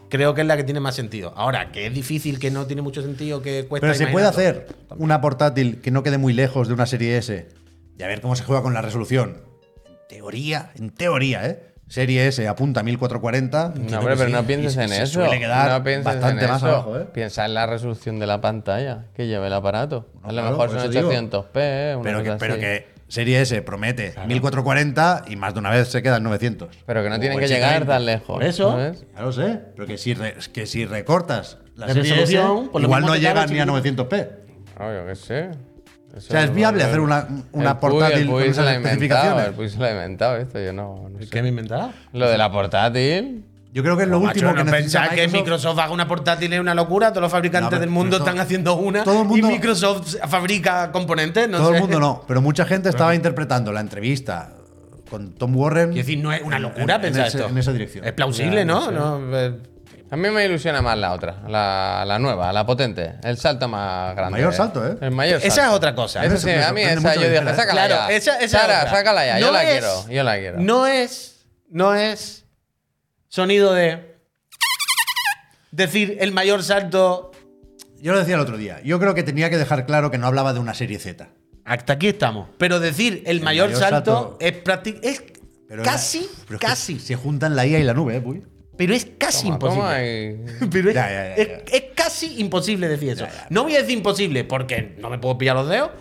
creo que es la que tiene más sentido. Ahora, que es difícil, que no tiene mucho sentido, que cuesta. Pero se puede imaginarlo. hacer una portátil que no quede muy lejos de una serie S y a ver cómo se juega con la resolución. En teoría, en teoría, ¿eh? Serie S apunta a 1440. No, hombre, pero no pienses en eso. Suele quedar no pienses bastante en más eso. abajo, ¿eh? Piensa en la resolución de la pantalla que lleva el aparato. No, a lo claro, mejor por son eso digo. 800p, una Pero que, cosa pero así. que Serie S promete 1440 y más de una vez se quedan 900. Pero que no O tienen que llegar 830. tan lejos. Por eso. ¿sabes? Ya lo sé, pero que si, re- que si recortas la, La serie S, resolución, por lo igual mismo no te cabe llegan ni a chiquitito. 900p. Ah, yo qué sé. Eso O sea, es no- viable no- hacer una, una el Puy- portátil el Puy con se esas la ha inventado, especificaciones. El Puy se la ha inventado esto, yo no, no sé. ¿Qué me inventaba? Lo de la portátil. Yo creo que es lo último Macho, que no necesita pensar que Microsoft. Microsoft haga una portátil es una locura. Todos los No, fabricantes pero del mundo Microsoft- están haciendo una. Todo el mundo- y Microsoft fabrica componentes. No Todo sé. el mundo no, pero mucha gente estaba interpretando la entrevista con Tom Warren. Quiero decir, no es una en- locura en pensar ese- esto. en esa dirección. Es plausible, Ya, ¿no? no sé. No, eh, A mí me ilusiona más la otra, la, la nueva, la potente. El salto más grande. mayor salto, ¿eh? El mayor Esa salto. es otra cosa. Esa Eso sí, me a mí sorprende esa mucho yo de dije, cara, ¿eh? sácala Claro, ya. esa, esa Sara, otra. sácala ya, yo No la es- quiero, yo la quiero. No es, no es sonido de decir el mayor salto. Yo lo decía el otro día. Yo creo que tenía que dejar claro que no hablaba de una serie Z. Hasta aquí estamos. Pero decir el, mayor, mayor salto, salto- es prácti- es Pero casi, era- pero es que casi, se juntan la IA y la nube, ¿eh? Puy? pero es casi Toma, imposible. toma y- Pero es, Ya, ya, ya, es- ya. es casi imposible decir eso. Ya, ya, no voy a decir imposible porque no me puedo pillar los dedos.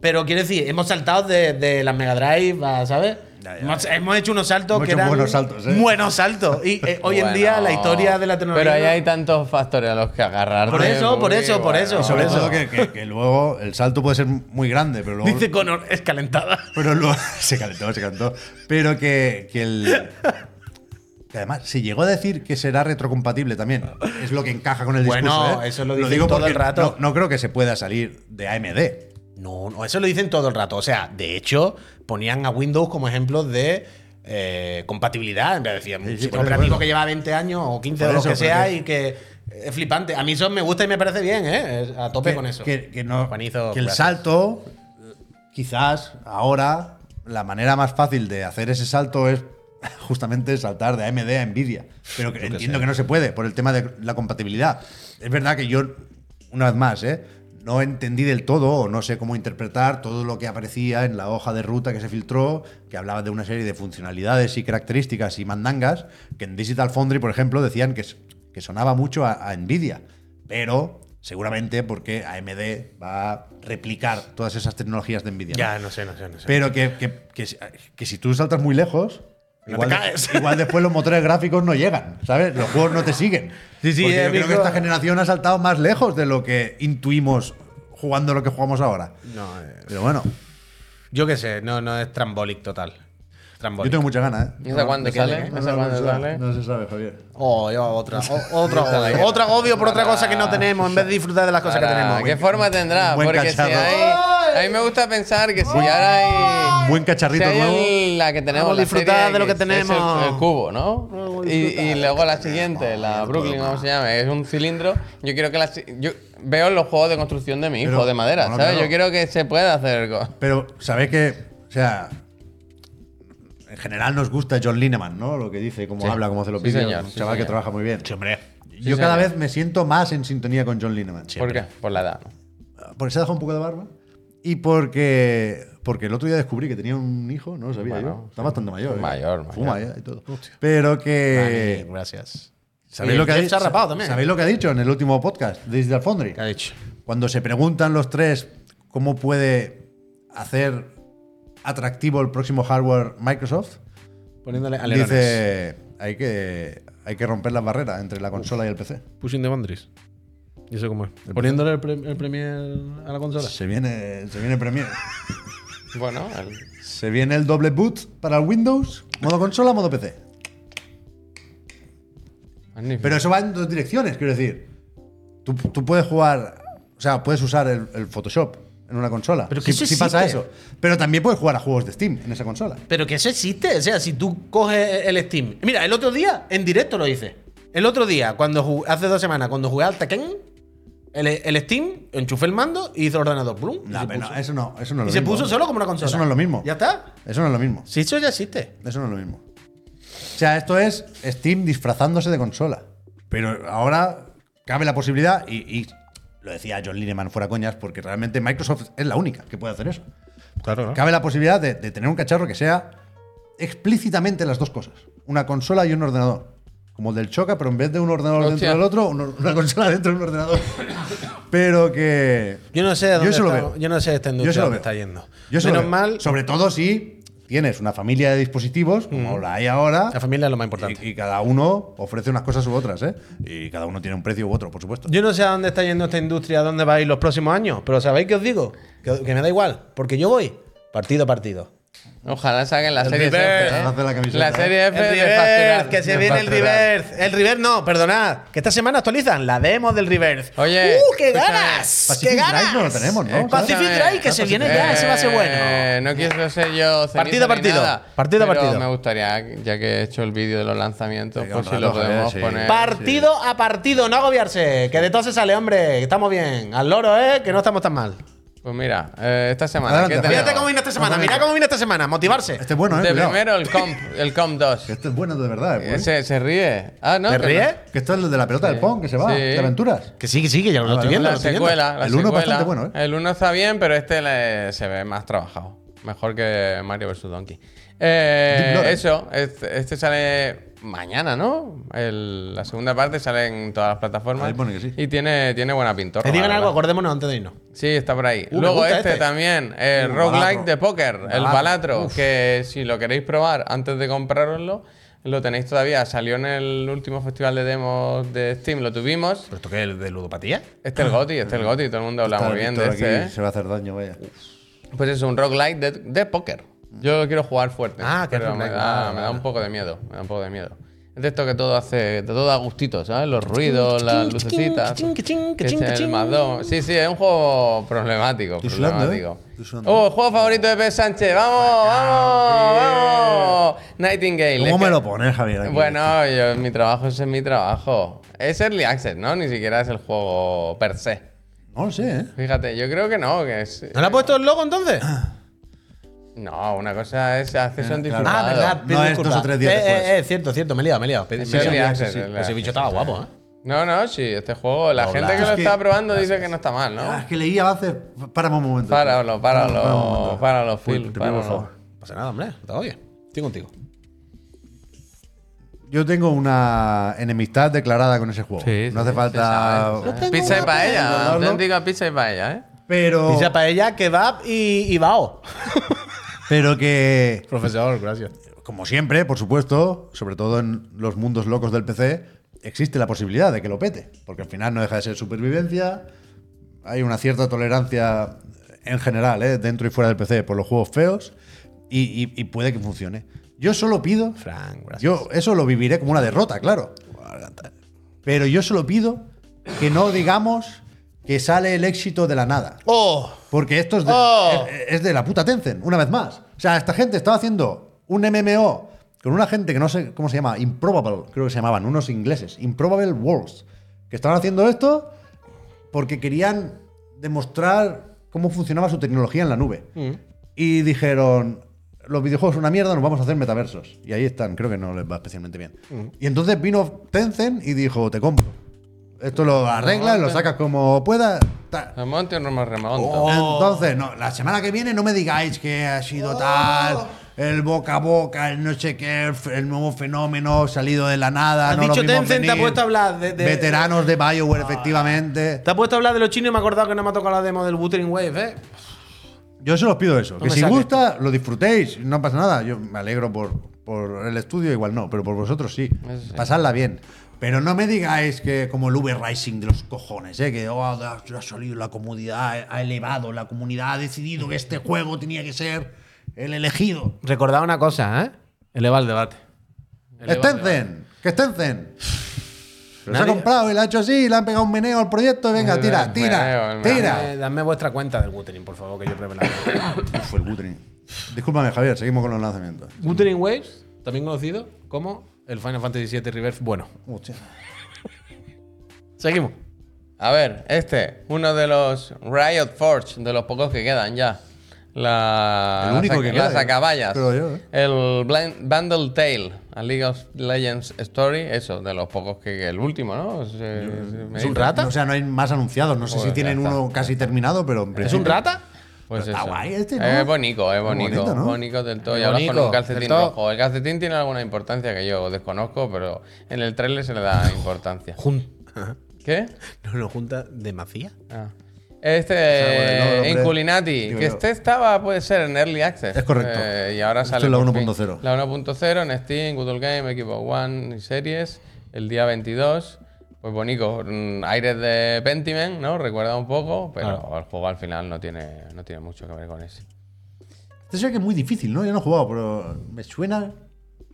Pero quiero decir, hemos saltado de, de la Mega Drive, a, ¿sabes? Ya, ya, hemos, hemos hecho unos saltos Hemos que hecho eran buenos saltos, ¿eh? buenos saltos. Y eh, hoy en día Bueno, la historia de la tecnología. Pero ahí hay tantos factores a los que agarrar. Por eso, por eso, por eso. Y sobre Por eso. todo que, que- que luego el salto puede ser muy grande, pero luego. Dice Connor, es calentada. Pero luego. se calentó, se calentó. Pero que, que el. que además, se llegó a decir que será retrocompatible también. Es lo que encaja con el discurso. Bueno, ¿eh? eso lo dicen todo el porque rato. No, no creo que se pueda salir de AMD. No, no, eso lo dicen todo el rato. O sea, de hecho, ponían a Windows como ejemplo de eh, compatibilidad. En vez de decir, sí, un por sistema eso, operativo por eso. que lleva 20 años o 15 Por o lo eso, que por sea eso. y que es flipante. A mí eso me gusta y me parece bien, ¿eh? Es- A tope que, con eso. Que, que no, Juanizo, que el gracias. salto, eh, quizás ahora, la manera más fácil de hacer ese salto es justamente saltar de AMD a Nvidia. Pero que entiendo que no se puede por el tema de la compatibilidad. Es verdad que yo, una vez más, ¿eh? no entendí del todo o no sé cómo interpretar todo lo que aparecía en la hoja de ruta que se filtró, que hablaba de una serie de funcionalidades y características y mandangas, que en Digital Foundry, por ejemplo, decían que, s- que sonaba mucho a- a Nvidia pero seguramente porque AMD va a replicar todas esas tecnologías de Nvidia. ¿no? Ya, no sé, no sé, no sé. Pero que, que- que si- que si tú saltas muy lejos, No igual, te caes. igual después los motores gráficos no llegan, ¿sabes? Los juegos no te siguen. Sí, sí, Porque eh, yo creo que amigo. esta generación ha saltado más lejos de lo que intuimos jugando lo que jugamos ahora. No, eh, Pero bueno, yo qué sé, no, no es trambólic total. yo Trambólic. tengo muchas ganas. ¿eh? ¿Y hasta cuándo ¿de qué sale? hablas? ¿Hasta cuándo sale? no se sabe, Javier. Oh, yo otra, o- otro Esta la agobio. guerra. Otro agobio por otra cosa que no tenemos en vez de disfrutar de las cosas que Ahora, tenemos. ¿Qué forma tendrá? buen Porque si cacharro. hay. A mí me gusta pensar que si ahora hay. Buen cacharrito si hay nuevo. el- la que tenemos. Vamos a la disfrutar serie de lo que X, es el- tenemos. el, cubo, ¿no? Y, y luego la siguiente, la Brooklyn, ¿cómo se llama? Es un cilindro. Yo quiero que la. si- Yo veo los juegos de construcción de mi hijo, Pero- de madera, bueno, ¿sabes? claro. Yo quiero que se pueda hacer. co- Pero, ¿sabéis que O sea, en general nos gusta John Lineman, ¿no? Lo que dice, cómo Sí. habla, cómo hace los Sí, vídeos. señor, un sí, chaval que señor. trabaja muy bien. Sí, hombre. Yo cada señor. vez me siento más en sintonía con John Lineman. ¿Por qué? Por la edad. Porque se ha dejado un poco de barba. Y porque, porque el otro día descubrí que tenía un hijo, no lo sabía Bueno, yo. Está bastante mayor. ¿eh? Mayor, mayor. Fuma ya y todo. Pero Vale, que. gracias. ¿Sabéis lo que, ha Jeff dicho? se ha rapado también. ¿Sabéis lo que ha dicho en el último podcast de Digital Foundry? ¿Qué ha dicho? Cuando se preguntan los tres cómo puede hacer atractivo el próximo hardware Microsoft, Poniéndole alerones. dice hay que, hay que romper las barreras entre la consola y el PC. Pushing the boundaries. ¿Y eso cómo es? ¿Poniéndole el, pre- el Premier a la consola? Se viene, se viene Premiere. Bueno, el- se viene el doble boot para el Windows, modo consola, modo PC. magnífico. Pero eso va en dos direcciones, quiero decir. Tú, tú puedes jugar, o sea, puedes usar el, el Photoshop en una consola. Pero que si, eso si pasa existe. eso. Pero también puedes jugar a juegos de Steam en esa consola. Pero que eso existe. O sea, si tú coges el Steam. Mira, el otro día, en directo lo hice. El otro día, cuando ju- hace dos semanas, cuando jugué al Tekken, el, el Steam, enchufé el mando y hizo el ordenador. ¡Plum! y No, se pero puso. no, eso no, eso no es Y lo se mismo. puso solo como una consola. Eso no es lo mismo. ¿Ya está? Eso no es lo mismo. Sí, eso ya existe. Eso no es lo mismo. O sea, esto es Steam disfrazándose de consola. Pero ahora cabe la posibilidad, y, y lo decía John Lineman fuera coñas, porque realmente Microsoft es la única que puede hacer eso. Claro, Cabe la posibilidad de, de tener un cacharro que sea explícitamente las dos cosas. Una consola y un ordenador. Como el del Choca, pero en vez de un ordenador Hostia. dentro del otro, un or- una consola dentro de un ordenador. Pero que. Yo no sé a dónde Yo se lo está- veo. yo no sé esta industria se lo dónde veo. está yendo. Yo se lo veo. Menos mal, Sobre todo si tienes una familia de dispositivos, como Mm. la hay ahora. la familia es lo más importante. Y, y cada uno ofrece unas cosas u otras, ¿eh? Y cada uno tiene un precio u otro, por supuesto. Yo no sé a dónde está yendo esta industria, a dónde va a ir los próximos años, pero ¿sabéis qué os digo? Que, que me da igual, porque yo voy partido a partido. Ojalá saquen la El serie F. River. ¿eh? Hace la camiseta, ¿eh? serie F El de reverse, facturar. que se de viene el facturar. reverse. El reverse no, perdonad. Que esta semana actualizan la demo del reverse. Oye, ¡Uh, qué escúchame, ganas! Pacific ¡Qué Drive ganas! no lo tenemos, ¿no? Ah, Eh, Pacific Escúchame. Drive, que se viene ya, ese va a ser bueno. Eh, no quiero ser yo ceniza Partido a ni partido, nada, partido a pero partido. Me gustaría, ya que he hecho el vídeo de los lanzamientos, Venga, por un si rato, lo Javier, podemos sí. poner. Partido a partido, no agobiarse. Que de todo se sale, hombre. que Estamos bien. Al loro, ¿eh? Que no estamos tan mal. Pues mira, eh, esta semana. Adelante, ¿qué adelante. Fíjate tenemos? cómo vino esta semana. Mira cómo vino esta semana. Motivarse. Este es bueno, ¿eh? de Cuidado. primero el comp, el comp 2. Que este es bueno de verdad, ¿eh? Eh, Pon? Se, se ríe. Ah, no. ¿Te que ríes? Que esto es el de la pelota del Pong, que se va, Sí. de aventuras. Que sí, que sí, que ya lo estoy no. viendo. La lo estoy viendo. secuela. la El uno es secuela. bastante bueno, ¿eh? El 1 está bien, pero este le- se ve más trabajado. Mejor que Mario vs. Donkey. Eh, Deep Lore. eso, este, este sale mañana, ¿no? El- la segunda parte sale en todas las plataformas. Ahí pone que sí. Y tiene, tiene buena pintora. Que digan la algo, verdad. acordémonos antes de irnos. Sí, está por ahí. Uh, me Luego gusta este, este. también, el El roguelike Balatro. de póker, el Balatro, balatro, uf. que si lo queréis probar antes de compraroslo, lo tenéis todavía. Salió en el último festival de demos de Steam, lo tuvimos. ¿Pero esto qué es de ludopatía? Este el Goti, este el Goti, todo el mundo habla Está muy bien de Víctor este. aquí, ¿eh? Se va a hacer daño, vaya. Pues es un roguelike de, de póker. Yo lo quiero jugar fuerte. Ah, que es pero me roguelike, da, vale, me da vale. un poco de miedo, me da un poco de miedo. Es de esto que todo hace, de todo da gustito, ¿sabes? Los ruidos, las lucecitas. Ching, ching, ching, Que es ching, el ching. más dos. Sí, sí, es un juego problemático. Estoy sudando, problemático. ¿eh? Estoy sudando. Oh, el juego favorito de P. Sánchez. ¡Vamos! Ah, ¡Vamos! ¡Vamos! Nightingale. ¿Cómo Es me que- lo pones, Javier? aquí? Bueno, yo, mi trabajo es mi trabajo. Es Early Access, ¿no? Ni siquiera es el juego per se. No lo sé, ¿eh? Fíjate, yo creo que no, que es. ¿No le ha puesto el logo entonces? No, una cosa es acceso claro. anticipado. Ah, verdad, No pido es disculpas. dos o tres días Eh, después. eh, eh, cierto, cierto, me he liado, me he liado. Pedí- Sí, me he sí, liado, sí, sí, sí. sí, Ese sí, bicho estaba guapo, ¿eh? No, no, sí, este juego, la Hola. gente que Es lo que- está probando dice que no está mal, ¿no? Ah, es que leí avance. Párame un momento. Páralo, páralo, Párame un momento. páralo, Uy, Phil, te pido, páralo. por favor. No pasa nada, hombre, no te odio. Estoy contigo. Yo tengo una enemistad declarada con ese juego. Sí, sí, Ah, no hace sí, falta. se sabe, se sabe. eh, Pizza y paella, Hablarlo. auténtica pizza y paella, ¿eh? Pero, Pizza paella, kebab y, y bao. pero que, Profesor, gracias. como siempre, por supuesto, sobre todo en los mundos locos del PC, existe la posibilidad de que lo pete. Porque al final no deja de ser supervivencia. Hay una cierta tolerancia en general, ¿eh? dentro y fuera del PC, por los juegos feos. Y, y- y puede que funcione. Yo solo pido Frank, gracias. Yo eso lo viviré como una derrota, claro. Pero yo solo pido que no digamos que sale el éxito de la nada. ¡Oh! Porque esto es de, Oh. es, es de la puta Tencent, una vez más. O sea, esta gente estaba haciendo un MMO con una gente que no sé cómo se llama, Improbable, creo que se llamaban, unos ingleses, Improbable Worlds, que estaban haciendo esto porque querían demostrar cómo funcionaba su tecnología en la nube. Y dijeron, los videojuegos son una mierda, nos vamos a hacer metaversos. Y ahí están, creo que no les va especialmente bien. Y entonces vino Tencent y dijo, te compro. Esto lo arreglas, lo sacas como puedas. tal". Remonte o no más remonto. Oh. Oh. Entonces, no, la semana que viene no me digáis que ha sido tal, el boca a boca, el no sé qué, el, f- el nuevo fenómeno salido de la nada. Has no lo dicho vimos Tencent, te ha venir. puesto a hablar de- de- Veteranos de Bioware, efectivamente. Te ha puesto a hablar de los chinos y me he acordado que no me ha tocado la demo del Wuthering Wave, ¿eh? Yo se los pido eso. que me si saques. gusta, lo disfrutéis, no pasa nada. Yo me alegro por, por el estudio, igual no, pero por vosotros sí. Eso sí. Pasadla bien. Pero no me digáis que como el V Rising de los cojones, ¿eh? que oh, ha ha salido la comunidad, ha elevado, la comunidad ha decidido que este juego tenía que ser el elegido. Recordad una cosa, ¿eh? Eleva el debate. ¡Es Tencent! ¡Que es Tencent! Lo ha Nadie- comprado y lo ha hecho así, y le han pegado un meneo al proyecto. Venga, El tira, meneo, tira, el tira. Dame, dame vuestra cuenta del Wuthering, por favor, que yo pruebe la Uf, el Gutrin. Discúlpame, Javier, seguimos con los lanzamientos. Wuthering Waves, también conocido como el Final Fantasy VII Reverse. Bueno, Hostia. seguimos. A ver, este, uno de los Riot Forge, de los pocos que quedan ya. La, El único las- que queda, las acaballas. creo yo, ¿eh? El Blind- Bundle Tale, a League of Legends Story, eso, de los pocos que. El último, ¿no? Se- se- me ¿Es un dice. rata? O sea, no hay más anunciados. No sé Joder, si tienen ya está. uno casi terminado, pero en ¿Es un principio- rata? Pues Pero está eso. guay este, ¿no? Es bonito, es bonito. bonito, ¿no? Bonito del todo. Es Y hablas con bonito, un calcetín del todo. rojo. El calcetín tiene alguna importancia que yo desconozco, pero en el trailer se le da importancia. Jun. ¿Qué? No, no, junta de Macía. Ah. bueno, el Este, nombre. Inculinati, Digo que yo. este estaba, puede ser, en Early Access. Es correcto. Eh, y ahora Esto sale. es la por fin. 1.0. La 1.0 en Steam, Google Game, Equipo One y series. El día 22. Pues bonito, mm, aires de Pentiment, ¿no? Recuerda un poco, pero Claro. el juego al final no tiene, no tiene mucho que ver con eso. Este sé que es muy difícil, ¿no? Yo no he jugado, pero me suena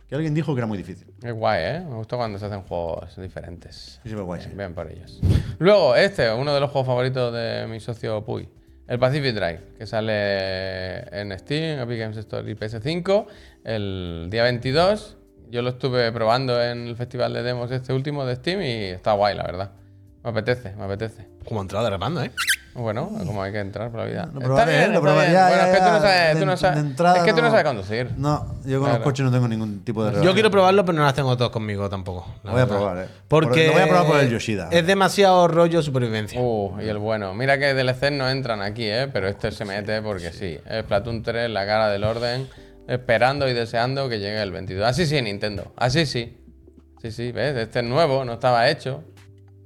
que alguien dijo que era muy difícil. Es guay, ¿eh? Me gusta cuando se hacen juegos diferentes. Sí, sí, pero guay, sí. Bien por ellos. Luego, este, uno de los juegos favoritos de mi socio Puy. El Pacific Drive, que sale en Steam, Epic Games Store y PS5 el día 22. Yo lo estuve probando en el festival de demos este último de Steam y está guay, la verdad. Me apetece, me apetece. Como entrada de la banda, ¿eh? Bueno, como hay que entrar por la vida. Lo probaré, ¿eh? lo probaré. Ya, Bueno, ya, es que tú no ya. sabes, De- tú no de sabes- entrada es que tú no no. sabes conducir. No, yo con Claro. los coches no tengo ningún tipo de Yo relación. quiero probarlo, pero no las tengo todas conmigo tampoco. la Lo voy a verdad. probar, eh. Por- Porque lo voy a probar por el Yoshida. ¿eh? Es demasiado rollo supervivencia. Uh, y el bueno. Mira que DLC no entran aquí, ¿eh? Pero este se mete porque sí. Es Platoon 3, la cara del orden, esperando y deseando que llegue el 22. Así sí, Nintendo. Así sí. Sí, sí, ¿ves? Este es nuevo, no estaba hecho.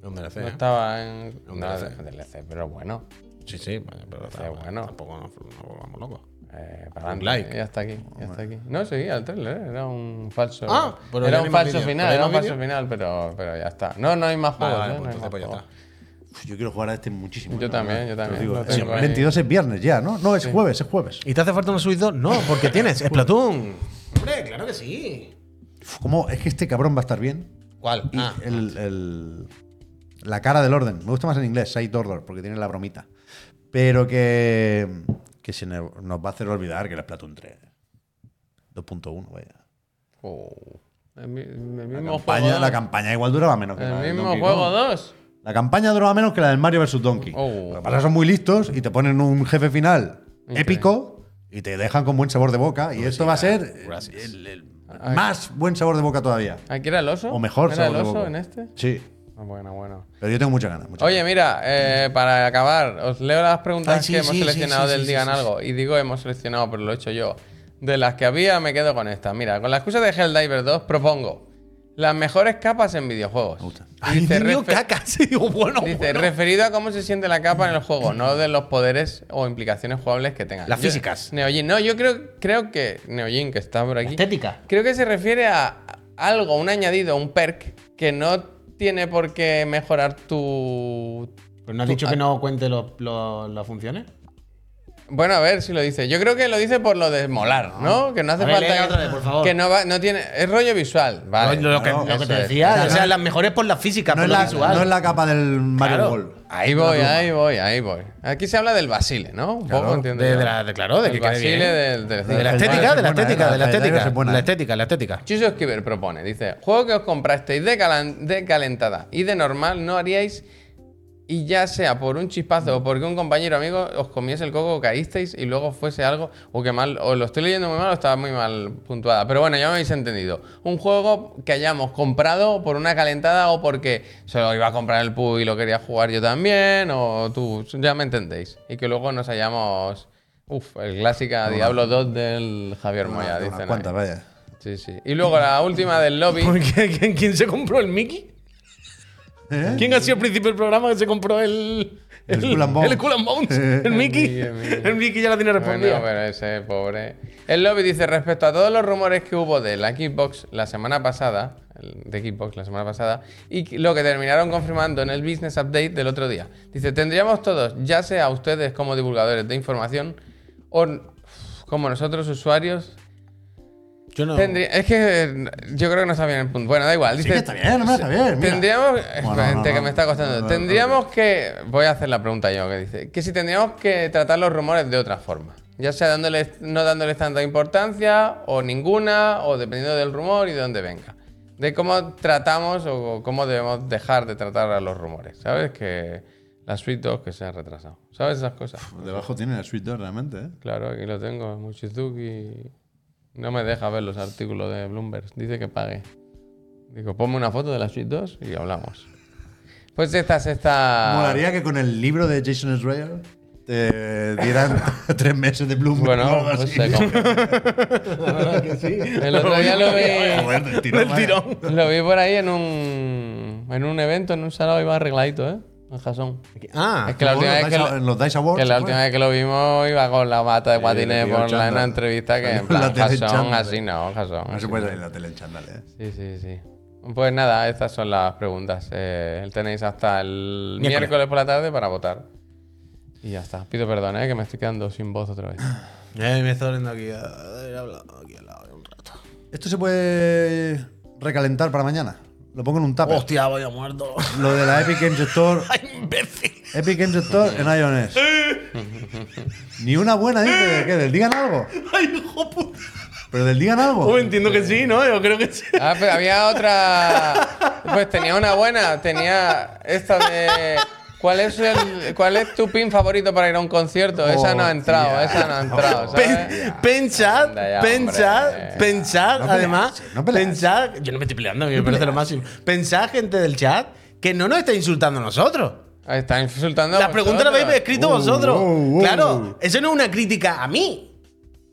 No merece, No ¿eh? estaba en... Un no, DLC. DLC, pero bueno. Sí, sí, bueno, pero Está bueno. tampoco nos nos volvamos locos. Eh, para Un adelante. like. Ya está aquí, ya está aquí. No, seguía el trailer, ¿eh? era un falso. Ah, pero ya era no un hay más falso vídeos. final, ¿Pero era hay un más falso final, pero, pero ya está. No, no hay más Vale, juegos. vale, ¿eh? No pues hay entonces más pues ya juegos. está. Uf, yo quiero jugar a este muchísimo. Yo ¿no? también, yo Te lo también. digo, Lo eh. tengo ahí. 22 es viernes ya, ¿no? No, es jueves, es jueves. ¿Y te hace falta una Switch 2? No, porque tienes Splatoon. Hombre, claro que sí. Uf, ¿Cómo? Es que este cabrón va a estar bien. ¿Cuál? Y eh, Ah, el, el- la cara del orden. Me gusta más en inglés, Side Order, porque tiene la bromita. Pero que, que se ne- nos va a hacer olvidar que el Splatoon 3. 2.1, vaya. Oh. El, mi- el La mismo campaña, juego. la campaña igual duraba menos que la El del mismo Donkey juego Kong. 2. La campaña duraba menos que la del Mario vs. Donkey. Oh. Lo que pasa es que son muy listos y te ponen un jefe final Increíble. épico y te dejan con buen sabor de boca. Y esto va a ser eh, gracias. el- el Ay. más buen sabor de boca todavía. Aquí era el oso. O mejor Ah, ¿Era el sabor de oso boca. en este? Sí, Ah, bueno, bueno. pero yo tengo muchas ganas. muchas Oye, mira, eh, para acabar, os leo las preguntas Ay, sí, que hemos sí, sí, seleccionado sí, del sí, Digan sí, sí. Algo. Y digo hemos seleccionado, pero lo he hecho yo. De las que había, me quedo con esta. Mira, con la excusa de Helldiver 2, propongo las mejores capas en videojuegos. Me gusta. Ay, niño refe- caca. Sí, digo, bueno, dice, bueno. referido a cómo se siente la capa en el juego, no de los poderes o implicaciones jugables que tengan. Las Yo- físicas. Neojin, no, yo creo, creo que Neojin, que está por aquí. Estética. Creo que se refiere a algo, un añadido, un perk, que no tiene por qué mejorar tu. Pero no has dicho que no cuente los- los- las funciones. Bueno, a ver si lo dice. Yo creo que lo dice por lo de molar, ¿no? Que no hace A ver, falta. lee que, otra vez, por favor. Que no va, no tiene. Es rollo visual, ¿vale? Lo- lo que, no, lo que eso te es. decía. Claro, o sea, no- las mejores por la física, No por es, lo la, visual. no es la capa del Mario Claro. Ball. Ahí voy, ahí voy, ahí voy. Aquí se habla del basile, ¿no? Un Claro, poco, entiendo. de, yo. de la, de- claro, de Del que quede Basile, bien. De del- del- la El estética, Helldivers de la es buena, estética, ¿eh? de la El Helldivers estética. es buena, La ¿eh? estética, la estética. Chuso Esquiver propone, dice, juego que os comprasteis de, calan- de calentada y de normal no haríais y ya sea por un chispazo o porque un compañero amigo os comiese el coco, caísteis y luego fuese algo, o que mal, o lo estoy leyendo muy mal o estaba muy mal puntuada, pero bueno, ya me habéis entendido. Un juego que hayamos comprado por una calentada o porque se lo iba a comprar el PU y lo quería jugar yo también, o tú, ya me entendéis. Y que luego nos hayamos... Uf, el clásica Diablo 2 del Javier Moya, Unas dicen. ahí. cuantas, vaya. Sí, sí. Y luego la última del lobby. ¿Por qué? ¿Quién- ¿Quién se compró el Mickey? ¿Eh? ¿Quién ha sido al principio del programa que se compró el. El Skull and Bones. El Skull and Bones? Eh, El Mickey. Mickey, el Mickey. El Mickey ya la tiene Bueno, respondida. pero ese pobre. El lobby dice: respecto a todos los rumores que hubo de la Xbox la semana pasada, el- de Xbox la semana pasada, y lo que terminaron confirmando en el Business Update del otro día. Dice: tendríamos todos, ya sea ustedes como divulgadores de información o n- como nosotros usuarios, Yo no. Tendría- es que eh, yo creo que no está bien el punto. Bueno, da igual. Dice, que está bien, hombre, está bien, mira. Tendríamos. Bueno, espérate, no, no, que me está no, no, costando. no, Tendríamos que. Voy a hacer la pregunta yo, que dice. Que si tendríamos que tratar los rumores de otra forma. Ya sea dándoles, no dándoles tanta importancia, o ninguna, o dependiendo del rumor y de dónde venga. De cómo tratamos o cómo debemos dejar de tratar a los rumores. ¿Sabes? Que la suite 2 que se ha retrasado. ¿Sabes esas cosas? Pues Debajo tiene el Switch 2 realmente, ¿eh? Claro, aquí lo tengo, Mochizuki. No me deja ver los artículos de Bloomberg. Dice que pague. Digo, ponme una foto de la Suite 2 y hablamos. Pues esta es esta. Molaría que con el libro de Jason Schreier te dieran tres meses de Bloomberg. o Bueno, algo pues así. se compra. El otro día lo vi. Joder, del tirón, El vaya. tirón. Lo vi por ahí en un. en un evento, en un salón, iba arregladito, ¿eh? El jasón. Ah, Es que la Como última en vez los que Dice- lo- en los Dice Awards. Que la ¿se última fue? vez que lo vimos iba con la bata de Oh, Sí, patines tío, por la en chándal. una entrevista que en La plan, tele jasón, chándal. así no, jasón. No así se puede no. salir la tele en chandales. ¿eh? Sí, sí, sí. Pues nada, estas son las preguntas. Eh, tenéis hasta el Miércoles. miércoles por la tarde para votar. Y ya está. Pido perdón, ¿eh? que me estoy quedando sin voz otra vez. Eh, me está doliendo aquí. ah, he hablado aquí al lado de un rato. Esto se puede recalentar para mañana. Lo pongo en un tupper. Hostia, vaya muerto. Lo de la Epic Games Store. Ay, imbécil. Epic Games Store en iOS. Ni una buena, ¿eh? ¿De qué? ¿Del digan algo? Ay, hijo puta. ¿Pero del digan algo? Oh, entiendo que sí, ¿no? Yo creo que sí. Ah, pero había otra. Pues tenía una buena. Tenía esta de. ¿Cuál es, el, ¿Cuál es tu pin favorito para ir a un concierto? esa no ha entrado, esa no ha entrado. ¿sabes? Pen- Pensad, Anda ya, hombre. pensad, pensad, No además, pelearse, no pelearse. pensad, yo no me estoy peleando, a mí me parece lo máximo. Pensad, gente del chat, que no nos está insultando a nosotros. Ahí Está insultando. a Las preguntas las vosotros. habéis escrito Wow, vosotros. uh, wow, wow. Claro, eso no es una crítica a mí.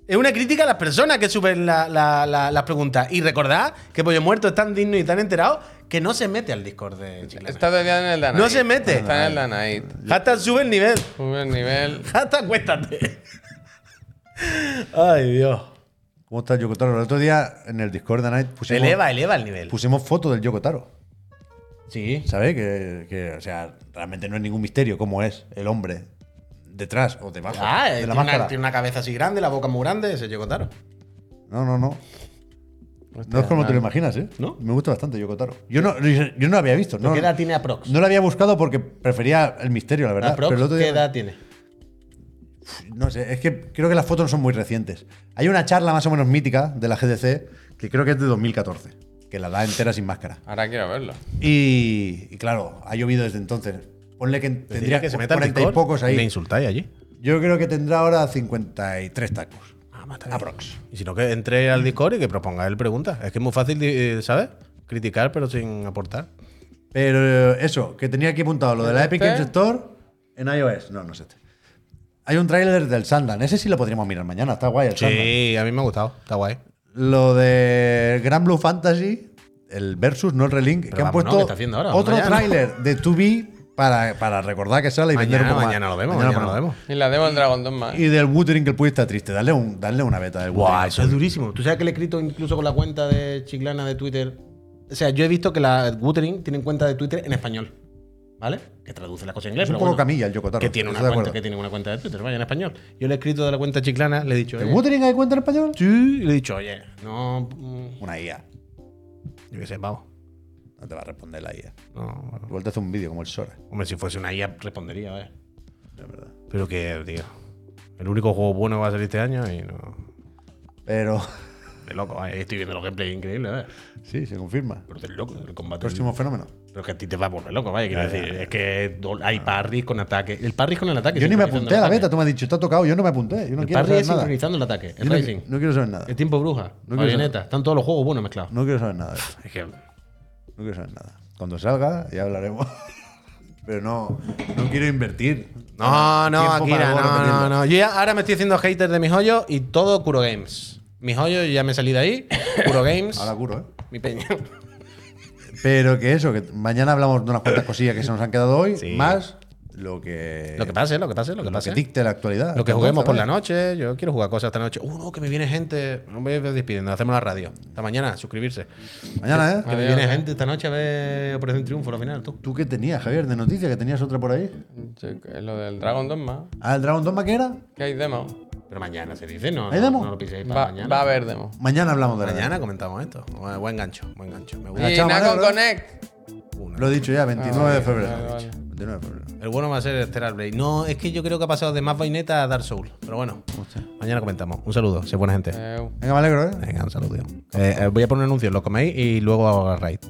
Es una crítica a las personas que suben la- la- la- las preguntas. Y recordad que Pollo Muerto es tan digno y tan enterado que no se mete al Discord de Chiclana. Está todavía en el Danait. No se mete. Está en el Danait. Hashtag sube el nivel. Sube el nivel. Hashtag cuéntate. Ay, Dios. ¿Cómo está el Yokotaro? El otro día en el Discord de Night pusimos, Eleva, eleva el nivel. pusimos foto del Yokotaro. Sí. ¿Sabes? Que, que, o sea, realmente no es ningún misterio cómo es el hombre detrás o debajo Ah, de tiene la una, máscara. tiene una cabeza así grande, la boca muy grande, ese Yokotaro. No, no, no. No Hostia, es como te lo nada. imaginas, ¿eh? ¿No? Me gusta bastante Yokotaro. Yo no, yo no lo había visto. No, ¿Qué edad tiene aprox? no lo había buscado porque prefería el misterio, la verdad. Aprox, Pero el otro día- ¿Qué edad tiene? No sé, es que creo que las fotos no son muy recientes. Hay una charla más o menos mítica de la GDC que creo que es de 2014, que la da entera sin máscara. Ahora quiero verlo. Y, y claro, ha llovido desde entonces. Ponle que tendría Decirle que se meta al 40 y Discord pocos y Le ahí. insultáis allí. Yo creo que tendrá ahora 53 tacos. Ah, más tarde. Aprox. Y si no, que entre al Discord y que proponga él preguntas. Es que es muy fácil, eh, ¿sabes? Criticar, pero sin aportar. Pero eh, eso, que tenía aquí apuntado lo de la Epic ¿Este? Games Store en iOS. No, no sé. Hay un tráiler del Sandland. Ese sí lo podríamos mirar mañana. Está guay el Sandland. Sí, a mí me ha gustado. Está guay. Lo de Gran Blue Fantasy, el versus, no el relink, que han vamos, ¿no? puesto ¿Qué está haciendo ahora? otro Mañana. tráiler de 2B para, para recordar que sale y vender un Mañana, poco más. mañana lo vemos, Mañana mañana, lo lo ponemos. vemos. Y la demo en Dragon Dogma. ¿eh? Y del Wuthering que el puede está triste. Dale, un, dale una beta del Guau, Wuthering. eso es durísimo. Tú sabes que le he escrito incluso con la cuenta de Chiclana de Twitter. O sea, yo he visto que la Wuthering tienen cuenta de Twitter en español. ¿Vale? Que traduce la cosa en inglés. Es un pero poco bueno. camilla el Yokotaro. que tiene, una cuenta, que tiene una cuenta de Twitter, vaya, en español. Yo le he escrito de la cuenta chiclana, le he dicho. ¿El oye, Wuthering hay cuenta en español? sí, y le he dicho, oye, no. mm, Una IA. Yo qué sé, vamos. No te va a responder la IA. No, bueno. Igual te hace un vídeo como el Sora. hombre, si fuese una IA, respondería, vaya. La verdad. Pero que, tío. El único juego bueno que va a salir este año y no. Pero De loco, vaya, Estoy viendo los gameplays increíbles, vaya. sí, se confirma. Pero del loco, el combate. Próximo fenómeno. Pero que a ti te va a volver loco, vaya. Quiero decir, es que do- hay parries con ataque. El parry con el ataque. Yo ni me sincronizando apunté a el la ataque. beta. Tú me has dicho, está tocado. Yo no me apunté. Yo no El quiero parry saber es nada. sincronizando el ataque. Yo El no, racing. no quiero saber nada. El tiempo bruja. quiero marioneta. Están todos los juegos buenos mezclados. No quiero saber nada. de eso. Es que No quiero saber nada. Cuando salga, ya hablaremos. Pero no, no quiero invertir. No, no, Tiempo para Akira, luego no, repetirlo. no, no. Yo ya ahora me estoy haciendo hater de mi joyo y todo Kuro Games. Mi joyo, yo ya me salí de ahí. Kuro Games. Ahora curo, ¿eh? mi peña. Pero que eso, que mañana hablamos de unas cuantas cosillas que se nos han quedado hoy, Sí. más lo que, Lo que pase, lo que pase, lo que lo que pase. dicte la actualidad. Lo que juguemos por la Entonces, noche. Yo quiero jugar cosas esta noche. Uh, no, que me viene gente. No me voy despidiendo. Hacemos la radio. Hasta mañana, suscribirse. Mañana, Que ¿eh? me Adiós. viene gente esta noche a ver Operación Triunfo, la final, tú. ¿Tú qué tenías, Javier, de noticia? ¿Que tenías otra por ahí? Che, que Lo del Dragon Dogma. ¿Ah, el Dragon Dogma qué era? Que hay demo. Pero mañana se dice, no. ¿Hay no- demo? No, lo piséis para Va, mañana. va a haber demo. Mañana hablamos de la Mañana comentamos esto. Bueno, Buen gancho, buen gancho. Me gusta. Y chao, Nacon Manolo. Connect. Una. Lo he dicho ya, 29 de vale, febrero. vale, vale. 29 de febrero. El bueno va a ser Stellar Blade. No, es que yo creo que ha pasado de más vaineta a Dark Souls. Pero bueno, mañana comentamos. Un saludo, sé buena gente. Eu. Venga, me alegro, ¿eh? Venga, un saludo. Eh, eh, voy a poner un anuncio, lo coméis y luego hago la raid.